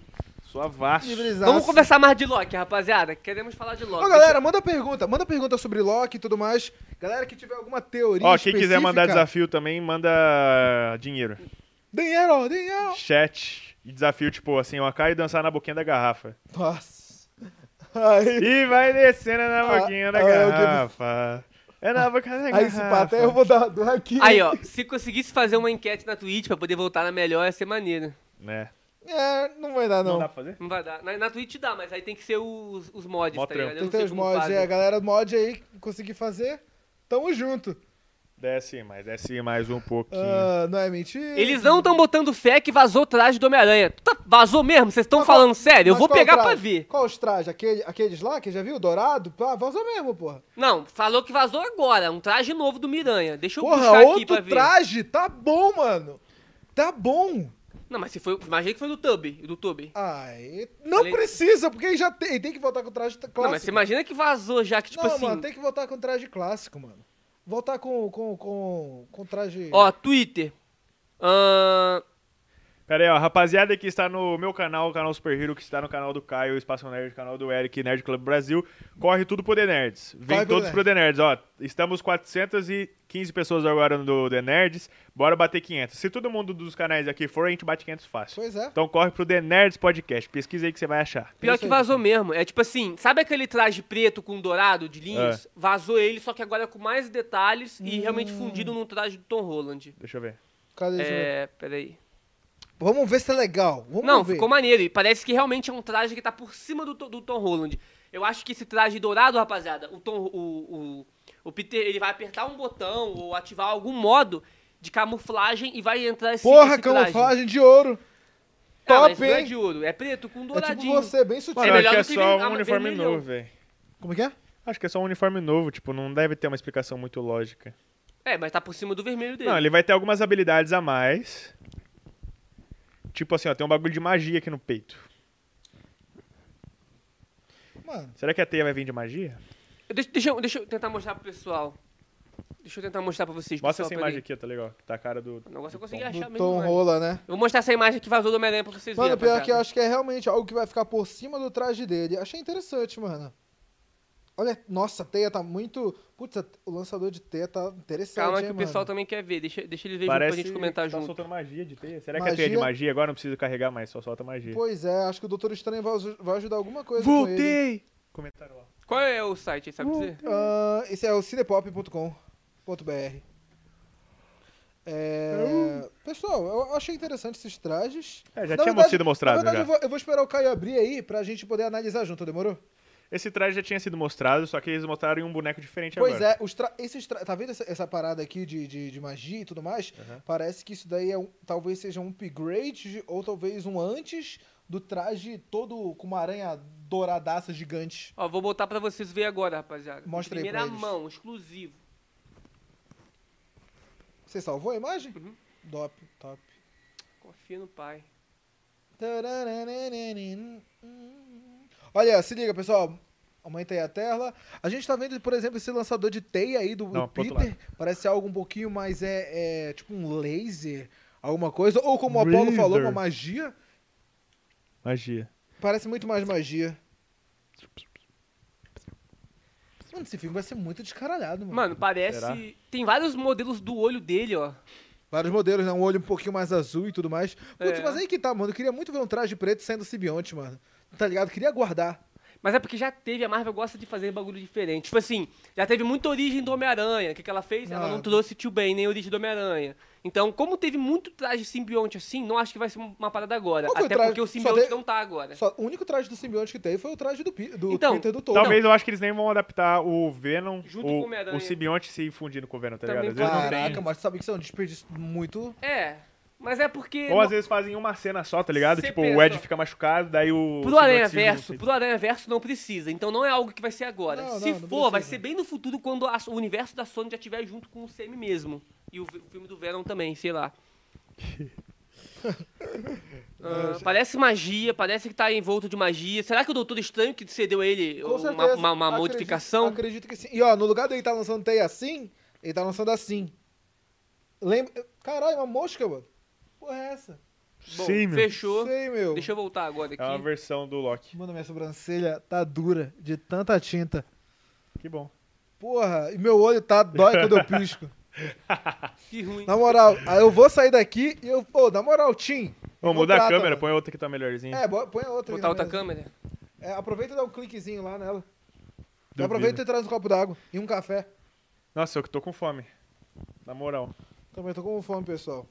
Suavaço.
Vamos conversar mais de Loki, rapaziada. Queremos falar de Loki.
Ô, galera, manda pergunta. Manda pergunta sobre Loki e tudo mais. Galera que tiver alguma teoria
Ó, quem quiser
específica,
mandar desafio também, manda dinheiro.
Dinheiro, dinheiro.
Chat. E desafio, tipo, assim, ó, Caio dançar na boquinha da garrafa.
Nossa. Aí,
E vai descendo na
Ah,
boquinha da
ah, eu devo-
garrafa. É na boca da garrafa.
aí se pá, até eu vou dar do aqui.
Aí, ó, se conseguisse fazer uma enquete na Twitch pra poder voltar na melhor, ia ser maneiro.
É.
É, não vai dar, não.
Não dá pra fazer?
Não vai dar. Na, na Twitch dá, mas aí tem que ser os, os mods,
Mó
tá ligado? Eu
Tem
não
que ter
sei
os
como
mods,
fazem.
é, a galera mod aí, conseguir fazer, tamo junto.
Desce mais, desce mais um pouquinho.
Ah, não é mentira?
Eles não estão botando fé que vazou o traje do Homem-Aranha. Tá- vazou mesmo? Vocês estão
Mas qual-
falando sério? Eu
mas
vou
qual
pegar
o
pra
traje?
ver.
Qual os trajes? Aquele, aqueles lá que já viu? Dourado? Pá, vazou mesmo, porra.
Não, falou que vazou agora. Um traje novo do Miranha. Deixa eu
Porra,
buscar aqui pra
outro
ver.
traje? Tá bom, mano. Tá bom.
Não, mas se foi. Imagina que foi do Tubby. Do Tubby.
Ah, Aí. Não
Falei-
precisa, porque ele já tem. Ele tem que voltar com o traje clássico.
Não, mas você imagina que vazou já, que tipo
Não,
assim.
mano, tem que voltar com o traje clássico, mano. Voltar com. com. com. com o traje.
Ó, Twitter. Ahn.
Pera aí, ó, rapaziada que está no meu canal, o canal Super Hero, que está no canal do Caio, Espaço Nerd, canal do Eric, Nerd Club Brasil, corre tudo pro The Nerds. Vem
Corre pro
todos
The
pro The Nerds, ó. Estamos 415 pessoas agora no The Nerds, bora bater 500. Se todo mundo dos canais aqui for, a gente bate 500 fácil.
Pois é.
Então corre pro The Nerds Podcast, pesquisa aí que você vai achar.
Pior
Isso
que
aí.
vazou mesmo. É tipo assim, sabe aquele traje preto com dourado de linhas? Vazou ele, só que agora é com mais detalhes
Hum.
e realmente fundido num traje do Tom Holland.
Deixa eu ver.
Cadê isso?
É, peraí.
Vamos ver se é legal. Vamos
Não,
ver.
ficou maneiro. E parece que realmente é um traje que tá por cima do, To- do Tom Holland. Eu acho que esse traje dourado, rapaziada, o Tom. O, o, o Peter, ele vai apertar um botão ou ativar algum modo de camuflagem e vai entrar esse.
Porra,
esse traje.
camuflagem de ouro.
Ah, mas
Top,
não é
hein?
de ouro, é preto com
É tipo
douradinho.
você, bem sutil.
Mano,
É
eu acho
melhor
que é
do que
só
ver- ah,
um uniforme
vermelhão.
novo, velho.
Como que é?
Acho que é só um uniforme novo, tipo, não deve ter uma explicação muito lógica.
É, mas tá por cima do vermelho dele.
Não, ele vai ter algumas habilidades a mais. Tipo assim, ó, tem um bagulho de magia aqui no peito.
Mano,
Será que a teia vai vir de magia?
Eu- Deixa, deixa, eu- deixa eu tentar mostrar pro pessoal. Deixa eu tentar mostrar pra vocês. pessoal,
Mostra essa
peraí.
imagem aqui, ó, tá legal? Tá a cara do.
Não, agora eu consegui achar
do
mesmo.
Tom
mano.
Rola, né?
Eu vou mostrar essa imagem que vazou do Homem-Aranha pra vocês
Mano,
verem.
pior que eu
rapaziada.
acho que é realmente algo que vai ficar por cima do traje dele. Achei interessante, mano. Olha, nossa, a teia tá muito. Putz, a- o lançador de teia tá interessante.
Calma
hein,
que o
mano?
pessoal tá também quer ver. Deixa, deixa ele ver junto pra
Parece
gente comentar
que tá
junto.
soltando magia de teia. Será que a
Magia?
teia é de magia agora? Não precisa carregar mais, só solta magia.
Pois é, acho que o Doutor Estranho vai, vai ajudar alguma coisa. Com ele.
Voltei! Comentaram lá.
Qual é o site, sabe dizer?
Ah, esse é o cinepop.com.br. É... Pessoal, eu achei interessante esses trajes.
Então- É, já
Na
tinha sido mostrado,
Na verdade,
já.
Eu, vou, eu vou esperar o Caio abrir aí pra gente poder analisar junto, demorou?
Esse traje já tinha sido mostrado, só que eles mostraram em um boneco diferente
Pois
agora.
é, os tra... esses tra... tá vendo essa, essa parada aqui de, de, de magia e tudo mais? Parece que isso daí é um, talvez seja um upgrade ou talvez um antes do traje todo com uma aranha douradaça gigante.
Ó, vou botar pra vocês verem agora, rapaziada.
Mostra aí
Primeira
pra eles.
mão, exclusivo.
Você salvou a imagem?
Uhum.
Dop, top.
Confia no pai.
Olha, se liga, pessoal. Aumenta aí a tela. A gente tá vendo, por exemplo, esse lançador de teia aí do, do
Não, pro outro
Peter. Parece ser algo um pouquinho mais é, é, tipo um laser, alguma coisa. Ou como o Apolo
Laser.
falou, uma magia.
Magia.
Parece muito mais magia. Mano, esse filme vai ser muito descaralhado, mano.
Mano, parece.
Será?
Tem vários modelos do olho dele, ó.
Vários modelos, né? Um olho um pouquinho mais azul e tudo mais. Putz,
É.
mas aí que tá, mano. Eu queria muito ver um traje preto saindo do simbionte, mano. Tá ligado? Queria guardar.
Mas é porque já teve, a Marvel gosta de fazer bagulho diferente. Tipo assim, já teve muita origem do Homem-Aranha. O que, que ela fez? Ela
Ah.
não trouxe Tio Ben, nem a origem do Homem-Aranha. Então, como teve muito traje simbionte assim, não acho que vai ser uma parada agora.
Qual foi o
Até
traje?
porque o
Só
simbionte
teve-
não tá agora.
Só, o único traje do simbionte que teve foi o traje do, Pi- do
Então,
Peter do Tolkien.
Talvez eu acho que eles nem vão adaptar o Venom,
Junto com o
o,
Homem-Aranha.
o simbionte se fundindo com o Venom, tá
Também
ligado? Às vezes não tem.
Caraca, mas sabe que isso é um desperdício muito...
É. Mas é porque.
Ou às
no-
vezes fazem uma cena só, tá ligado?
Você
tipo, o
pensa-
Ed fica machucado, daí o.
Pro
simbionte
Aranha
se junta,
Verso,
assim.
pro Aranha Verso não precisa. Então não é algo que vai ser agora.
Não,
Se
não, não
for, vai
precisa.
ser bem no futuro quando a- o universo da Sony já estiver junto com o CM mesmo. E o, v- o filme do Venom também, sei lá. Ah, parece magia, parece que tá envolto de magia. Será que o Doutor Estranho que cedeu a ele
Com
uma,
certeza.
uma- uma
Acredito-
modificação?
Acredito que sim. E ó, no lugar dele tá lançando teia assim, ele tá lançando assim. Lembra... Caralho, uma mosca, mano. Porra é essa?
Bom,
Sim, meu.
fechou.
Sei, meu.
Deixa eu voltar agora aqui.
É uma versão do Loki.
Mano, minha sobrancelha tá dura de tanta tinta.
Que bom.
Porra, e meu olho tá dói quando eu pisco.
Que ruim.
Na moral, aí eu vou sair daqui e eu. Pô, na moral, Tim.
Vamos mudar a
contrata,
câmera,
mano.
põe outra que tá melhorzinha.
É, bo- põe a outra. aí
Botar
na
outra
mesa.
câmera?
É, aproveita e dá um cliquezinho lá nela.
Duvido.
Aproveita e traz um copo d'água e um café.
Nossa, eu que tô com fome. Na moral.
Também tô com fome, pessoal.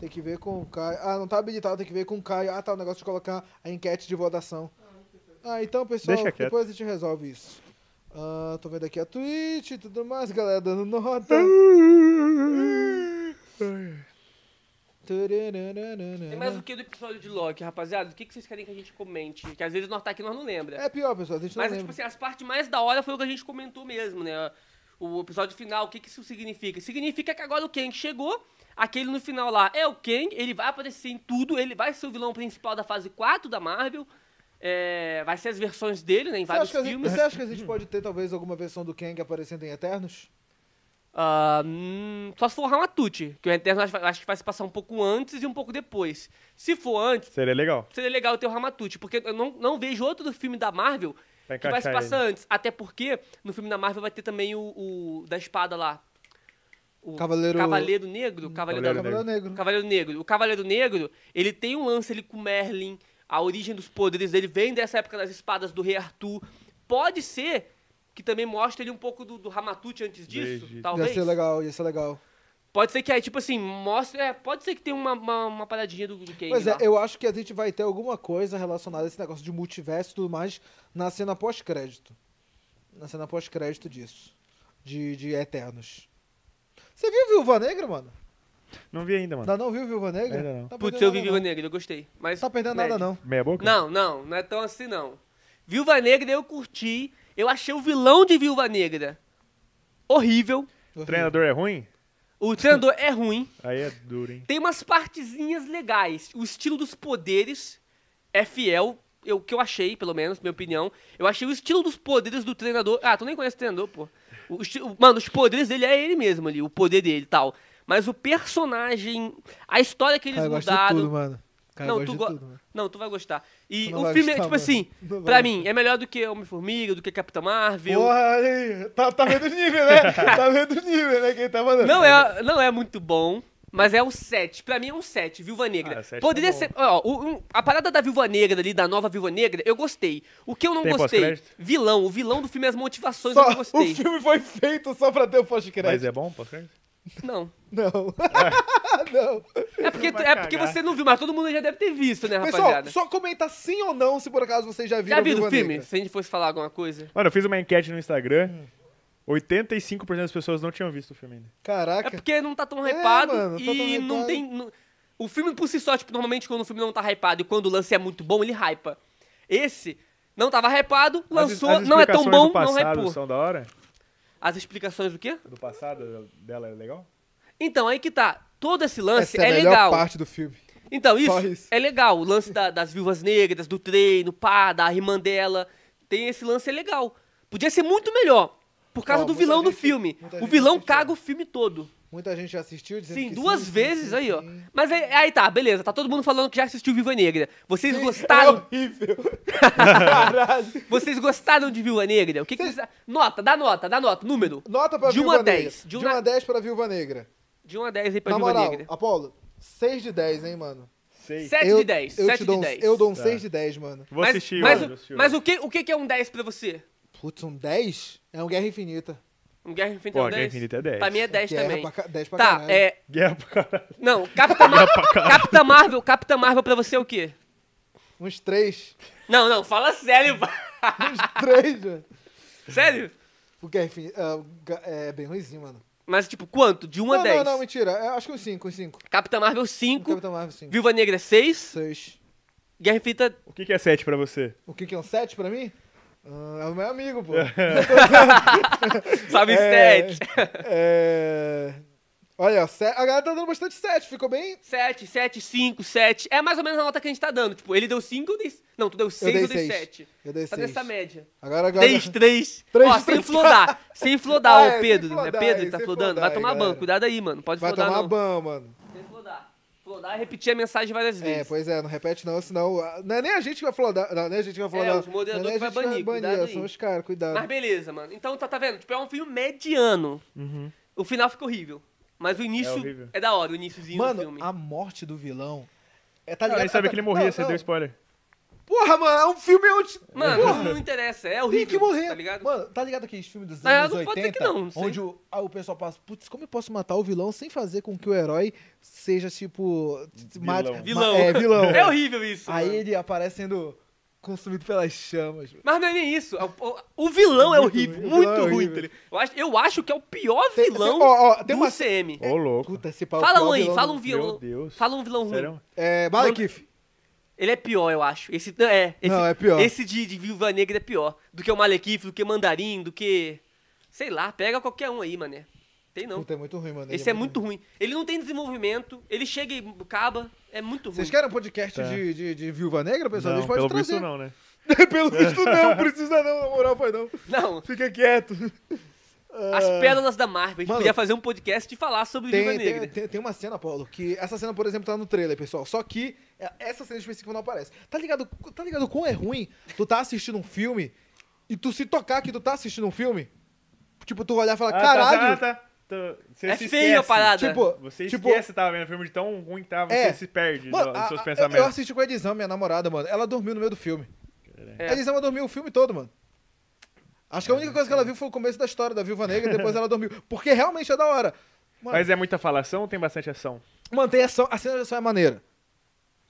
Tem que ver com o Caio. Ah, não tá habilitado, tem que ver com o Caio. Ah, tá, o negócio de colocar a enquete de votação. Ah, então, pessoal,
Deixa quieto.
depois a gente resolve isso. Ah, tô vendo aqui a Twitch e tudo mais, galera dando nota.
Tem
É.
mais o que do episódio de Loki, rapaziada? O que que vocês querem que a gente comente? Que às vezes nós tá aqui e nós não lembra.
É pior, pessoal, a gente não
Mas,
lembra.
tipo assim, as partes mais da hora foi o que a gente comentou mesmo, né? O episódio final, o que que isso significa? Significa que agora o Kang chegou, aquele no final lá é o Kang, ele vai aparecer em tudo, ele vai ser o vilão principal da fase 4 da Marvel, é, vai ser as versões dele, né, em
Você acha,
vários
que a gente,
filmes.
você acha que a gente pode ter, talvez, alguma versão do Kang aparecendo em Eternos?
Ah, hum, só se for o Ramatute, que o Eterno acho, acho que vai se passar um pouco antes e um pouco depois. Se for antes,
Seria legal.
seria legal ter o Ramatute, porque eu não, não vejo outro filme da Marvel
Pra
que vai se
encaixar
passar antes. Até porque no filme da Marvel vai ter também o, o da espada lá. O
Cavaleiro- Hum,
Cavaleiro Negro? Cavaleiro,
Cavaleiro
da-
Cavaleiro Negro.
Cavaleiro Negro. O Cavaleiro Negro, ele tem um lance ali com Merlin, a origem dos poderes dele vem dessa época das espadas do Rei Arthur. Pode ser que também mostre ele um pouco do, do Ramatute antes disso,
Egito.
Ia
talvez.
ser legal, ia ser legal.
Pode ser que aí, tipo assim, mostre. é, pode ser que tenha uma, uma, uma paradinha do, do Kang.
Pois é,
lá.
eu acho que a gente vai ter alguma coisa relacionada a esse negócio de multiverso e tudo mais na cena pós-crédito. Na cena pós-crédito disso. De, de Eternos. Você viu Viúva Negra, mano?
Não vi ainda, mano.
Ainda não viu Viúva Negra?
Ainda não.
Tá
Putz,
perdendo
eu
nada,
vi
não.
Viva Negra, eu gostei. Mas
Não tá perdendo
médio.
nada, não.
Meia boca?
Não, não, não é tão assim não. Viúva Negra eu curti. Eu achei o vilão de Viúva Negra horrível.
O treinador é ruim?
O treinador é ruim.
Aí é duro, hein?
Tem umas partezinhas legais. O estilo dos poderes é fiel. Eu, o que eu achei, pelo menos, minha opinião. Eu achei o estilo dos poderes do treinador. Ah, tu nem conhece o treinador, pô. O esti- o- mano, os poderes dele é ele mesmo ali, o poder dele e tal. Mas o personagem, a história que eles
Cara, eu gosto de
mudaram.
tudo, mano. Cara, eu
Não,
gosto
tu
de
go-
tudo, mano.
não, tu vai gostar. E
Tu não
o
vai
filme, é,
gostar,
tipo
mano.
assim,
Não vai
pra mim, é melhor do que Homem-Formiga, do que Capitão Marvel.
Porra, é aí, tá, tá vendo os níveis, né? tá vendo os níveis, né? Quem tá mandando.
Não é, não é muito bom, Mas é um 7. Pra mim é um 7, Viúva Negra.
Ah, sete tá
Poderia
bom.
ser. Ó, o- um- a parada da Viúva Negra ali, da nova Viúva Negra, eu gostei. O que eu não
Tem
gostei?
pós-crédito?
Vilão. O vilão do filme as motivações eu
Só,
não
o
gostei.
filme foi feito só pra ter o
Mas
pós-crédito.
é bom, pode crer?
Não.
Não. não.
É porque,
Vai
é porque
cagar.
você não viu, mas todo mundo já deve ter visto, né,
Pessoal,
rapaziada?
só comenta sim ou não se por acaso vocês já viram
já viram
Viúva
o filme?
Negra.
Se a gente fosse falar alguma coisa.
Mano, eu fiz uma enquete no
Hum.
Instagram. 85% das pessoas não tinham visto o filme ainda.
Caraca.
É porque não tá tão
É,
hypado
mano, tá
e
tão
não
hypado.
tem. não- O filme por si só, tipo, normalmente quando o filme não tá hypado e quando o lance é muito bom, ele hypa. Esse não tava hypado, lançou,
As- as
não é tão
explicações
bom,
do
não
passado
hypou.
são da hora?
As explicações do quê?
Do passado dela é legal?
Então, aí que tá. Todo esse lance
Essa é,
é,
a melhor
legal.
parte do filme.
Então, isso,
Só isso.
é legal. O lance da- das viúvas negras, do treino, pá, da irmã dela. Tem esse lance, é legal. Podia ser muito melhor. Por causa
Ó,
do
muita
vilão do
gente-
filme.
muita
O
gente
vilão
assistiu.
caga o filme todo.
Muita gente já assistiu dizendo
Sim,
que
duas
sim,
vezes
sim,
aí, ó.
sim.
Mas aí, aí tá, beleza. Tá todo mundo falando que já assistiu Viva Negra. Vocês gostaram?
É horrível. Caralho.
Vocês gostaram de Viva Negra? O que, que vocês. Nota, dá nota, dá nota, número.
Nota pra
De
Viúva
um a
Negra.
dez,
De 1 a 10 pra Viúva Negra.
De 1 a 10 aí pra
Na
Viva
moral,
Negra.
Apolo, 6 de 10, hein, mano.
Sei.
7
eu,
de 10.
eu
7
te
de
dou um-
10.
Eu dou um
Tá.
6 de 10, mano.
Vou
mas,
assistir
mas,
hoje, vou
o-
assistir
mas
hoje.
o, que, o que que é um 10 pra você?
Putz, um 10 é um Guerra Infinita.
Um Guerra Infinita é
Pô,
um 10?
Guerra Infinita é 10.
Pra mim é 10
Guerra
também.
pra ca- 10 pra
tá,
caralho.
é.
Guerra pra caralho.
Não, Capitã, Mar- Capitã Marvel, Capitã Marvel pra você é o quê?
Uns 3.
Não, não, fala sério, pá.
Uns 3, mano.
Sério?
O Guerra Infinita ah, o Ga- é bem ruimzinho, mano.
Mas tipo, quanto? De 1 a
não,
10?
não, não, mentira. É, acho que uns 5, uns 5.
Capitã Marvel 5,
Capitão Marvel, 5.
Viúva Negra 6,
6.
Guerra Infinita.
O que que é 7 pra você?
O que que é um 7 pra mim? Ah, é o meu amigo, pô.
Salve
É,
7.
é... Olha, ó, se- a galera tá dando bastante 7, ficou bem...
7, 7, 5, 7. É mais ou menos a nota que a gente tá dando. Tipo, ele deu 5, eu dei. Não, tu deu 6, eu
dei
dei
seis.
7.
Eu dei
Tá
6.
nessa média.
Agora, agora...
3, 3.
Três,
Ó, sem
três.
flodar. Sem flodar,
Ah,
ô
é, sem
Pedro. né?
flodar,
Pedro
é,
que tá
sem
flodando.
flodar
Vai
aí,
tomar
galera.
banho. Cuidado aí, mano. Pode
Vai
flodar,
tomar
não.
ban, mano.
Sem flodar. Flodar é repetir a mensagem várias
É,
vezes.
pois é, não repete não, senão... ah, Não é nem a gente que vai flodar, não, nem a gente que vai flodar.
os moderador
não é nem
que
a
vai
gente
banir, cuidado aí.
são os caras, cuidado.
Mas beleza, mano. Então tá, tá vendo? Tipo, é um filme mediano.
Uhum.
O final fica horrível. Mas o início
horrível.
é, da hora, o iníciozinho do
Mano,
filme.
a morte do vilão... É, tá
Não,
ligado?
nem sabia que ele morria,
Não,
você
não.
deu spoiler.
Porra, mano, é um filme onde...
Mano, não, não interessa, é
Tem
horrível.
que morrer.
Tá ligado?
Mano, tá ligado aqueles filmes dos
Na real,
anos
Ah, não
80?
pode ter que não, não sei.
onde o, ah, o pessoal passa, putz, como eu posso matar o vilão sem fazer com que o herói seja, tipo... Vilão.
Vilão.
é, vilão.
É horrível isso.
Aí
mano.
ele aparece sendo consumido pelas chamas. mano.
Mas não é nem isso. O, o- o vilão é
Muito
horrível,
ruim, o
muito
vilão é
ruim.
horrível.
tá ligado? Eu acho, eu acho que é o pior
Tem-
vilão
tem- ó, ó, tem
do
uma-
CM.
Ô, louco.
Puta, esse pau.
Fala
qual
um aí,
vilão
fala
do-
um vilão.
Deus.
É Fala um vilão ruim.
Sério?
É, Malekith.
Ele é pior, eu acho. Esse é, esse,
Não, é pior.
Esse de, de Viúva Negra é pior. Do que o Malekith, do que Mandarim, do que... Sei lá, pega qualquer um aí, mané. Tem não.
Puta, é muito ruim, mano.
esse é muito ruim. Ele não tem desenvolvimento, ele chega e acaba. É muito ruim.
Vocês querem um podcast
Tá.
de, de, de Viúva Negra, pessoal? a
Não,
gente pode
pelo
trazer.
visto não, né?
pelo visto não, precisa não, na moral, faz não.
Não,
Fica quieto.
as pérolas da Marvel. A gente
Ah. Mano,
podia fazer um podcast e falar sobre Viúva
Tem,
Negra.
né?
tem, tem, tem uma cena, Paulo, que essa cena, por exemplo, tá no trailer, pessoal. Só que é, essa cena específica não aparece. Tá ligado, tá ligado quão é ruim tu tá assistindo um filme e tu se tocar que tu tá assistindo um filme? Tipo, tu olhar e falar,
Ah, tá,
caralho,
tá, tá. Tô- Você
É
se
feio a
esquece.
parada.
tipo,
Você
tipo,
esquece que tava vendo o filme de tão ruim que tava,
É.
você se perde
Mano,
no-
a-
nos seus
a- eu
pensamentos.
assisti com a Edizama, minha namorada, mano. Ela dormiu no meio do filme.
É.
A Edizama dormiu o filme todo, mano. Acho que a única coisa que ela viu foi o começo da história da Viúva Negra e depois ela dormiu. Porque realmente é da hora. Mano,
Mas é muita falação ou tem bastante ação?
mantém a ação. A cena de ação é maneira.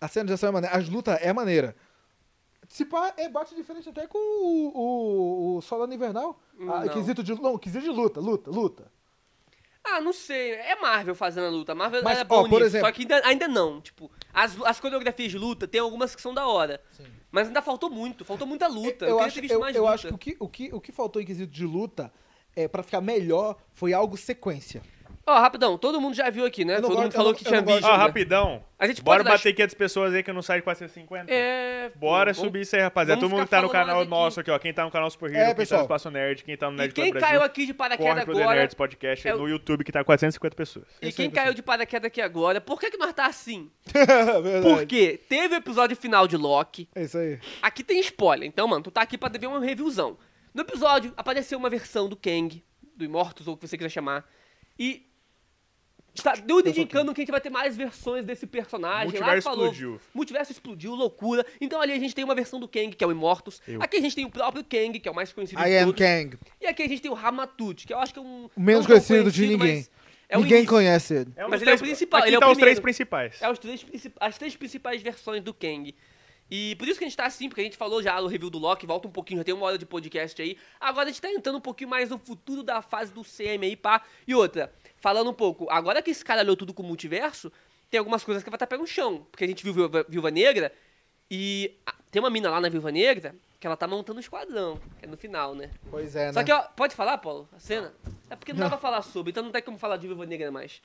A cena de ação é maneira. As lutas é maneira. Se pá, é, bate de frente até com o, o, o Solano Invernal. Ah,
Não.
quesito de, não, quesito de luta, luta, luta.
Ah, não sei. É Marvel fazendo a luta. Marvel
Mas,
é bom
ó, por
nisso,
exemplo-
só que ainda, ainda não. Tipo, as, as coreografias de luta tem algumas que são da hora. Mas ainda faltou muito. Faltou muita luta.
Eu,
queria
acho,
ter visto
eu,
mais
eu
luta.
acho que o que, o que o que faltou em quesito de luta é, para ficar melhor foi algo sequência.
Ó, rapidão. Todo mundo já viu aqui, né?
Eu não
Todo
gosto-
mundo
eu
falou
não-
que
eu
tinha
não gosto
visto.
de-
Ó,
né?
Ah, rapidão.
A gente
Bora
pode dar-
bater 500 pessoas aí que não sai de 450.
É...
Bora
pô,
subir isso aí, rapaziada.
vamos
Todo mundo que
ficar
tá no
falando
canal
nós aqui.
nosso aqui, ó. Quem tá no canal Super Hero,
É,
quem tá
pessoal.
no Espaço Nerd, quem tá no
E
Nerd
quem
Club
caiu
Brasil,
aqui de
corre
paraquedas
pro The
agora...
Nerds é Podcast
é o-
no YouTube, que tá 450 pessoas.
E quem caiu de paraquedas aqui agora, por que, que nós tá assim?
É Verdade.
Porque teve o episódio final de Loki,
É isso aí.
Aqui tem spoiler, então, mano, tu tá aqui pra dever uma reviewzão. No episódio, apareceu uma versão do Kang, do Imortus, ou o que você quiser chamar. E Tá, deu o indicando que a gente vai ter mais versões desse personagem.
Multiverso
lá falou,
explodiu.
Multiverso explodiu, loucura. Então ali a gente tem uma versão do Kang, que é o Immortus.
Eu.
Aqui a gente tem o próprio Kang, que é o mais conhecido
I
de
am
todos.
Kang.
E aqui a gente tem o Ramatut, que eu acho que é um...
O menos
não tão
conhecido de ninguém.
mas É o
Ninguém
início.
conhece ele.
É um
Mas
dos
ele é o
três-
principal,
Aqui
ele é o
tá os três
primeiro.
principais.
É os três, princi- as três principais versões do Kang. E por isso que a gente tá assim, porque a gente falou já no review do Loki, volta um pouquinho, já tem uma hora de podcast aí. Agora a gente tá entrando um pouquinho mais no futuro da fase do CM aí, pá. E outra, falando um pouco, agora que esse cara olhou tudo com o multiverso, tem algumas coisas que vai estar pegando chão. Porque a gente viu Viúva, Viúva Negra e ah, tem uma mina lá na Viúva Negra que ela tá montando um esquadrão. É no final, né?
Pois é, né?
Só que, ó, pode falar, Paulo? A cena? É porque não dá pra falar sobre, então não tem como falar de Viúva Negra mais.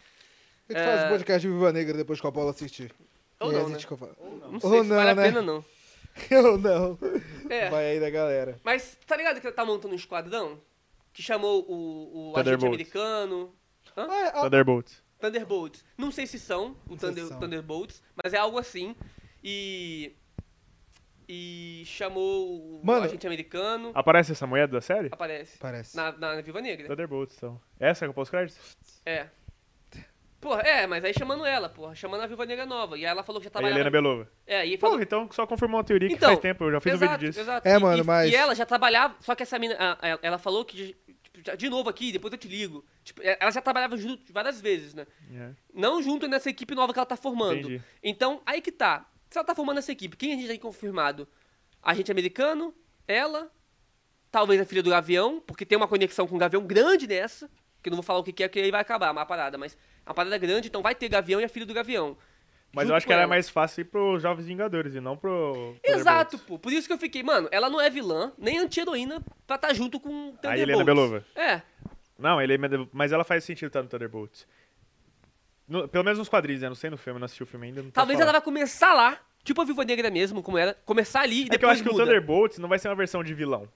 A gente faz
é-
o podcast de Viva Negra depois que a Paula assistir.
Ou
E aí
não,
a
né?
gente conversa.
Não
Ou
sei se vale
não,
a
né?
pena, não.
Eu não.
É.
Vai aí da galera.
Mas tá ligado que ela tá montando um esquadrão? Que chamou o, o agente
Thunderbolts.
americano. Hã?
Ah, ah,
Tá Thunderbolts.
Thunderbolts. Não sei se são o
sei
Thunder,
se são.
Thunderbolts, mas é algo assim. E. E chamou o
Mano.
agente americano.
Aparece essa moeda da série?
Aparece.
Parece.
Na, na, Viva Negra.
Thunderbolts, então. Essa que eu posso créditos?
É. Porra, é, mas aí chamando ela, porra. Chamando a Viva Negra nova. E aí ela falou que já
A
trabalhava.
Helena Belova.
É, e Tá falou.
Porra, então só confirmou uma teoria que
Então,
faz tempo, eu já fiz
exato,
um vídeo disso.
Exato.
É,
E-
mano,
e,
mas-
E ela já trabalhava, só que essa mina, a- a- ela falou que, de- tipo, já- de novo aqui, depois eu te ligo. Tipo, é, ela já trabalhava junto várias vezes, né?
Yeah.
Não junto nessa equipe nova que ela tá formando.
Entendi.
Então, aí que tá. Se ela tá formando essa equipe, quem a gente tem confirmado? Agente americano, ela, talvez a filha do Gavião, porque tem uma conexão com o Gavião grande nessa, que eu não vou falar o que que é, que aí vai acabar a parada, mas a parada é grande, então vai ter Gavião e a filha do Gavião.
Mas
Junto
eu acho que
com
era
ela.
mais fácil ir pros Jovens Vingadores e não pro.
Exato,
Thunderbolts.
pô. Por isso que eu fiquei, mano, ela não é vilã, nem anti-heroína pra estar junto com o
A
Thunderbolts.
Helena Belova.
É.
Não, ele é... mas ela faz sentido estar no Thunderbolts. No- pelo menos nos quadrinhos, né? Não sei no filme, eu não assisti o filme ainda. não posso
Talvez
falar.
ela vai começar lá, tipo a Viva Negra mesmo, como era, começar ali e
É
depois
que eu acho que o
muda.
Thunderbolts não vai ser uma versão de vilão.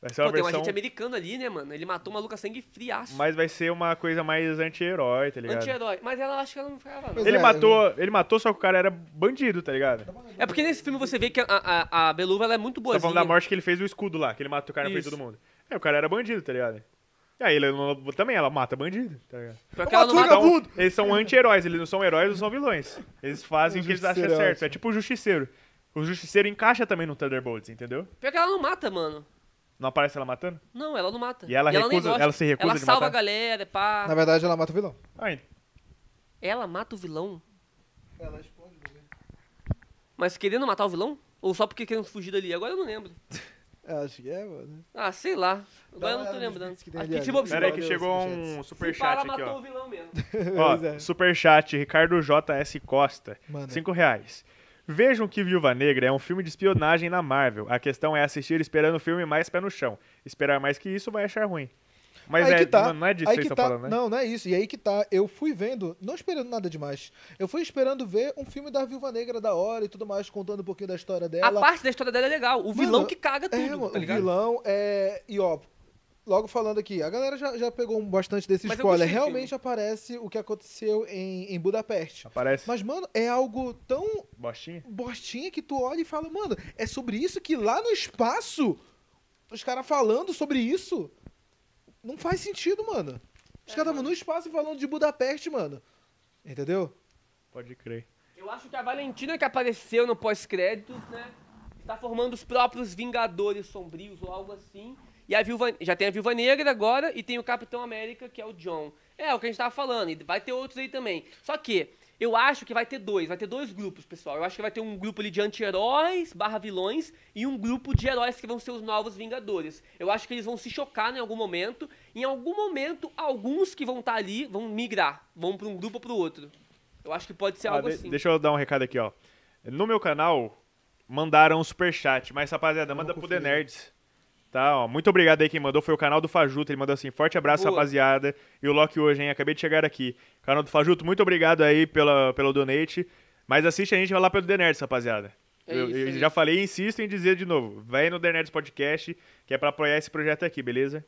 Vai ser uma
Pô, tem um
versão.
agente americano ali, né, mano? Ele matou uma maluco a sangue friaço.
Mas vai ser uma coisa mais anti-herói, tá ligado?
Anti-herói. Mas ela acho que ela não ficava, não.
Pois
Ele,
é,
matou, ele matou, só que o cara era bandido, tá ligado?
É porque nesse filme você vê que a, a, a Beluva ela é muito
Tá
boazinha.
falando da morte que ele fez o escudo lá, que ele matou o cara na frente de
Isso.
todo mundo. É, o cara era bandido, tá ligado? E aí ele não- também, ela mata bandido, tá ligado?
Pior que ela não
Matuga,
mata-
Vagabundo!
Então, eles são anti-heróis, eles não são heróis, não são vilões. Eles fazem
O
o que eles acham
justiceiro é
certo.
ótimo.
É tipo o justiceiro. O justiceiro encaixa também no Thunderbolts, entendeu?
Pior que ela não mata, mano.
Não aparece ela matando?
Não, ela não mata.
E ela
nem
recusa-
gosta.
ela se recusa
Ela
de
salva
matar?
a galera, pá.
Na verdade, ela mata o vilão.
Ah, en-
Ela mata o vilão?
Ela explode o vilão.
Mas querendo matar o vilão? Ou só porque querendo fugir dali? Agora eu não lembro.
Acho que é, mano.
Ah, sei lá.
Dá
Agora
uma
eu não tô
olhada nos vídeos
lembrando. Acho
que
que
tem ali,
tipo,
né?
Pera aí que
Deus,
chegou
superchats.
um
Fala,
superchat aqui,
matou
ó.
o vilão mesmo.
Pois é.
Ó, superchat, Ricardo JS Costa,
Manda.
5 reais. Vejam que Viúva Negra é um filme de espionagem na Marvel. A questão é assistir esperando o filme mais pé no chão. Esperar mais que isso vai achar ruim. Mas
aí
é,
que tá.
não- não é disso
aí
que
que
vocês
tá.
estão falando, né?
Não, não é isso. E aí que tá. Eu fui vendo, não esperando nada demais. Eu fui esperando ver um filme da Viúva Negra da hora e tudo mais, contando um pouquinho da história dela.
A parte da história dela é legal. O vilão
Mano,
que caga tudo,
é, mano,
tá
o
ligado?
vilão é. E ó, logo falando aqui, a galera já, já pegou um bastante desse
Mas eu
spoiler.
gostei do
Realmente aparece o que aconteceu em, em Budapeste.
Aparece
Mas, mano, é algo tão
bostinha.
bostinha que tu olha e fala, mano, é sobre isso que lá no espaço, os caras falando sobre isso, não faz sentido, mano. Os caras estavam no espaço falando de Budapeste, mano. Entendeu?
Pode crer.
Eu acho que a Valentina que apareceu no pós-crédito, né? Tá formando os próprios Vingadores Sombrios ou algo assim. E a Viúva, já tem a Viúva Negra agora e tem o Capitão América, que é o John. É, o que a gente tava falando, e vai ter outros aí também. Só que, eu acho que vai ter dois, vai ter dois grupos, pessoal. Eu acho que vai ter um grupo ali de anti-heróis barra vilões e um grupo de heróis que vão ser os novos Vingadores. Eu acho que eles vão se chocar em algum momento. Em algum momento, alguns que vão estar ali vão migrar, vão pra um grupo ou pro outro. Eu acho que pode ser
Ah,
algo
de-
assim.
Deixa eu dar um recado aqui, ó. No meu canal, mandaram um superchat, mas rapaziada, manda pro The Nerds. Tá, ó. Muito obrigado aí quem mandou. Foi o canal do Fajuto. Ele mandou assim: forte abraço,
Boa.
rapaziada. E o Loki hoje, hein? Acabei de chegar aqui. Canal do Fajuto, muito obrigado aí pela, pelo donate. Mas assiste a gente lá pelo The Nerds, rapaziada.
É
eu
isso,
eu
é
já
isso.
falei e insisto em dizer de novo: vai no The Nerds Podcast, que é pra apoiar esse projeto aqui, beleza?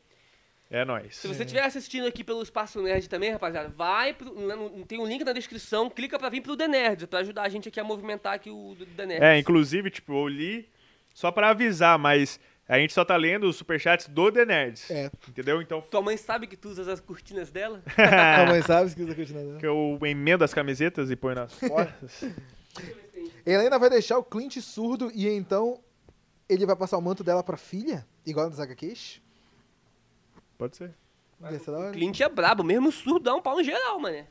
É nóis.
Se você estiver assistindo aqui pelo Espaço Nerd também, rapaziada, vai pro, lá no- tem um link na descrição, clica pra vir pro The Nerd, pra ajudar a gente aqui a movimentar aqui o The Nerd.
É, inclusive, tipo, eu li só pra avisar, mas A gente só tá lendo os superchats do The Nerds.
É.
Entendeu? Então,
Tua mãe sabe que tu usa as cortinas dela?
Tua mãe sabe se quiser continuar. né?
que eu emendo as camisetas e ponho nas costas.
Helena vai deixar o Clint surdo e então ele vai passar o manto dela pra filha? Igual nos HQs?
Pode ser.
Ia ser da hora.
Clint é brabo, mesmo surdo dá um pau em geral, mané.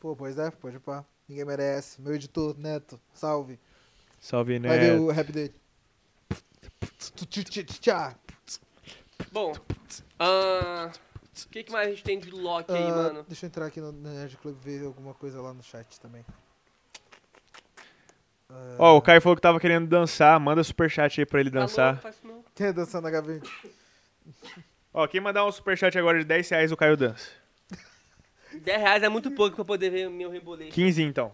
Pô, pois é, pode pá. Ninguém merece. Meu editor, Neto, salve.
Salve,
Vai ver
Nerd.
o rap dele. Tu, tu, tu, tu, tchá.
Bom, ahn, o que, que mais a gente tem de Loki aí,
Ah,
mano?
Deixa eu entrar aqui no Nerd Club ver alguma coisa lá no chat também. é.
Ó, o Caio falou que tava querendo dançar. Manda superchat aí pra ele
Alô,
dançar.
não Tá faz isso não.
Quem é dançando na gaveta?
Ó, quem mandar um superchat agora de 10 reais, o Caio dança.
10 reais é muito pouco pra poder ver meu rebolete.
15 então.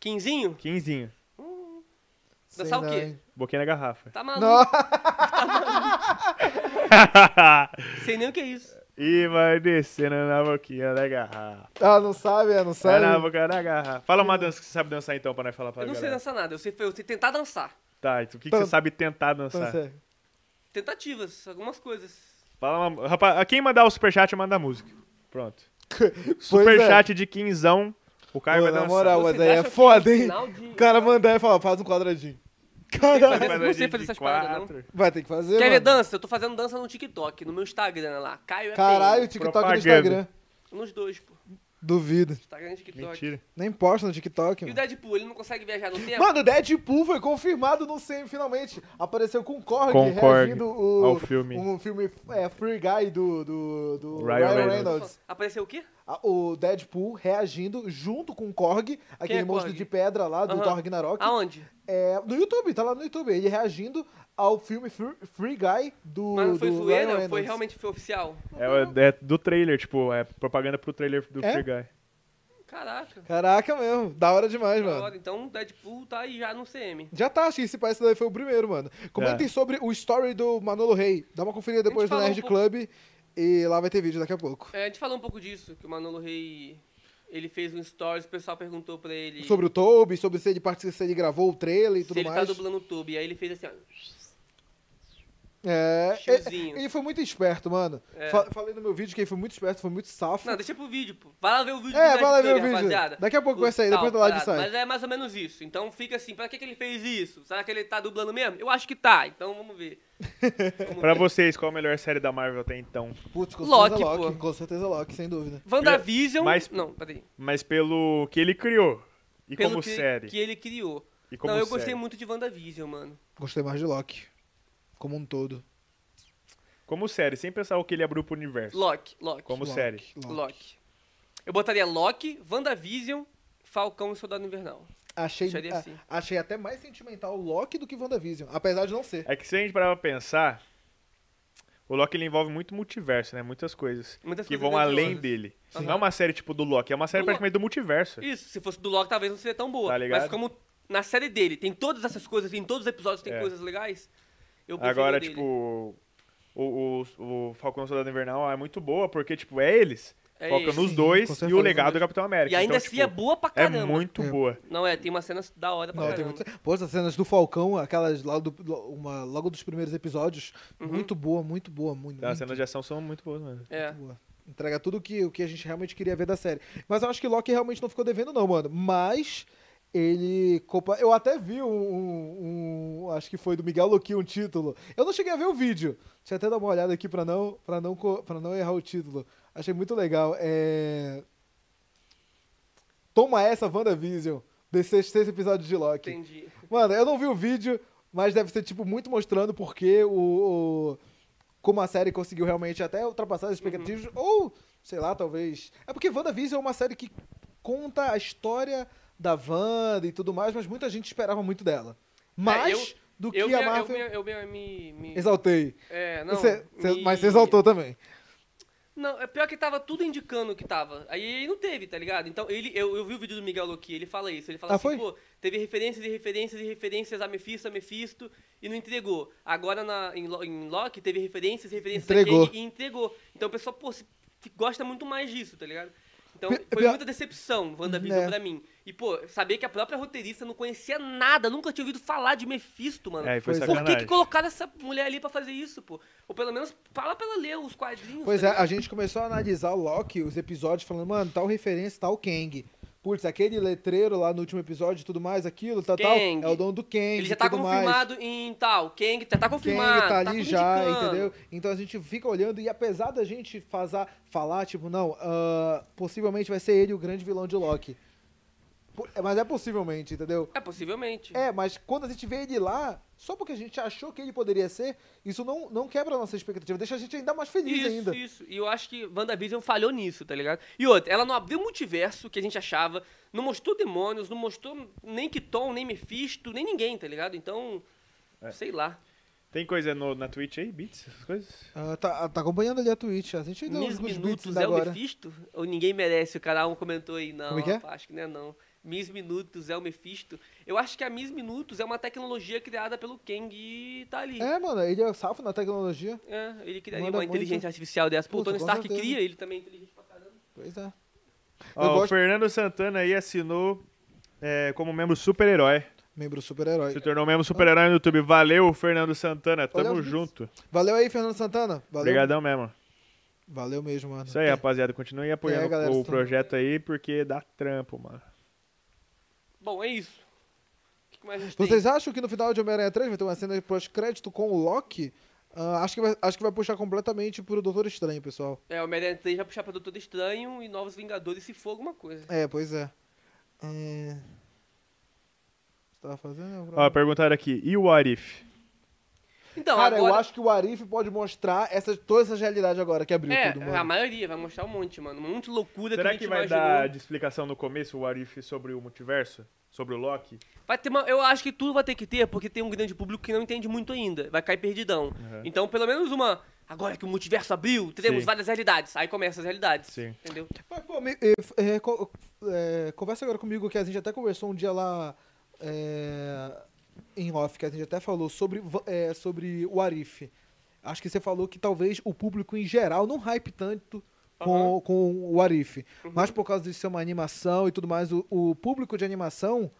Quinzinho?
15.
Sei
Dançar o
não,
quê?
hein.
Boquei na garrafa.
Tá maluco?
Não.
Sei nem o que é isso.
e vai descendo na boquinha da garrafa.
Ah, não sabe? É, não
Vai
sabe?
na boca da garrafa. Fala uma dança que você sabe dançar então pra nós falar pra
Eu não sei
galera.
dançar nada, eu sei, eu sei tentar dançar.
Tá, então o que, que
Tan-
você sabe tentar
Então,
dançar?
sério.
Tentativas, algumas coisas.
Fala uma... Rapaz, ah, quem mandar o superchat, manda a música. Pronto.
Pois é.
Superchat de quinzão. O Caio
Pô,
vai
na
dançar.
moral,
Vocês
mas aí é
acham que
foda,
no
hein?
final de-
O cara mandar e falar, faz um quadradinho.
Mas
Caralho.
eu não sei fazer essas paradas, não.
Vai ter que fazer,
Quer ver
mano.
dança? Eu tô fazendo dança no TikTok, no meu Instagram lá. Caio é
Caralho, o TikTok no
Propaganda.
Instagram.
bem. Nos dois, pô.
Duvido.
Instagram e TikTok.
Mentira.
Nem posta no TikTok,
E o
mano.
Deadpool, ele não consegue viajar no tempo?
Mano, o Deadpool foi confirmado no semi, finalmente. Apareceu com o Korg,
Com o Korg
reagindo o,
ao filme.
um filme é, Free Guy do, do, do
Ryan
Ryan
Reynolds.
Reynolds.
Apareceu o quê?
A- O Deadpool reagindo junto com o Korg, aquele
é
monstro
Korg?
de pedra lá do
Aham.
Thor Ragnarok.
Aonde?
É, no YouTube, tá lá no YouTube. Ele reagindo ao filme Free, Free Guy do.
Mas não foi
do Ryan
zoeira? Foi
Reynolds.
realmente foi oficial?
É, o- é do trailer, tipo, é propaganda pro trailer do
É?
Free Guy.
Caraca.
Caraca mesmo, da hora demais, mano.
Agora, então, Deadpool tá aí já no CM.
Já tá, acho que esse parece daí foi o primeiro, mano. Comentem sobre o story do Manolo Rey. Dá uma conferida depois no
falou um
Nerd
pouco-
Club e lá vai ter vídeo daqui a pouco.
É, a gente falou um pouco disso, que o Manolo Rey, ele fez um stories, o pessoal perguntou pra ele
Sobre o Toby, sobre se ele, participa, se ele gravou o trailer e
se
tudo
ele tá
mais.
dublando o Tube. E aí ele fez assim, ó.
é, ele,
Tiozinho.
ele foi muito esperto, mano.
É.
Fa- Falei no meu vídeo que ele foi muito esperto, foi muito safo.
Não, deixa pro vídeo, pô. Vai lá ver o vídeo
É,
do
vai lá
Nerd
ver o
Club,
vídeo.
rapaziada.
Daqui a pouco
O
vai sair, depois
tal,
da live
parado.
sai.
Mas é mais ou menos isso. Então fica assim, pra que, que ele fez isso? Será que ele tá dublando mesmo? Eu acho que tá, então vamos ver. Vamos
Pra
ver.
vocês, qual a melhor série da Marvel até então?
Putz, com
Loki,
certeza Loki.
pô.
Com certeza Loki, sem dúvida.
WandaVision...
Mas-
Não, peraí.
Mas pelo que ele criou. E
Pelo
como
que,
série.
que ele criou.
E como
não, eu
série.
gostei muito de WandaVision, mano.
Gostei mais de Loki. Como um todo.
Como série, sem pensar o que ele abriu pro universo.
Loki, Loki.
Como
Loki,
série.
Loki.
Loki. Eu botaria Loki, WandaVision, Falcão e Soldado Invernal.
Achei,
Deixaria
a-
assim.
achei até mais sentimental o Loki do que WandaVision. Apesar de não ser.
É que se a gente parar pra pensar, o Loki ele envolve muito multiverso, né? Muitas coisas.
Muitas
que
coisas
vão além
grandiosas.
dele.
Sim.
Não é uma série tipo do Loki, é uma série
Do
praticamente do multiverso.
Isso, se fosse do Loki talvez não seria tão boa.
Tá ligado?
Mas como na série dele tem todas essas coisas, em todos os episódios tem
É.
coisas legais, eu prefiro
Agora,
o dele.
tipo, o, o, o Falcão Soldado Invernal é muito boa, porque, tipo, é eles.
É
Foca
eles.
nos
Sim,
dois
com
e
certeza.
o legado do Capitão América.
E ainda
então,
assim
tipo,
é boa pra
É
caramba.
muito
É.
boa.
Não, é, tem umas cenas da hora pra
Não, tem
caramba.
muito... Pô, as cenas do Falcão, aquelas lá do, lo- uma, logo dos primeiros episódios,
Uhum.
muito boa, muito boa, muito,
Então, As
muito
cenas de ação são muito boas, mano.
É.
boa. Entrega tudo que, o que a gente realmente queria ver da série. Mas eu acho que Loki realmente não ficou devendo não, mano. Mas ele... copa- Eu até vi um, um- um- Acho que foi do Miguel Loki um título. Eu não cheguei a ver o vídeo. Deixa eu até dar uma olhada aqui pra não, pra não, co- pra não errar o título. Achei muito legal. É... Toma essa, WandaVision. Desses seis episódios de Loki.
Entendi.
Mano, eu não vi o vídeo, mas deve ser, tipo, muito mostrando porque o. o- como a série conseguiu realmente até ultrapassar as
Uhum.
expectativas. Ou, sei lá, talvez. É porque WandaVision é uma série que conta a história da Wanda e tudo mais, mas muita gente esperava muito dela. Mais
É, eu-
do que
Eu, me,
a
eu,
Marvel.
me, eu me- me- me-
Exaltei.
É, não,
Você- você-
me-
Mas você exaltou também.
Não, é pior que tava tudo indicando que tava. Aí ele não teve, tá ligado? Então, ele, eu, eu vi o vídeo do Miguel Loki, ele fala isso. Ele fala
Ah,
assim,
foi?
pô, teve referências e referências e referências a Mephisto, a Mephisto, e não entregou. Agora na, em, Lo- em Loki teve referências e referências
Entregou.
a Kang e entregou. Então o pessoal, pô, se- se gosta muito mais disso, tá ligado? Então
Pe-
foi
pe-
muita decepção WandaVision
Né.
pra mim. E, pô, saber que a própria roteirista não conhecia nada, nunca tinha ouvido falar de Mephisto, mano.
É, e foi
Pois é.
Por que, que
sacanagem.
colocaram essa mulher ali pra fazer isso, pô? Ou pelo menos fala pra ela ler os quadrinhos.
Pois
tá
é,
ligado?
a gente começou a analisar o Loki, os episódios, falando, mano, tal referência, tal Kang. Putz, aquele letreiro lá no último episódio e tudo mais, aquilo, tal, tal,
Kang.
é o dono do Kang.
Ele já
e
tá
tudo
confirmado em tal. Kang já tá
Quem
confirmado.
tá ali
tudo
já,
indicando.
entendeu? Então a gente fica olhando e apesar da gente fazer, falar, tipo, não, ah, possivelmente vai ser ele o grande vilão de Loki. Po- é, Mas é possivelmente, entendeu?
É, possivelmente.
É, mas quando a gente vê ele lá, só porque a gente achou que ele poderia ser, isso não, não quebra a nossa expectativa, deixa a gente ainda mais feliz
Isso,
ainda.
isso. E eu acho que WandaVision falhou nisso, tá ligado? E outra, ela não abriu o multiverso que a gente achava, não mostrou demônios, não mostrou nem Kiton, nem Mephisto, nem ninguém, tá ligado? Então, sei lá.
Tem coisa no, na Twitch aí? Beats? Essas coisas?
Ah, tá, tá acompanhando ali a Twitch, a gente ainda
Miss
usa os beats
Minutos
ainda
é o
agora.
Mephisto? Ou ninguém merece? O canal comentou aí, não,
Como é que é?
rapaz, acho que não é não. Miss Minutos é o Mephisto. Eu acho que a Miss Minutos é uma tecnologia criada pelo Kang e tá ali.
É, mano, ele é safo na tecnologia.
É, ele criaria
Manda
uma
muito.
inteligência artificial dessa. Pô, o
Puta,
Tony
com
Stark
certeza.
cria, ele também é inteligente pra caramba.
Pois é. Eu
Ó, O
gosto-
Fernando Santana aí assinou é, como membro super-herói.
Membro super-herói.
Se tornou membro super-herói no YouTube. Valeu, Fernando Santana.
Olha
Tamo
os bits.
junto.
Valeu aí, Fernando Santana. Valeu.
Obrigadão mesmo.
Valeu mesmo, mano.
Isso aí, rapaziada. Continue apoiando
É, galera,
o
vocês tão-
projeto aí, porque dá trampo, mano.
Bom, é isso. O que mais a gente tem?
Vocês acham que no final de Homem-Aranha 3 vai ter uma cena de pós-crédito com o Loki? Ah, acho, que vai, acho que vai puxar completamente pro Doutor Estranho, pessoal.
É, o Homem-Aranha 3 vai puxar pra Doutor Estranho e Novos Vingadores se for alguma coisa.
É, pois é. É... Você tava fazendo?
Ó, perguntaram aqui. E o What If?
Então,
Cara,
agora...
eu acho que o Arif pode mostrar essa, toda essa realidade agora que abriu
É,
tudo,
a
mano.
maioria vai mostrar um monte, mano. Um monte de loucura
Será
que a
que
gente
vai
imaginou.
dar de explicação no começo o What If sobre o multiverso? Sobre o Loki?
Vai ter uma, eu acho que tudo vai ter que ter, porque tem um grande público que não entende muito ainda. Vai cair perdidão. Então, pelo menos uma. Agora que o multiverso abriu, teremos
Uhum. Sim.
várias realidades. Aí começa as realidades.
Sim.
Entendeu?
Mas, pô, me- eh, f- eh, co- eh, conversa agora comigo que a gente até conversou um dia lá eh, em off, que a gente até falou sobre, va- eh, sobre o Arif. Acho que você falou que talvez o público em geral não hype tanto com, com o Arif. Mas por causa de ser uma animação e tudo mais, o, o público de animação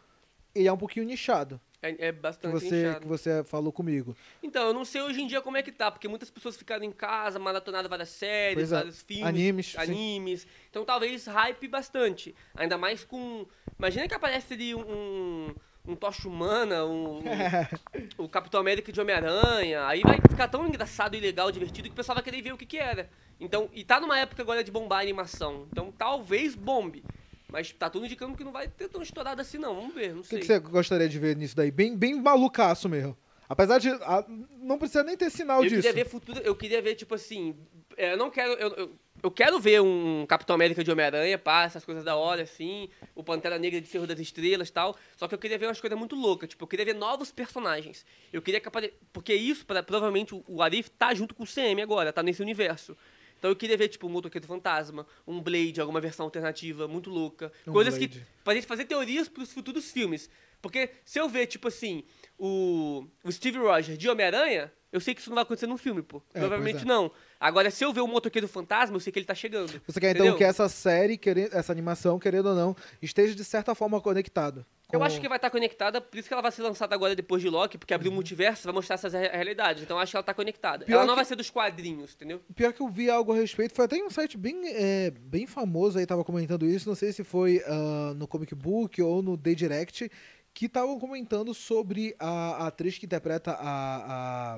ele é um pouquinho nichado.
É, é
Que
bastante
você,
inchado.
que você falou comigo.
Então, eu não sei hoje em dia como é que tá, porque muitas pessoas ficaram em casa, maratonaram várias séries,
Pois é.
vários filmes,
Animes, sim.
animes. Então talvez hype bastante. Ainda mais com. Imagina que aparece ali um. Um Tocha Humana, um, o Capitão América de Homem-Aranha. Aí vai ficar tão engraçado e legal, divertido, que o pessoal vai querer ver o que que era. Então, e tá numa época agora de bombar a animação. Então talvez bombe. Mas tá tudo indicando que não vai ter tão estourado assim, não. Vamos ver, não
O que,
sei.
que você gostaria de ver nisso daí? Bem, bem malucaço mesmo. Apesar de. ah, não precisa nem ter sinal
eu
disso.
queria ver futuro, eu queria ver, tipo assim, é, eu não quero, eu, eu, eu quero ver um Capitão América de Homem-Aranha, pá, essas coisas da hora, assim, o Pantera Negra de Cerro das Estrelas e tal, só que eu queria ver umas coisas muito loucas, tipo, eu queria ver novos personagens, eu queria que apare... porque isso, pra, provavelmente, o, o Arif tá junto com o CM agora, tá nesse universo. Então eu queria ver, tipo, um Motoqueiro Fantasma, um Blade, alguma versão alternativa muito louca.
Um
coisas que
Blade.
pra gente fazer teorias pros futuros filmes. Porque se eu ver, tipo assim, o, o Steve Rogers de Homem-Aranha, eu sei que isso não vai acontecer num filme, pô.
É,
Provavelmente
pois é.
não. Agora, se eu ver o Motoqueiro Fantasma, eu sei que ele tá chegando.
Você quer então
entendeu?
que essa série, querendo- essa animação, querendo ou não, esteja de certa forma conectado.
Eu
com-
acho que vai estar conectada, por isso que ela vai ser lançada agora depois de Loki, porque abriu o multiverso, vai mostrar essas re- realidades. Então eu acho que ela tá conectada.
Uhum. Pior
ela não
que-
vai ser dos quadrinhos, entendeu?
Pior que eu vi algo a respeito, foi até em um site bem, é, bem famoso aí, tava comentando isso, não sei se foi ah, no Comic Book ou no The Direct, que estavam comentando sobre a, a atriz que interpreta a, a,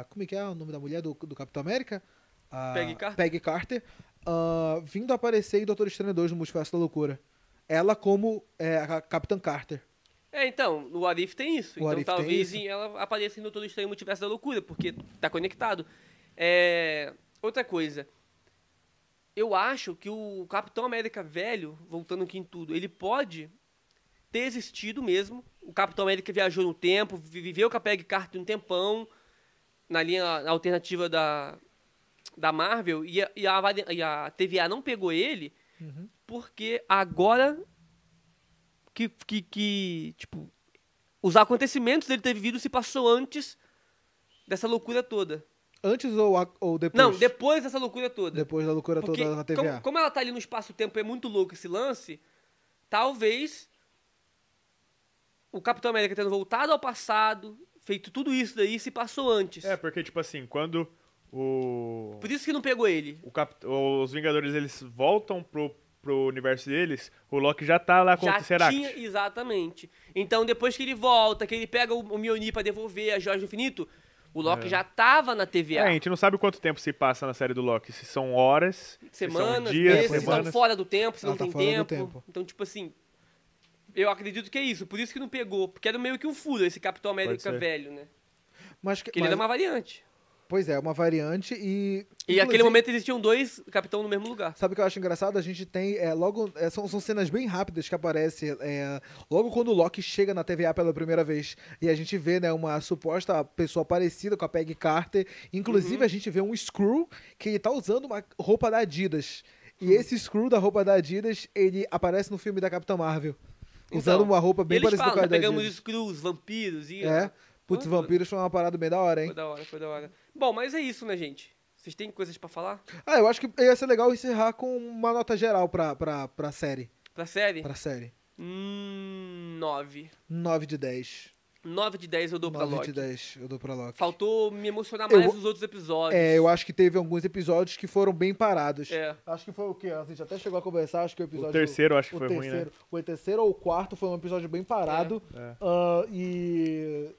a- Como é que é o nome da mulher do, do Capitão América? A
Peggy Carter.
Peggy Carter, ah, vindo aparecer em Doutor Estranho 2 no Multiverso da Loucura. Ela como é, a Capitã Carter.
É, então, o Arif tem
O
isso. então
What If tem
talvez
isso.
em- ela apareça em Doutor Estranho e Multiverso da Loucura, porque tá conectado. É, Outra coisa. Eu acho que o Capitão América velho, voltando aqui em tudo, ele pode ter existido mesmo. O Capitão América viajou no tempo, vi- viveu com a Peggy Carter um tempão, na linha alternativa da, da Marvel, e a, e, a, vari- e a TVA não pegou ele,
Uhum.
porque agora que, que, que, tipo, os acontecimentos dele ter vivido se passou antes dessa loucura toda.
Antes ou, a- ou depois?
Não, depois dessa loucura toda.
Depois da loucura
Porque
toda da TVA.
como, como ela tá ali no espaço-tempo e é muito louco esse lance, talvez o Capitão América tendo voltado ao passado, feito tudo isso daí, se passou antes.
É, porque, tipo assim, quando o.
Por isso que não pegou ele.
o Cap- os Vingadores eles voltam pro, pro universo deles, o Loki já tá lá com o
Já
Tesseract.
tinha, exatamente. Então depois que ele volta, que ele pega o, o Mjolnir pra devolver a Jorge Infinito, o Loki
É.
já tava na TVA.
É,
então,
a gente não sabe quanto tempo se passa na série do Loki, se são horas, se
semanas,
são dias,
meses, então
semanas.
estão fora do tempo, se
Ela
não
tá
tem
fora do
tempo.
tempo.
Então, tipo assim, eu acredito que é isso. Por isso que não pegou. Porque era meio que um furo esse Capitão América
ser.
velho, né?
Mas, que-
Que ele
mas-
era uma variante.
Pois é, uma variante e.
E naquele
inclusive,
momento existiam dois capitão no mesmo lugar.
Sabe o que eu acho engraçado? A gente tem. é, logo. é, são, são cenas bem rápidas que aparecem. é, logo quando o Loki chega na TVA pela primeira vez. E a gente vê, né, uma suposta pessoa parecida com a Peggy Carter. Inclusive,
Uhum.
a gente vê um Screw que ele tá usando uma roupa da Adidas.
Hum.
E esse Screw da roupa da Adidas, ele aparece no filme da Capitã Marvel. Usando
Então,
uma roupa bem
Eles
parecida
falam,
com a
né,
da
pegamos
Adidas.
Skrulls, vampiros e...
É. Putz,
Foi-
vampiros foi uma parada bem da hora, hein?
Foi da hora, foi da hora. Bom, mas é isso, né, gente? Vocês têm coisas pra falar?
Ah, eu acho que ia ser legal encerrar com uma nota geral pra, pra, pra série.
Pra série?
Pra série.
Hum, 9.
9 de 10.
9 de 10 eu dou pra
9 de
Loki.
10 eu dou pra Loki.
Faltou me emocionar
Eu
mais
vou-
nos outros episódios.
É, eu acho que teve alguns episódios que foram bem parados.
É.
Acho que foi o quê? A gente até chegou a conversar, acho que o episódio...
O terceiro, acho que
o
foi ruim, né?
terceiro, O terceiro ou o quarto foi um episódio bem parado.
É.
Ah, e...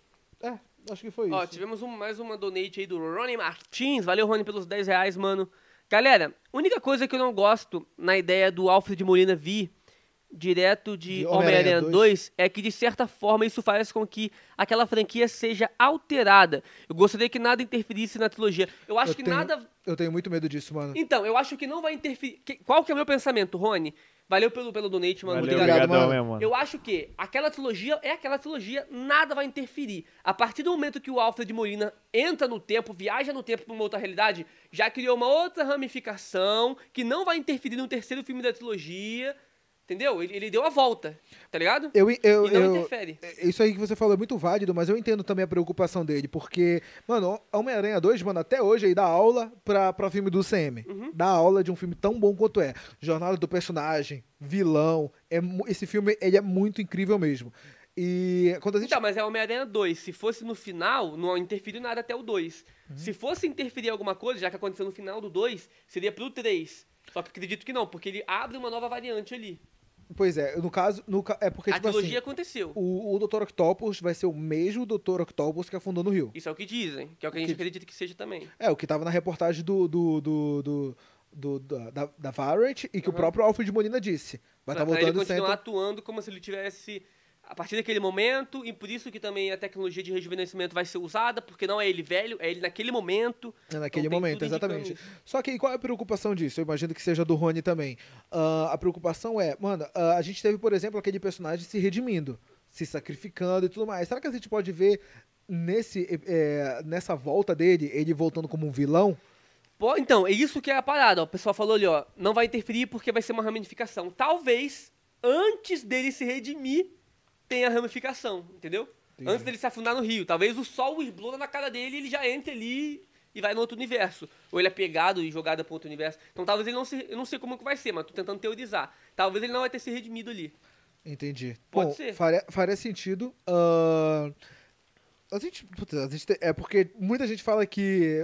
É, acho que foi
Ó,
isso.
tivemos um- mais uma donate aí do Rony Martins. Valeu, Rony, pelos 10 reais, mano. Galera, única coisa que eu não gosto na ideia do Alfred Molina vir direto de,
De Homem-Aranha
Homem-Aranha 2.
2.
é que, de certa forma, isso faz com que aquela franquia seja alterada. Eu gostaria que nada interferisse na trilogia. Eu acho
Eu
que
tenho-
nada...
Eu tenho muito medo disso, mano.
Então, eu acho que não vai interferir... que- Qual que é o meu pensamento, Rony? Valeu né, pelo, pelo donate, mano.
Valeu,
Muito
obrigado,
obrigadão,
mano.
é, mano.
eu acho que aquela trilogia é aquela trilogia, nada vai interferir. A partir do momento que o Alfred Molina entra no tempo, viaja no tempo pra uma outra realidade, já criou uma outra ramificação que não vai interferir no terceiro filme da trilogia. Entendeu? Ele, ele deu a volta, tá ligado?
Eu, eu,
E não
eu-
interfere.
Isso aí que você falou é muito válido, mas eu entendo também a preocupação dele, porque, mano, Homem-Aranha 2, mano, até hoje aí dá aula pra, pra filme do UCM.
Uhum.
Dá aula de um filme tão bom quanto é. Jornada do personagem, vilão. É, mu- esse filme ele é muito incrível mesmo. E quando a gente.
Então, mas é Homem-Aranha 2. Se fosse no final, não interferiu nada até o 2. Se fosse interferir alguma coisa, já que aconteceu no final do 2, seria pro 3. Só que acredito que não, porque ele abre uma nova variante ali.
Pois é, no caso. No, ca- é porque,
A
tipo
trilogia
assim,
aconteceu.
o, o Dr. Octopus vai ser o mesmo Dr. Octopus que afundou no Rio.
Isso é o que dizem, que é o que a gente acredita que seja também.
É, o que tava na reportagem do. do, do, do- do- da, da- da Variant e que o próprio Alfred Molina disse. Vai estar tá
Pra- pra
voltando
tá, ele continuar
sempre.
atuando como se ele tivesse a partir daquele momento, e por isso que também a tecnologia de rejuvenescimento vai ser usada, porque não é ele velho, é ele naquele momento.
É naquele
Então tem
momento,
tudo indicando
exatamente.
isso.
Só que aí, qual é a preocupação disso? Eu imagino que seja do Rony também. Ah, a preocupação é, mano, ah, a gente teve, por exemplo, aquele personagem se redimindo, se sacrificando e tudo mais. Será que a gente pode ver nesse, eh, eh, nessa volta dele, ele voltando como um vilão?
Pô, então, é isso que é a parada, ó. O pessoal falou ali, ó, não vai interferir porque vai ser uma ramificação. Talvez, antes dele se redimir, tenha ramificação, entendeu?
Entendi.
Antes dele se afundar no rio. Talvez o sol explode na cara dele e ele já entre ali e vai no outro universo. Ou ele é pegado e jogado para outro universo. Então talvez ele não se... Eu não sei como que vai ser, mas tô tentando teorizar. Talvez ele não vai ter se redimido ali.
Entendi.
Pode
Bom,
ser.
Faria, faria sentido. Ahn, a gente. puta, a gente te- é porque muita gente fala que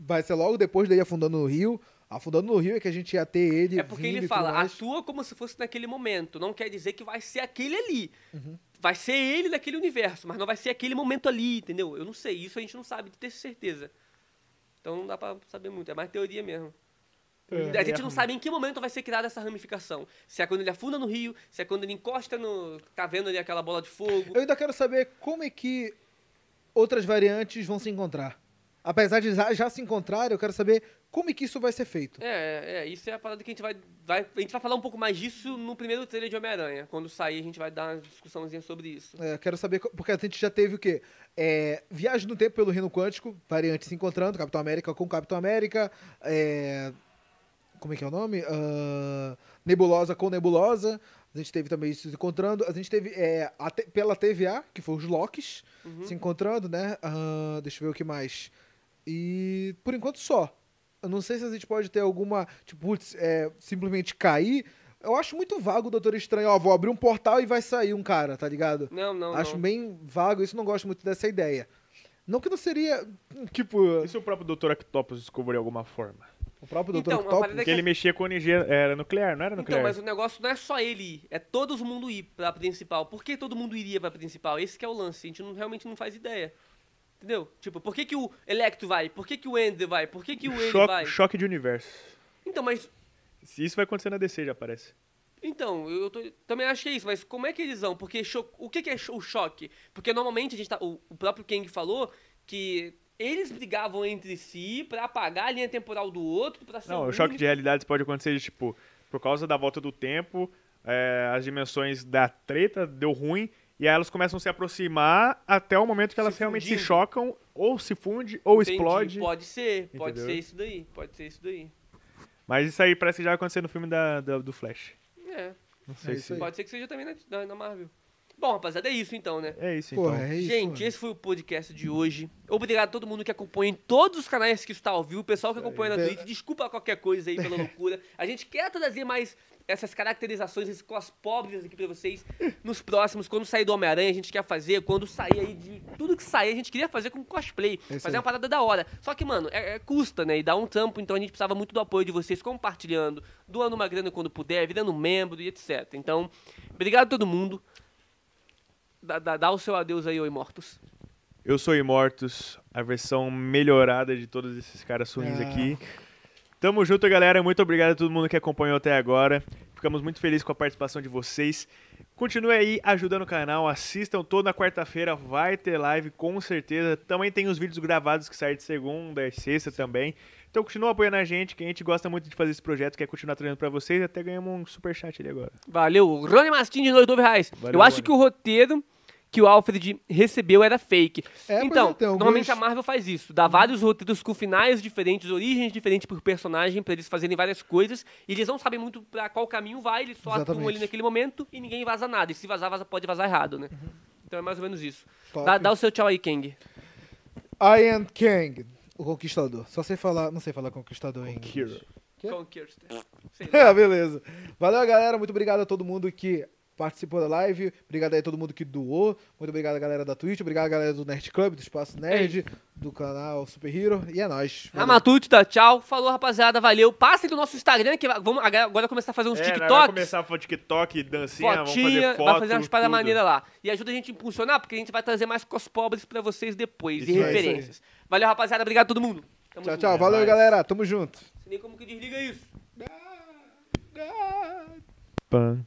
vai ser logo depois dele afundando no rio. Afundando no rio é que a gente ia ter ele.
É porque
vindo e
ele
tudo
fala,
mais.
atua como se fosse naquele momento. Não quer dizer que vai ser aquele ali.
Uhum.
Vai ser ele naquele universo, mas não vai ser aquele momento ali, entendeu? Eu não sei, isso a gente não sabe de ter certeza. Então não dá pra saber muito, é mais teoria mesmo. a gente não sabe em que momento vai ser criada essa ramificação. Se é quando ele afunda no rio, se é quando ele encosta no. tá vendo ali aquela bola de fogo.
Eu ainda quero saber como é que outras variantes vão se encontrar. Apesar de já, já se encontrar, eu quero saber como é que isso vai ser feito.
É, é, isso é a parada que a gente vai, vai. A gente vai falar um pouco mais disso no primeiro trailer de Homem-Aranha. Quando sair, a gente vai dar uma discussãozinha sobre isso.
É, eu quero saber, co- porque a gente já teve o quê? É, viagem no tempo pelo Reino Quântico, variantes se encontrando, Capitão América com Capitão América, é, como é que é o nome? Ah, Nebulosa com Nebulosa, a gente teve também isso se encontrando, a gente teve é, a T- pela TVA, que foi os Locks, se encontrando, né? Ah, deixa eu ver o que mais. E por enquanto só. Eu não sei se a gente pode ter alguma, tipo, putz, é, simplesmente cair. Eu acho muito vago o Doutor Estranho. Ó, vou abrir um portal e vai sair um cara, tá ligado?
Não, não,
acho
não.
bem vago, isso não gosto muito dessa ideia. Não que não seria, tipo,
E se o próprio Dr. Octopus descobrir alguma forma?
o próprio Doutor
Então, uma
Octopus.
parada
Porque ele mexia com energia era nuclear, não era nuclear?
Então, mas o negócio não é só ele ir, é todo mundo ir pra principal. Por que todo mundo iria pra principal? Esse que é o lance, a gente não- realmente não faz ideia. Entendeu? Tipo, por que, que o Electro vai? Por que, que o Ender vai? Por que, que o ele vai?
choque, choque de universo.
Então, mas.
Se isso vai acontecer na DC, já parece.
Então, eu tô- também acho que é isso, mas como é que eles vão? Porque cho- o que, que é cho- o choque? Porque normalmente a gente tá. O, o próprio Kang falou que eles brigavam entre si pra apagar a linha temporal do outro, pra ser
Não,
o
o choque
único-
de realidades pode acontecer de, tipo, por causa da volta do tempo, é, as dimensões da treta deu ruim, e aí elas começam a se aproximar até o momento que elas realmente se
fundindo.
chocam, ou se funde, ou
Entendi,
explode.
Pode ser, pode
Entendeu?
ser isso daí, pode ser isso daí.
Mas isso aí parece que já vai acontecer no filme da, da- do Flash.
É.
Não sei
isso
se.
aí.
Pode ser que seja também na, na- na Marvel. Bom, rapaziada, é isso então, né?
É isso,
Porra,
então.
é isso.
Gente,
mano.
esse foi o podcast de hoje. Obrigado a todo mundo que acompanha em todos os canais que está ao vivo, o pessoal que acompanha na
Pe-
Twitch. Desculpa qualquer coisa aí pela loucura. A gente quer trazer mais essas caracterizações, esses cos pobres aqui pra vocês nos próximos. Quando sair do Homem-Aranha, a gente quer fazer. Quando sair aí de tudo que sair, a gente queria fazer com cosplay.
É isso
fazer
aí.
uma parada da hora. Só que, mano, é, é custa, né? E dá um trampo, então a gente precisava muito do apoio de vocês compartilhando, doando uma grana quando puder, virando membro e etc. Então, obrigado a todo mundo. Dá, dá- dá o seu adeus aí, ô Imortos.
Eu sou Imortus, a versão melhorada de todos esses caras ruins
Ah.
aqui. Tamo junto, galera. Muito obrigado a todo mundo que acompanhou até agora. Ficamos muito felizes com a participação de vocês. Continue aí ajudando o canal, assistam toda quarta-feira, vai ter live com certeza. Também tem os vídeos gravados que saem de segunda e sexta também. Então continua apoiando a gente, que a gente gosta muito de fazer esse projeto, quer continuar trazendo pra vocês. Até ganhamos um superchat ali agora.
Valeu, Rony Mastin de R$ 9 reais.
Valeu,
Eu acho
Rony.
que o roteiro que o Alfred recebeu era fake.
É,
então,
pois é, tem alguns-
normalmente a Marvel faz isso. Dá vários roteiros com finais diferentes, origens diferentes por personagem, pra eles fazerem várias coisas. E eles não sabem muito pra qual caminho vai, eles só atuam
Exatamente.
ali naquele momento e ninguém vaza nada. E se vazar, vaza, pode vazar errado, né? Então é mais ou menos isso.
Uhum. Top.
Dá, dá o seu tchau aí, Kang.
I am Kang, o conquistador. Só sei falar, não sei falar conquistador em inglês.
Kira.
Quê?
Com Kirsten. Sei lá.
Ah, Beleza. Valeu, galera. Muito obrigado a todo mundo que participou da live. Obrigado aí a todo mundo que doou. Muito obrigado a galera da Twitch. Obrigado a galera do Nerd Club, do
É
Espaço Nerd, do canal Super Hero. E é nóis. Valeu.
Ramatute, tá? Tchau. Falou, rapaziada. Valeu. Passem do nosso Instagram, que va- vamos agora agora começar a fazer uns
É, nós Vai
TikToks.
começar a fazer TikTok, dancinha, ah, vamos
Fotinha,
fazer foto,
vai fazer umas paradas
tudo.
maneiras lá. E ajuda a gente a impulsionar, porque a gente vai trazer mais cos pobres pra vocês depois. e
Isso aí,
referências. Valeu, rapaziada. Obrigado a todo mundo. Tamo
Tchau,
junto.
tchau. Valeu,
nóis.
galera. Tamo junto.
Não sei Nem como que desliga isso.
Pam,